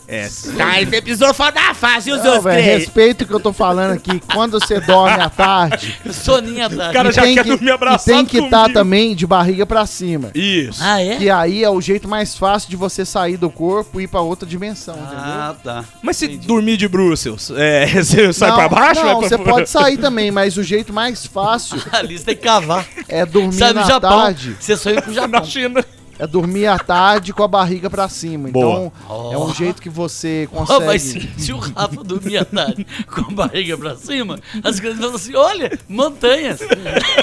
É,
Tá, esse episódio foi da fase, os
Não,
dois,
velho,
três.
respeito o que eu tô falando aqui. Quando você dorme à tarde,
soninho à tarde.
cara
e
já
tem
quer
que,
dormir
e
abraçado
tem que estar
comigo.
também de barriga pra cima.
Isso.
Ah, é?
Que aí é o jeito mais fácil de você sair do corpo e ir pra outra dimensão, entendeu?
Ah, tá.
Mas se dormir de Brussels, é, você sai
Não,
pra baixo? né?
Não,
vai pra...
você pode sair também, mas o jeito mais fácil
Ali você tem que cavar.
é dormir
Sai do
à
Japão.
tarde.
Você sonha com o
Na
Japão.
China.
É dormir à tarde com a barriga pra cima.
Boa.
Então, é um jeito que você
Ó, mas
consegue.
se, se o Rafa dormir à tarde com a barriga pra cima, as crianças falam assim: olha, montanhas,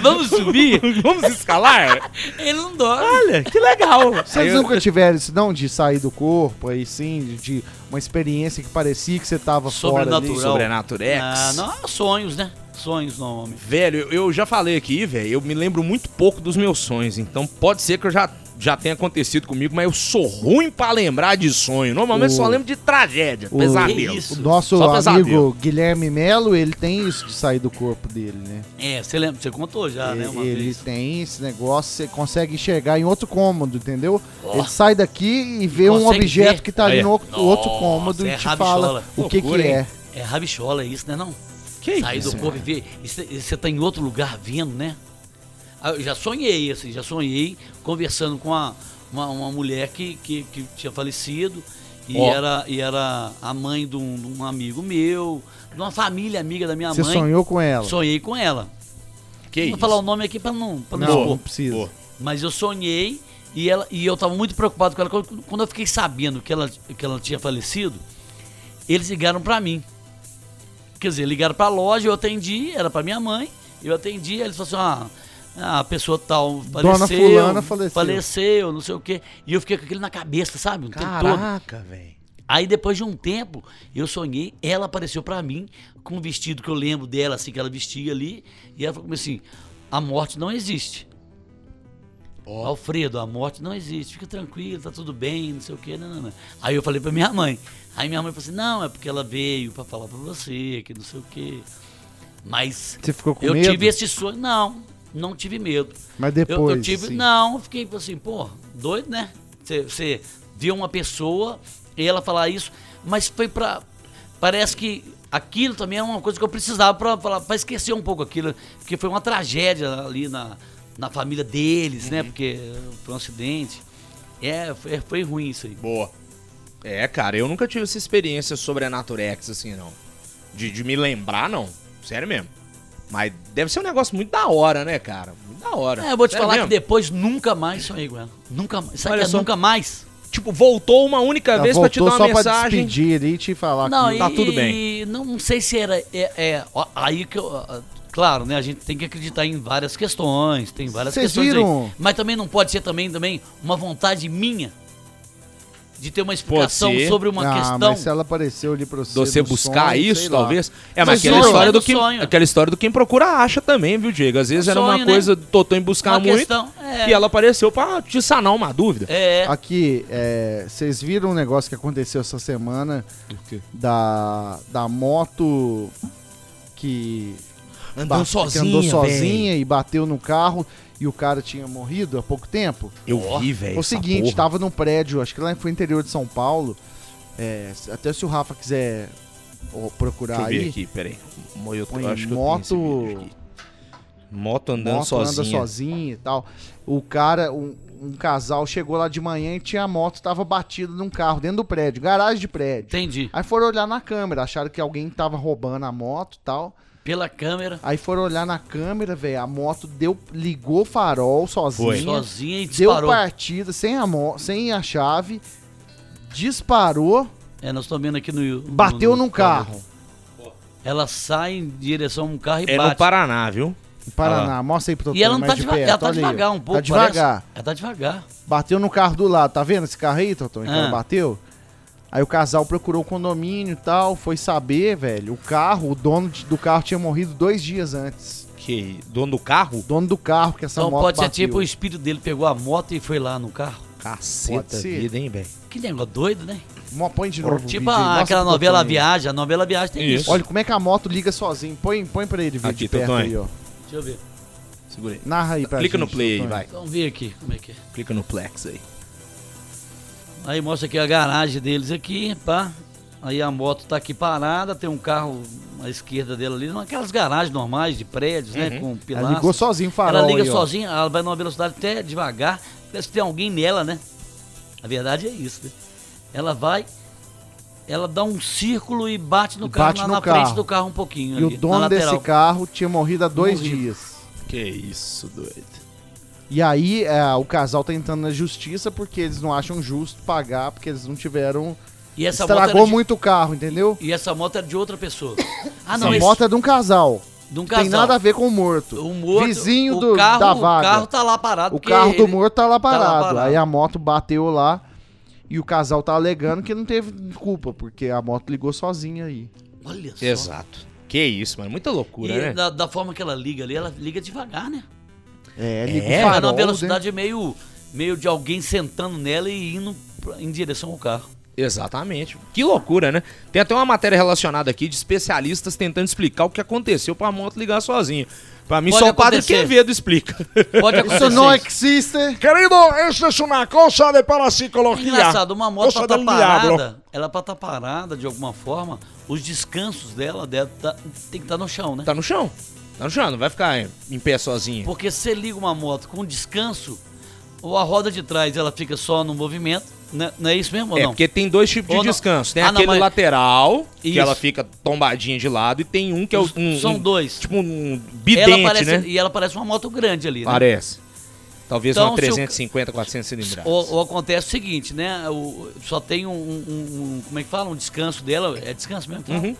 vamos subir.
Vamos escalar?
Ele não dorme.
Olha, que legal.
Vocês nunca tiveram isso, não? De sair do corpo, aí sim, de, de uma experiência que parecia que você tava fora ali.
Sobrenatural.
Sobrenaturex.
Ah, não, sonhos, né? Sonhos não, homem.
Velho, eu já falei aqui, velho, eu me lembro muito pouco dos meus sonhos, então pode ser que eu já, já tenha acontecido comigo, mas eu sou ruim pra lembrar de sonho. Normalmente eu só
O-
lembro de tragédia,
o-
pesadelo.
isso?
O nosso
Só pesadelo.
amigo Guilherme Melo, ele tem isso de sair do corpo dele, né?
É, você lembra, você contou já, né? Uma
ele ele
vez.
tem esse negócio, você consegue enxergar em outro cômodo, entendeu?
Ó.
Ele sai daqui e vê um
Consegue
objeto
ver.
que tá ali
Olha.
no outro outro
Nossa,
cômodo
é
e te
rabichola.
fala o que
Loucura,
que é.
hein?
É rabichola isso, né? Não?
Que
Sair do corpo e ver. E cê- e Você tá em outro lugar vendo, né? Ah, Eu já sonhei, assim, já sonhei conversando com uma, uma, uma mulher que, que, que tinha falecido e,
Ó.
era, e era a mãe de um, de um amigo meu, de uma família amiga da minha
Você
mãe.
sonhou com ela?
Sonhei com ela.
Que
não
isso?
vou
um-
falar o nome aqui pra não, pra não,
Não, não
expor.
precisa.
Boa.
Mas eu sonhei e, ela, e eu tava muito preocupado com ela. Quando quando eu fiquei sabendo que ela, que ela tinha falecido, eles ligaram pra mim. Quer dizer, ligaram pra loja, eu atendi, era pra minha mãe, eu atendi, aí eles falaram assim, ah, a pessoa tal faleceu.
fulana faleceu.
faleceu, não sei o quê. E eu fiquei com aquilo na cabeça, sabe? O tempo todo.
velho.
Aí depois de um tempo, eu sonhei, ela apareceu pra mim com um vestido que eu lembro dela, assim, que ela vestia ali, e ela falou comigo assim: a morte não existe. Alfredo, a morte não existe, fica tranquilo, tá tudo bem, não sei o quê. Não, não, não. Aí eu falei pra minha mãe. Aí minha mãe falou assim: não, é porque ela veio pra falar pra você, que não sei o quê. Mas
Você ficou com
eu
medo?
tive esse sonho. Não, não tive medo.
Mas
Eu-
depois.
Eu, tive.
assim,
Não, eu fiquei assim, pô, doido, né? Você- Você viu uma pessoa e ela falar isso, mas foi pra. Parece que aquilo também é uma coisa que eu precisava pra, falar, pra esquecer um pouco aquilo, porque foi uma tragédia ali na, na família deles, né?
Uhum.
Porque foi um acidente. É, foi, foi ruim isso aí.
Boa. É, cara, eu nunca tive essa experiência sobre a Naturex, assim, não. De, de me lembrar, não. Sério mesmo. Mas deve ser um negócio muito da hora, né, cara? Muito da hora.
É, eu vou te
Sério
falar
mesmo.
que depois nunca mais sonhei com ela. Nunca mais. Sabe
Olha
que é
só.
nunca mais?
Tipo, voltou uma única
Ah,
Ela
vez pra te
voltou
dar uma
só pra
mensagem.
despedir ali e te falar
Não,
que
e,
tá tudo bem.
e não sei se era. É, é, ó, aí que eu. ó, Claro, né? A gente tem que acreditar em várias questões, tem várias
Vocês
questões
viram?
aí. Mas também não pode ser também, também uma vontade minha. de ter uma explicação
Pode ser.
sobre uma
ah,
questão.
mas se ela apareceu ali pra você.
De você
no
buscar
sonho,
isso,
sei lá.
talvez. É,
Mas
mas aquela
sonho,
história
né?
do
Do
quem,
sonho.
aquela história do quem procura acha também, viu, Diego? Às vezes
Do
era
sonho,
uma
né?
coisa do Totô em buscar
Uma
muito
questão, é.
e ela apareceu pra te sanar uma dúvida.
Ah.
É,
Aqui, é, vocês viram um negócio que aconteceu essa semana da, da moto que ba- que andou sozinha e bateu no carro e o cara tinha morrido há pouco tempo?
Eu vi, velho.
o seguinte, tava num prédio, acho que lá foi interior de São Paulo. é, se- até se o Rafa quiser ó, procurar
Deixa eu ver
aí,
aqui, peraí. Mo- Eu
põe
eu acho que eu tenho esse
moto.
vídeo aqui. Moto andando
moto
sozinha.
anda sozinha e tal. O cara, um, um casal chegou lá de manhã e tinha a moto, tava batida num carro dentro do prédio, garagem de prédio.
entendi.
Aí foram olhar na câmera, acharam que alguém tava roubando a moto e tal.
Pela câmera,
Aí foram olhar na câmera, velho, a moto deu, ligou o farol sozinha,
sozinha e
deu
disparou.
partida sem a, mo sem a chave, disparou,
É, nós estamos vendo aqui no... no-
bateu
no-
num carro.
Ela sai em direção a um carro e
É no
bate.
Paraná, viu?
Em Paraná, mostra aí pro
E ela
Totônio
não tá
mais de
devagar,
perto,
ela tá
olha aí.
devagar um pouco.
Tá devagar.
parece- Ela tá devagar.
Bateu no carro do lado, tá vendo esse carro aí, Totônio, que
Ah.
ela bateu? Aí o casal procurou o condomínio e tal, foi saber, velho, o carro, o dono de- do carro tinha morrido dois dias antes.
Que dono do carro?
O dono do carro que essa
Então
moto
pode ser
bateu.
tipo o espírito dele pegou a moto e foi lá no carro.
Caceta
Pode ser.
vida, hein, velho?
Que negócio doido, né?
Mó, põe de novo o
tipo
vídeo aí,
a-
mostra
aquela
pro
novela
Totônio.
Viagem, a novela Viagem tem isso.
Isso.
Olha como é que a moto liga sozinho. Põe, põe pra ele, vídeo
Aqui,
de perto
Totônio.
aí, ó.
Deixa eu ver.
Segura aí.
Narra aí pra
Clica
gente,
no play aí,
Totônio.
vai.
Vamos ver aqui como é que é.
Clica no Plex aí.
Aí mostra aqui a garagem deles aqui, pá. Aí a moto tá aqui parada, tem um carro à esquerda dela ali, naquelas garagens normais de prédios, né? Com
Uhum. Ela
pilastras.
ligou sozinho o farol
Ela liga
aí, ó.
sozinha, ela vai numa velocidade até devagar. Parece que tem alguém nela, né? A verdade é isso, né? Ela vai, ela dá um círculo e bate no carro,
Bate
na,
no
na
carro.
frente do carro um pouquinho.
E
ali,
o
na
dono desse
lateral.
carro tinha morrido há dois
Morrido.
dias.
Que isso, doido.
E aí é, o casal tá entrando na justiça porque eles não acham justo pagar, porque eles não tiveram...
E essa moto era
Estragou
de-
muito o carro, entendeu?
E essa moto era de outra pessoa. Ah,
Essa
não, esse,
moto é de um casal.
de um
Não
casal.
Tem nada a ver com o morto.
O morto,
Vizinho
o
do,
carro,
da
O
vaga.
carro tá lá parado.
O
porque
carro do
ele-
morto tá lá parado.
parado.
Aí a moto bateu lá e o casal tá alegando que não teve culpa, porque a moto ligou sozinha aí.
Olha só.
Exato. Que isso, mano. Muita loucura,
E
né?
da, da forma que ela liga ali, ela liga devagar, né?
É, ligou
É,
é,
Farol,
Ela numa velocidade meio, meio de alguém sentando nela e indo pra- em direção ao carro.
Exatamente. Que loucura, né? Tem até uma matéria relacionada aqui de especialistas tentando explicar o que aconteceu pra moto ligar sozinha. Pra mim,
Pode
só o padre
acontecer.
Quevedo explica.
Pode acontecer.
Isso não é existe.
é
Querido, esta es una cosa de parapsicología.
Engraçado, uma moto pra
Cosa
tá
del diablo.
parada, ela pra tá parada de alguma forma, os descansos dela deve tá- tem que estar no chão, né?
Tá no chão. Tá no chão, não vai ficar em em pé sozinha.
Porque se você liga uma moto com descanso, ou a roda de trás ela fica só no movimento, né? não é isso mesmo ou
É,
não?
porque tem dois tipos de
Ou não.
descanso. Tem
Ah, não,
aquele
mas-
lateral, que
Isso.
ela fica tombadinha de lado, e tem um que é o- um,
São
um-
dois.
tipo um
ela
bidente,
parece,
né?
E ela parece uma moto grande ali, né?
Parece. Talvez
Então,
uma
se o-
350, 400 cilindradas.
Ou, ou acontece o seguinte, né? O- só tem um, um- um- Como é que fala? Um descanso dela. É descanso mesmo? que fala?
Uhum.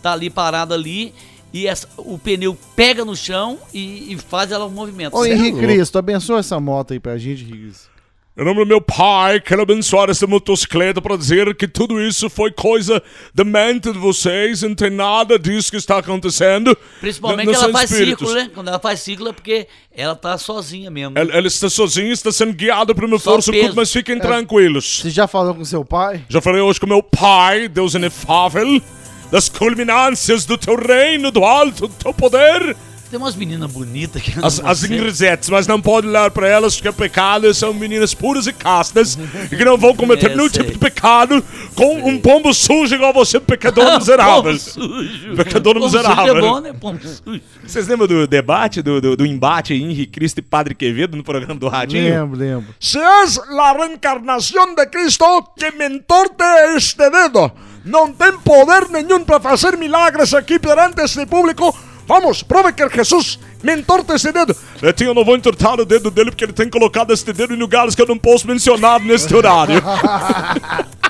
Tá ali parada ali e essa- o pneu pega no chão e, e faz ela um movimento.
Ô
Certo?
Henrique Cristo, abençoa essa moto aí pra gente, Henrique Cristo.
Em nome do meu pai, quero abençoar essa motocicleta para dizer que tudo isso foi coisa da mente de vocês, não tem nada disso que está acontecendo.
Principalmente
Não-
que
não
ela
são
faz
espíritos.
ciclo, né? Quando ela faz ciclo é porque ela tá sozinha mesmo.
Ela, ela está sozinha, está sendo guiada por uma
Só
força
peso. É.
oculta, mas fiquem tranquilos.
Você já falou com seu pai?
Já falei hoje com meu pai, Deus inefável, das culminâncias do teu reino, do alto do teu poder.
Tem umas meninas bonitas que andam assim.
As,
com
as
você.
ingresetes, mas não pode olhar para elas porque é pecado, são meninas puras e castas e que não vão cometer
Eu
nenhum
sei.
tipo de pecado com um pombo sujo igual você, pecador
Ah,
miserável.
pombo sujo.
Pecador
Pombo
miserável.
Sujo é bom, né? Pombo sujo.
Vocês lembram do debate, do, do, do embate Henrique Cristo e Padre Quevedo no programa do Radinho?
Lembro, lembro.
Si es la reencarnación de Cristo, que me entorte este dedo. No ten poder ningún para hacer milagres aquí perante este público. Vamos, prove que Jesús me entorta este dedo. Netinho, eu não vou entortar o dedo dele porque ele tem colocado este dedo em lugares que eu não posso mencionar neste horário.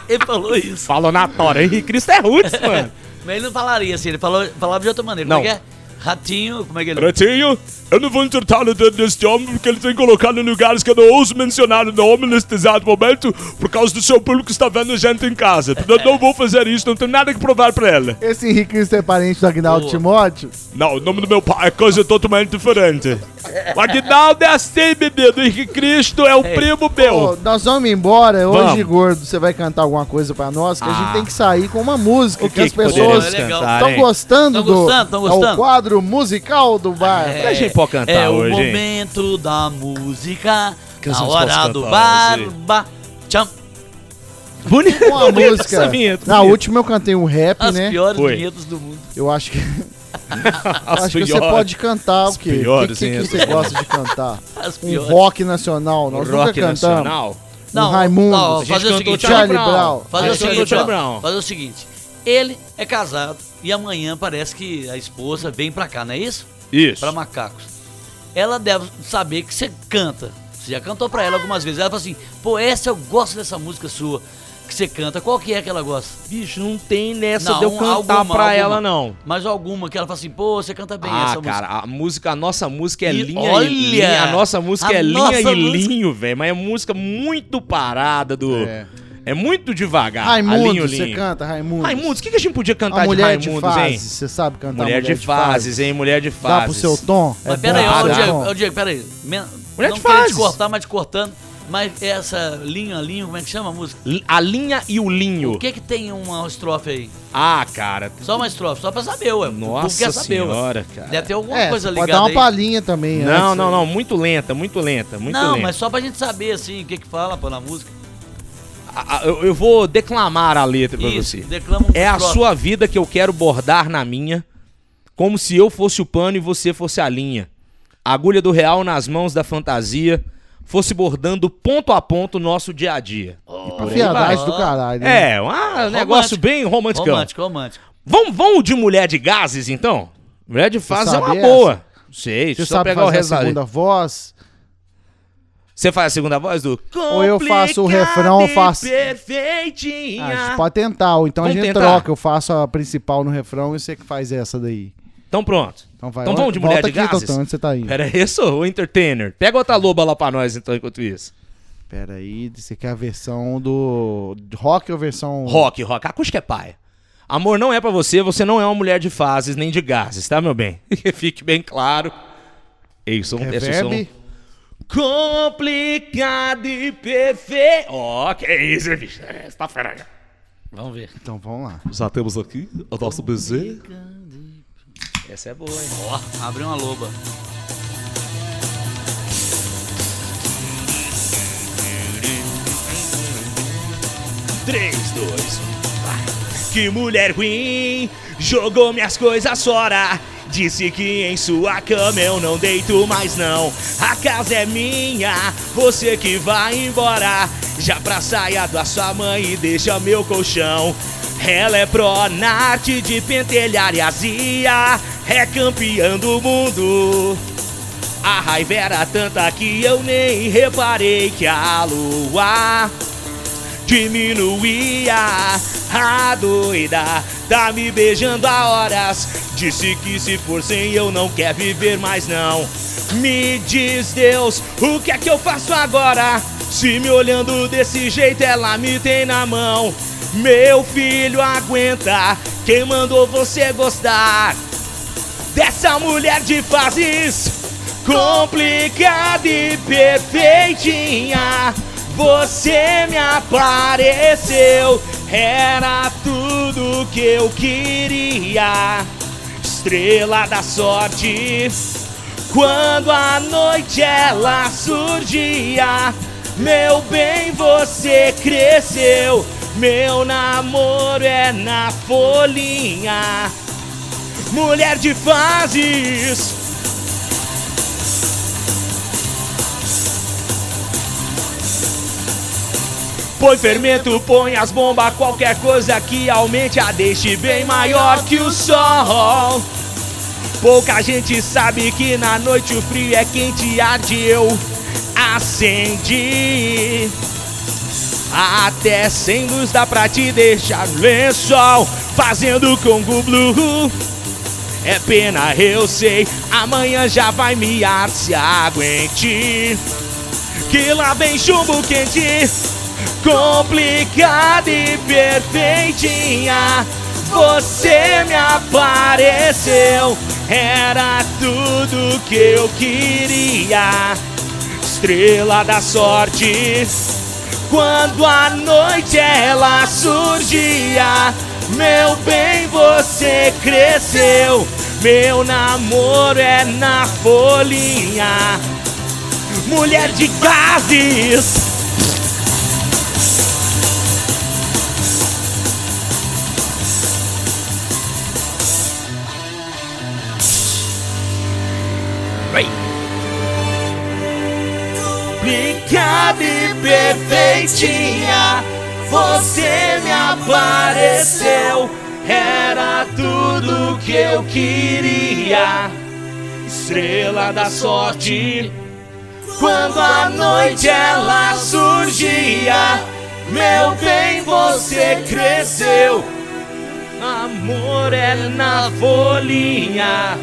Ele falou isso.
Falou na tora, Henrique Cristo é roots, mano.
Mas ele não falaria assim, ele falou, falava de outra maneira.
Não.
Como é que é? Ratinho, como é que ele...
Netinho,
Eu não vou insertar o dedo deste homem porque ele tem colocado em lugares que eu não ouso mencionar o nome neste exato momento por causa do seu público que está vendo a gente em casa. Portanto, não vou fazer isso, não tenho nada que provar para ele.
Esse Henrique Cristo é parente do Agnaldo
Boa.
Timóteo?
Não, o nome do meu pai é coisa totalmente diferente. O Aguinaldo é assim, menino. Henrique Cristo é o primo
Ô,
meu.
nós vamos embora. Hoje,
Vamos. Ah.
gordo, você vai cantar alguma coisa pra nós? Que a gente tem que sair com uma música. que,
que
as
que poderíamos
pessoas
legal.
cantar,
estão
hein?
gostando
Tão
do.
gostando, tão
É o
gostando.
quadro musical do bar.
É,
Deixa a gente pôr cantar
é
hoje,
o
hein?
momento da música,
nós
na
posso
hora do
cantar hoje?
barba. Tcham,
Bonito,
Com a música.
essa vinheta,
Na
bonita.
última eu cantei um rap,
as
né?
piores
Foi.
vinhetas do mundo.
Eu acho que,
As
acho que você
piores.
pode cantar o quê? O que,
piores,
que,
hein,
que você gosta de cantar?
As
Um
piores.
rock nacional. Nós nunca
Um Rock
cantamos.
Nacional.
Um Raimundos.
não,
A gente
fazer o
cantou
seguinte,
Charlie
Charlie
Brown.
Brown. Fazer o
A gente cantou
seguinte,
Charlie
ó,
Brown.
fazer o seguinte. Ele é casado e amanhã parece que a esposa vem pra cá, não é isso?
Isso.
Pra macacos. Ela deve saber que você canta. Você já cantou pra ela algumas vezes. Ela fala assim, pô, essa eu gosto dessa música sua que você canta. Qual que é que ela gosta?
Bicho, não tem nessa
Não, um
de eu cantar
alguma,
pra
alguma.
ela, não.
Mas alguma que ela fala assim, pô, você canta bem
Ah,
essa música.
cara, a música, a nossa música é
E
linha
olha!
e linha. A nossa música
A
é linha
nossa
e
música-
linho, velho. Mas é música muito parada do.
É.
É, muito devagar. a linho,
Ah, Raimundo, você
linho.
canta, Raimundo.
Raimundos, o que, que a gente podia cantar
A mulher é
de
de
Raimundos, hein?
fases. Você sabe cantar
Mulher, de, fases, hein? Mulher de fases.
Dá pro seu tom.
Mas
É
pera aí,
bom,
ó,
é
o Diego,
bom.
ó, Diego, pera aí. Men-
Mulher
não
de
queria te
fases.
cortar, mas te cortando. Mas essa linha, linha, como é que chama a música?
L- A linha e o linho.
O que que tem uma estrofe aí?
Ah, cara.
Só uma estrofe, só pra saber, ué. O povo
Nossa
quer saber, ué.
senhora, cara.
Deve ter alguma
É,
coisa
você
ligada
pode dar uma
aí.
palhinha também. né?
Não,
antes.
não, não. Muito lenta, muito lenta, muito
Não,
lenta.
mas só pra gente saber, assim, o que que fala, pô, na música.
A- a- eu, eu vou declamar a letra pra
Isso,
você.
declama um
É a
estrofe.
sua vida que eu quero bordar na minha, como se eu fosse o pano e você fosse a linha. A agulha do real nas mãos da fantasia, fosse bordando ponto a ponto o nosso dia a dia.
Uma Fiadagem
vai.
do caralho. né?
É, um ah, negócio bem romântico.
Romântico, romântico.
Vamos, vamos de mulher de gases, então? Mulher de fases é
sabe
uma
essa?
boa. Sei,
Você
deixa eu só
sabe
pegar o
fazer a
resto da
segunda voz.
Você faz a segunda voz do...
Ou eu faço o refrão, eu faço-
perfeitinha.
Ah, a gente pode tentar. Ou então
Vamos
a gente
tentar.
troca. Eu faço a principal no refrão e você que faz essa daí.
Então pronto.
Então vai.
Então vamos de
Volta
mulher de
aqui,
gases?
Totão, onde você tá indo?
Pera aí, eu sou o entertainer. Pega outra loba lá pra nós, então, enquanto isso.
Pera aí, você quer a versão do rock ou versão...
Rock, rock. Acústica é paia. Amor não é pra você, você não é uma mulher de fases nem de gases, tá, meu bem? Que Fique bem claro. Ei, som, teste som.
Reverb?
Complicado e perfeito. Ó, que isso, hein, bicho? É, Você tá fera aí.
Vamos ver.
Então vamos lá.
Já temos aqui o nosso bezerro.
Essa é boa, hein?
Ó, abriu uma loba.
Três, dois, um, vai. Que mulher ruim jogou minhas coisas fora. Disse que em sua cama eu não deito mais não. A casa é minha, você que vai embora. Já pra saia da sua mãe e deixa meu colchão. Ela é pró na arte de pentelhar e azia. É campeã do mundo. A raiva era tanta que eu nem reparei que a lua diminuía. A doida tá me beijando há horas. Disse que se for sem eu não quer viver mais não. Me diz Deus, o que é que eu faço agora? Se me olhando desse jeito ela me tem na mão. Meu filho aguenta, quem mandou você gostar? dessa mulher de fases complicada e perfeitinha. Você me apareceu, era tudo que eu queria. Estrela da sorte, quando à noite ela surgia, meu bem, você cresceu. Meu namoro é na folhinha mulher de fases. Põe fermento, põe as bombas, qualquer coisa que aumente a deixe bem maior que o sol. Pouca gente sabe que na noite o frio é quente e ardeu. Acendi. Até sem luz dá pra te deixar lençol, fazendo com o blue.
É pena, eu sei, amanhã já vai miar, se aguente. Que lá vem chumbo quente, complicada e perfeitinha. Você me apareceu, era tudo que eu queria. Estrela da sorte, quando a noite ela surgia. Meu bem, você cresceu. Meu namoro é na folhinha. Mulher de gases. complicada e perfeitinha. Você me apareceu, era tudo que eu queria. Estrela da sorte, quando a noite ela surgia, meu bem, você cresceu. Amor é na folhinha.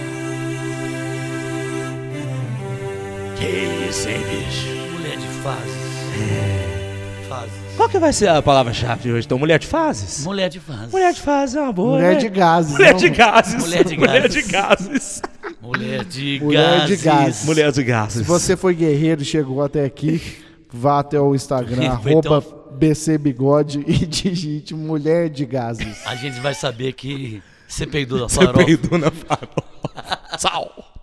Que isso, hein, bicho?
Mulher de fases. Fases.
Qual que vai ser a palavra-chave de hoje, então? Mulher de fases?
Mulher de fases.
Mulher de fases é uma boa,
Mulher
né?
de gases.
Mulher
não,
de gases.
Mulher de
Mulher de gases.
Mulher de
Mulher de
gases.
gases.
Mulher de gases.
Se você foi guerreiro e chegou até aqui, vá até o Instagram,
Foi tão-
arroba BC Bigode e digite Mulher de Gases.
A gente vai saber que você peidou na farofa.
peidou na farofa. Sal.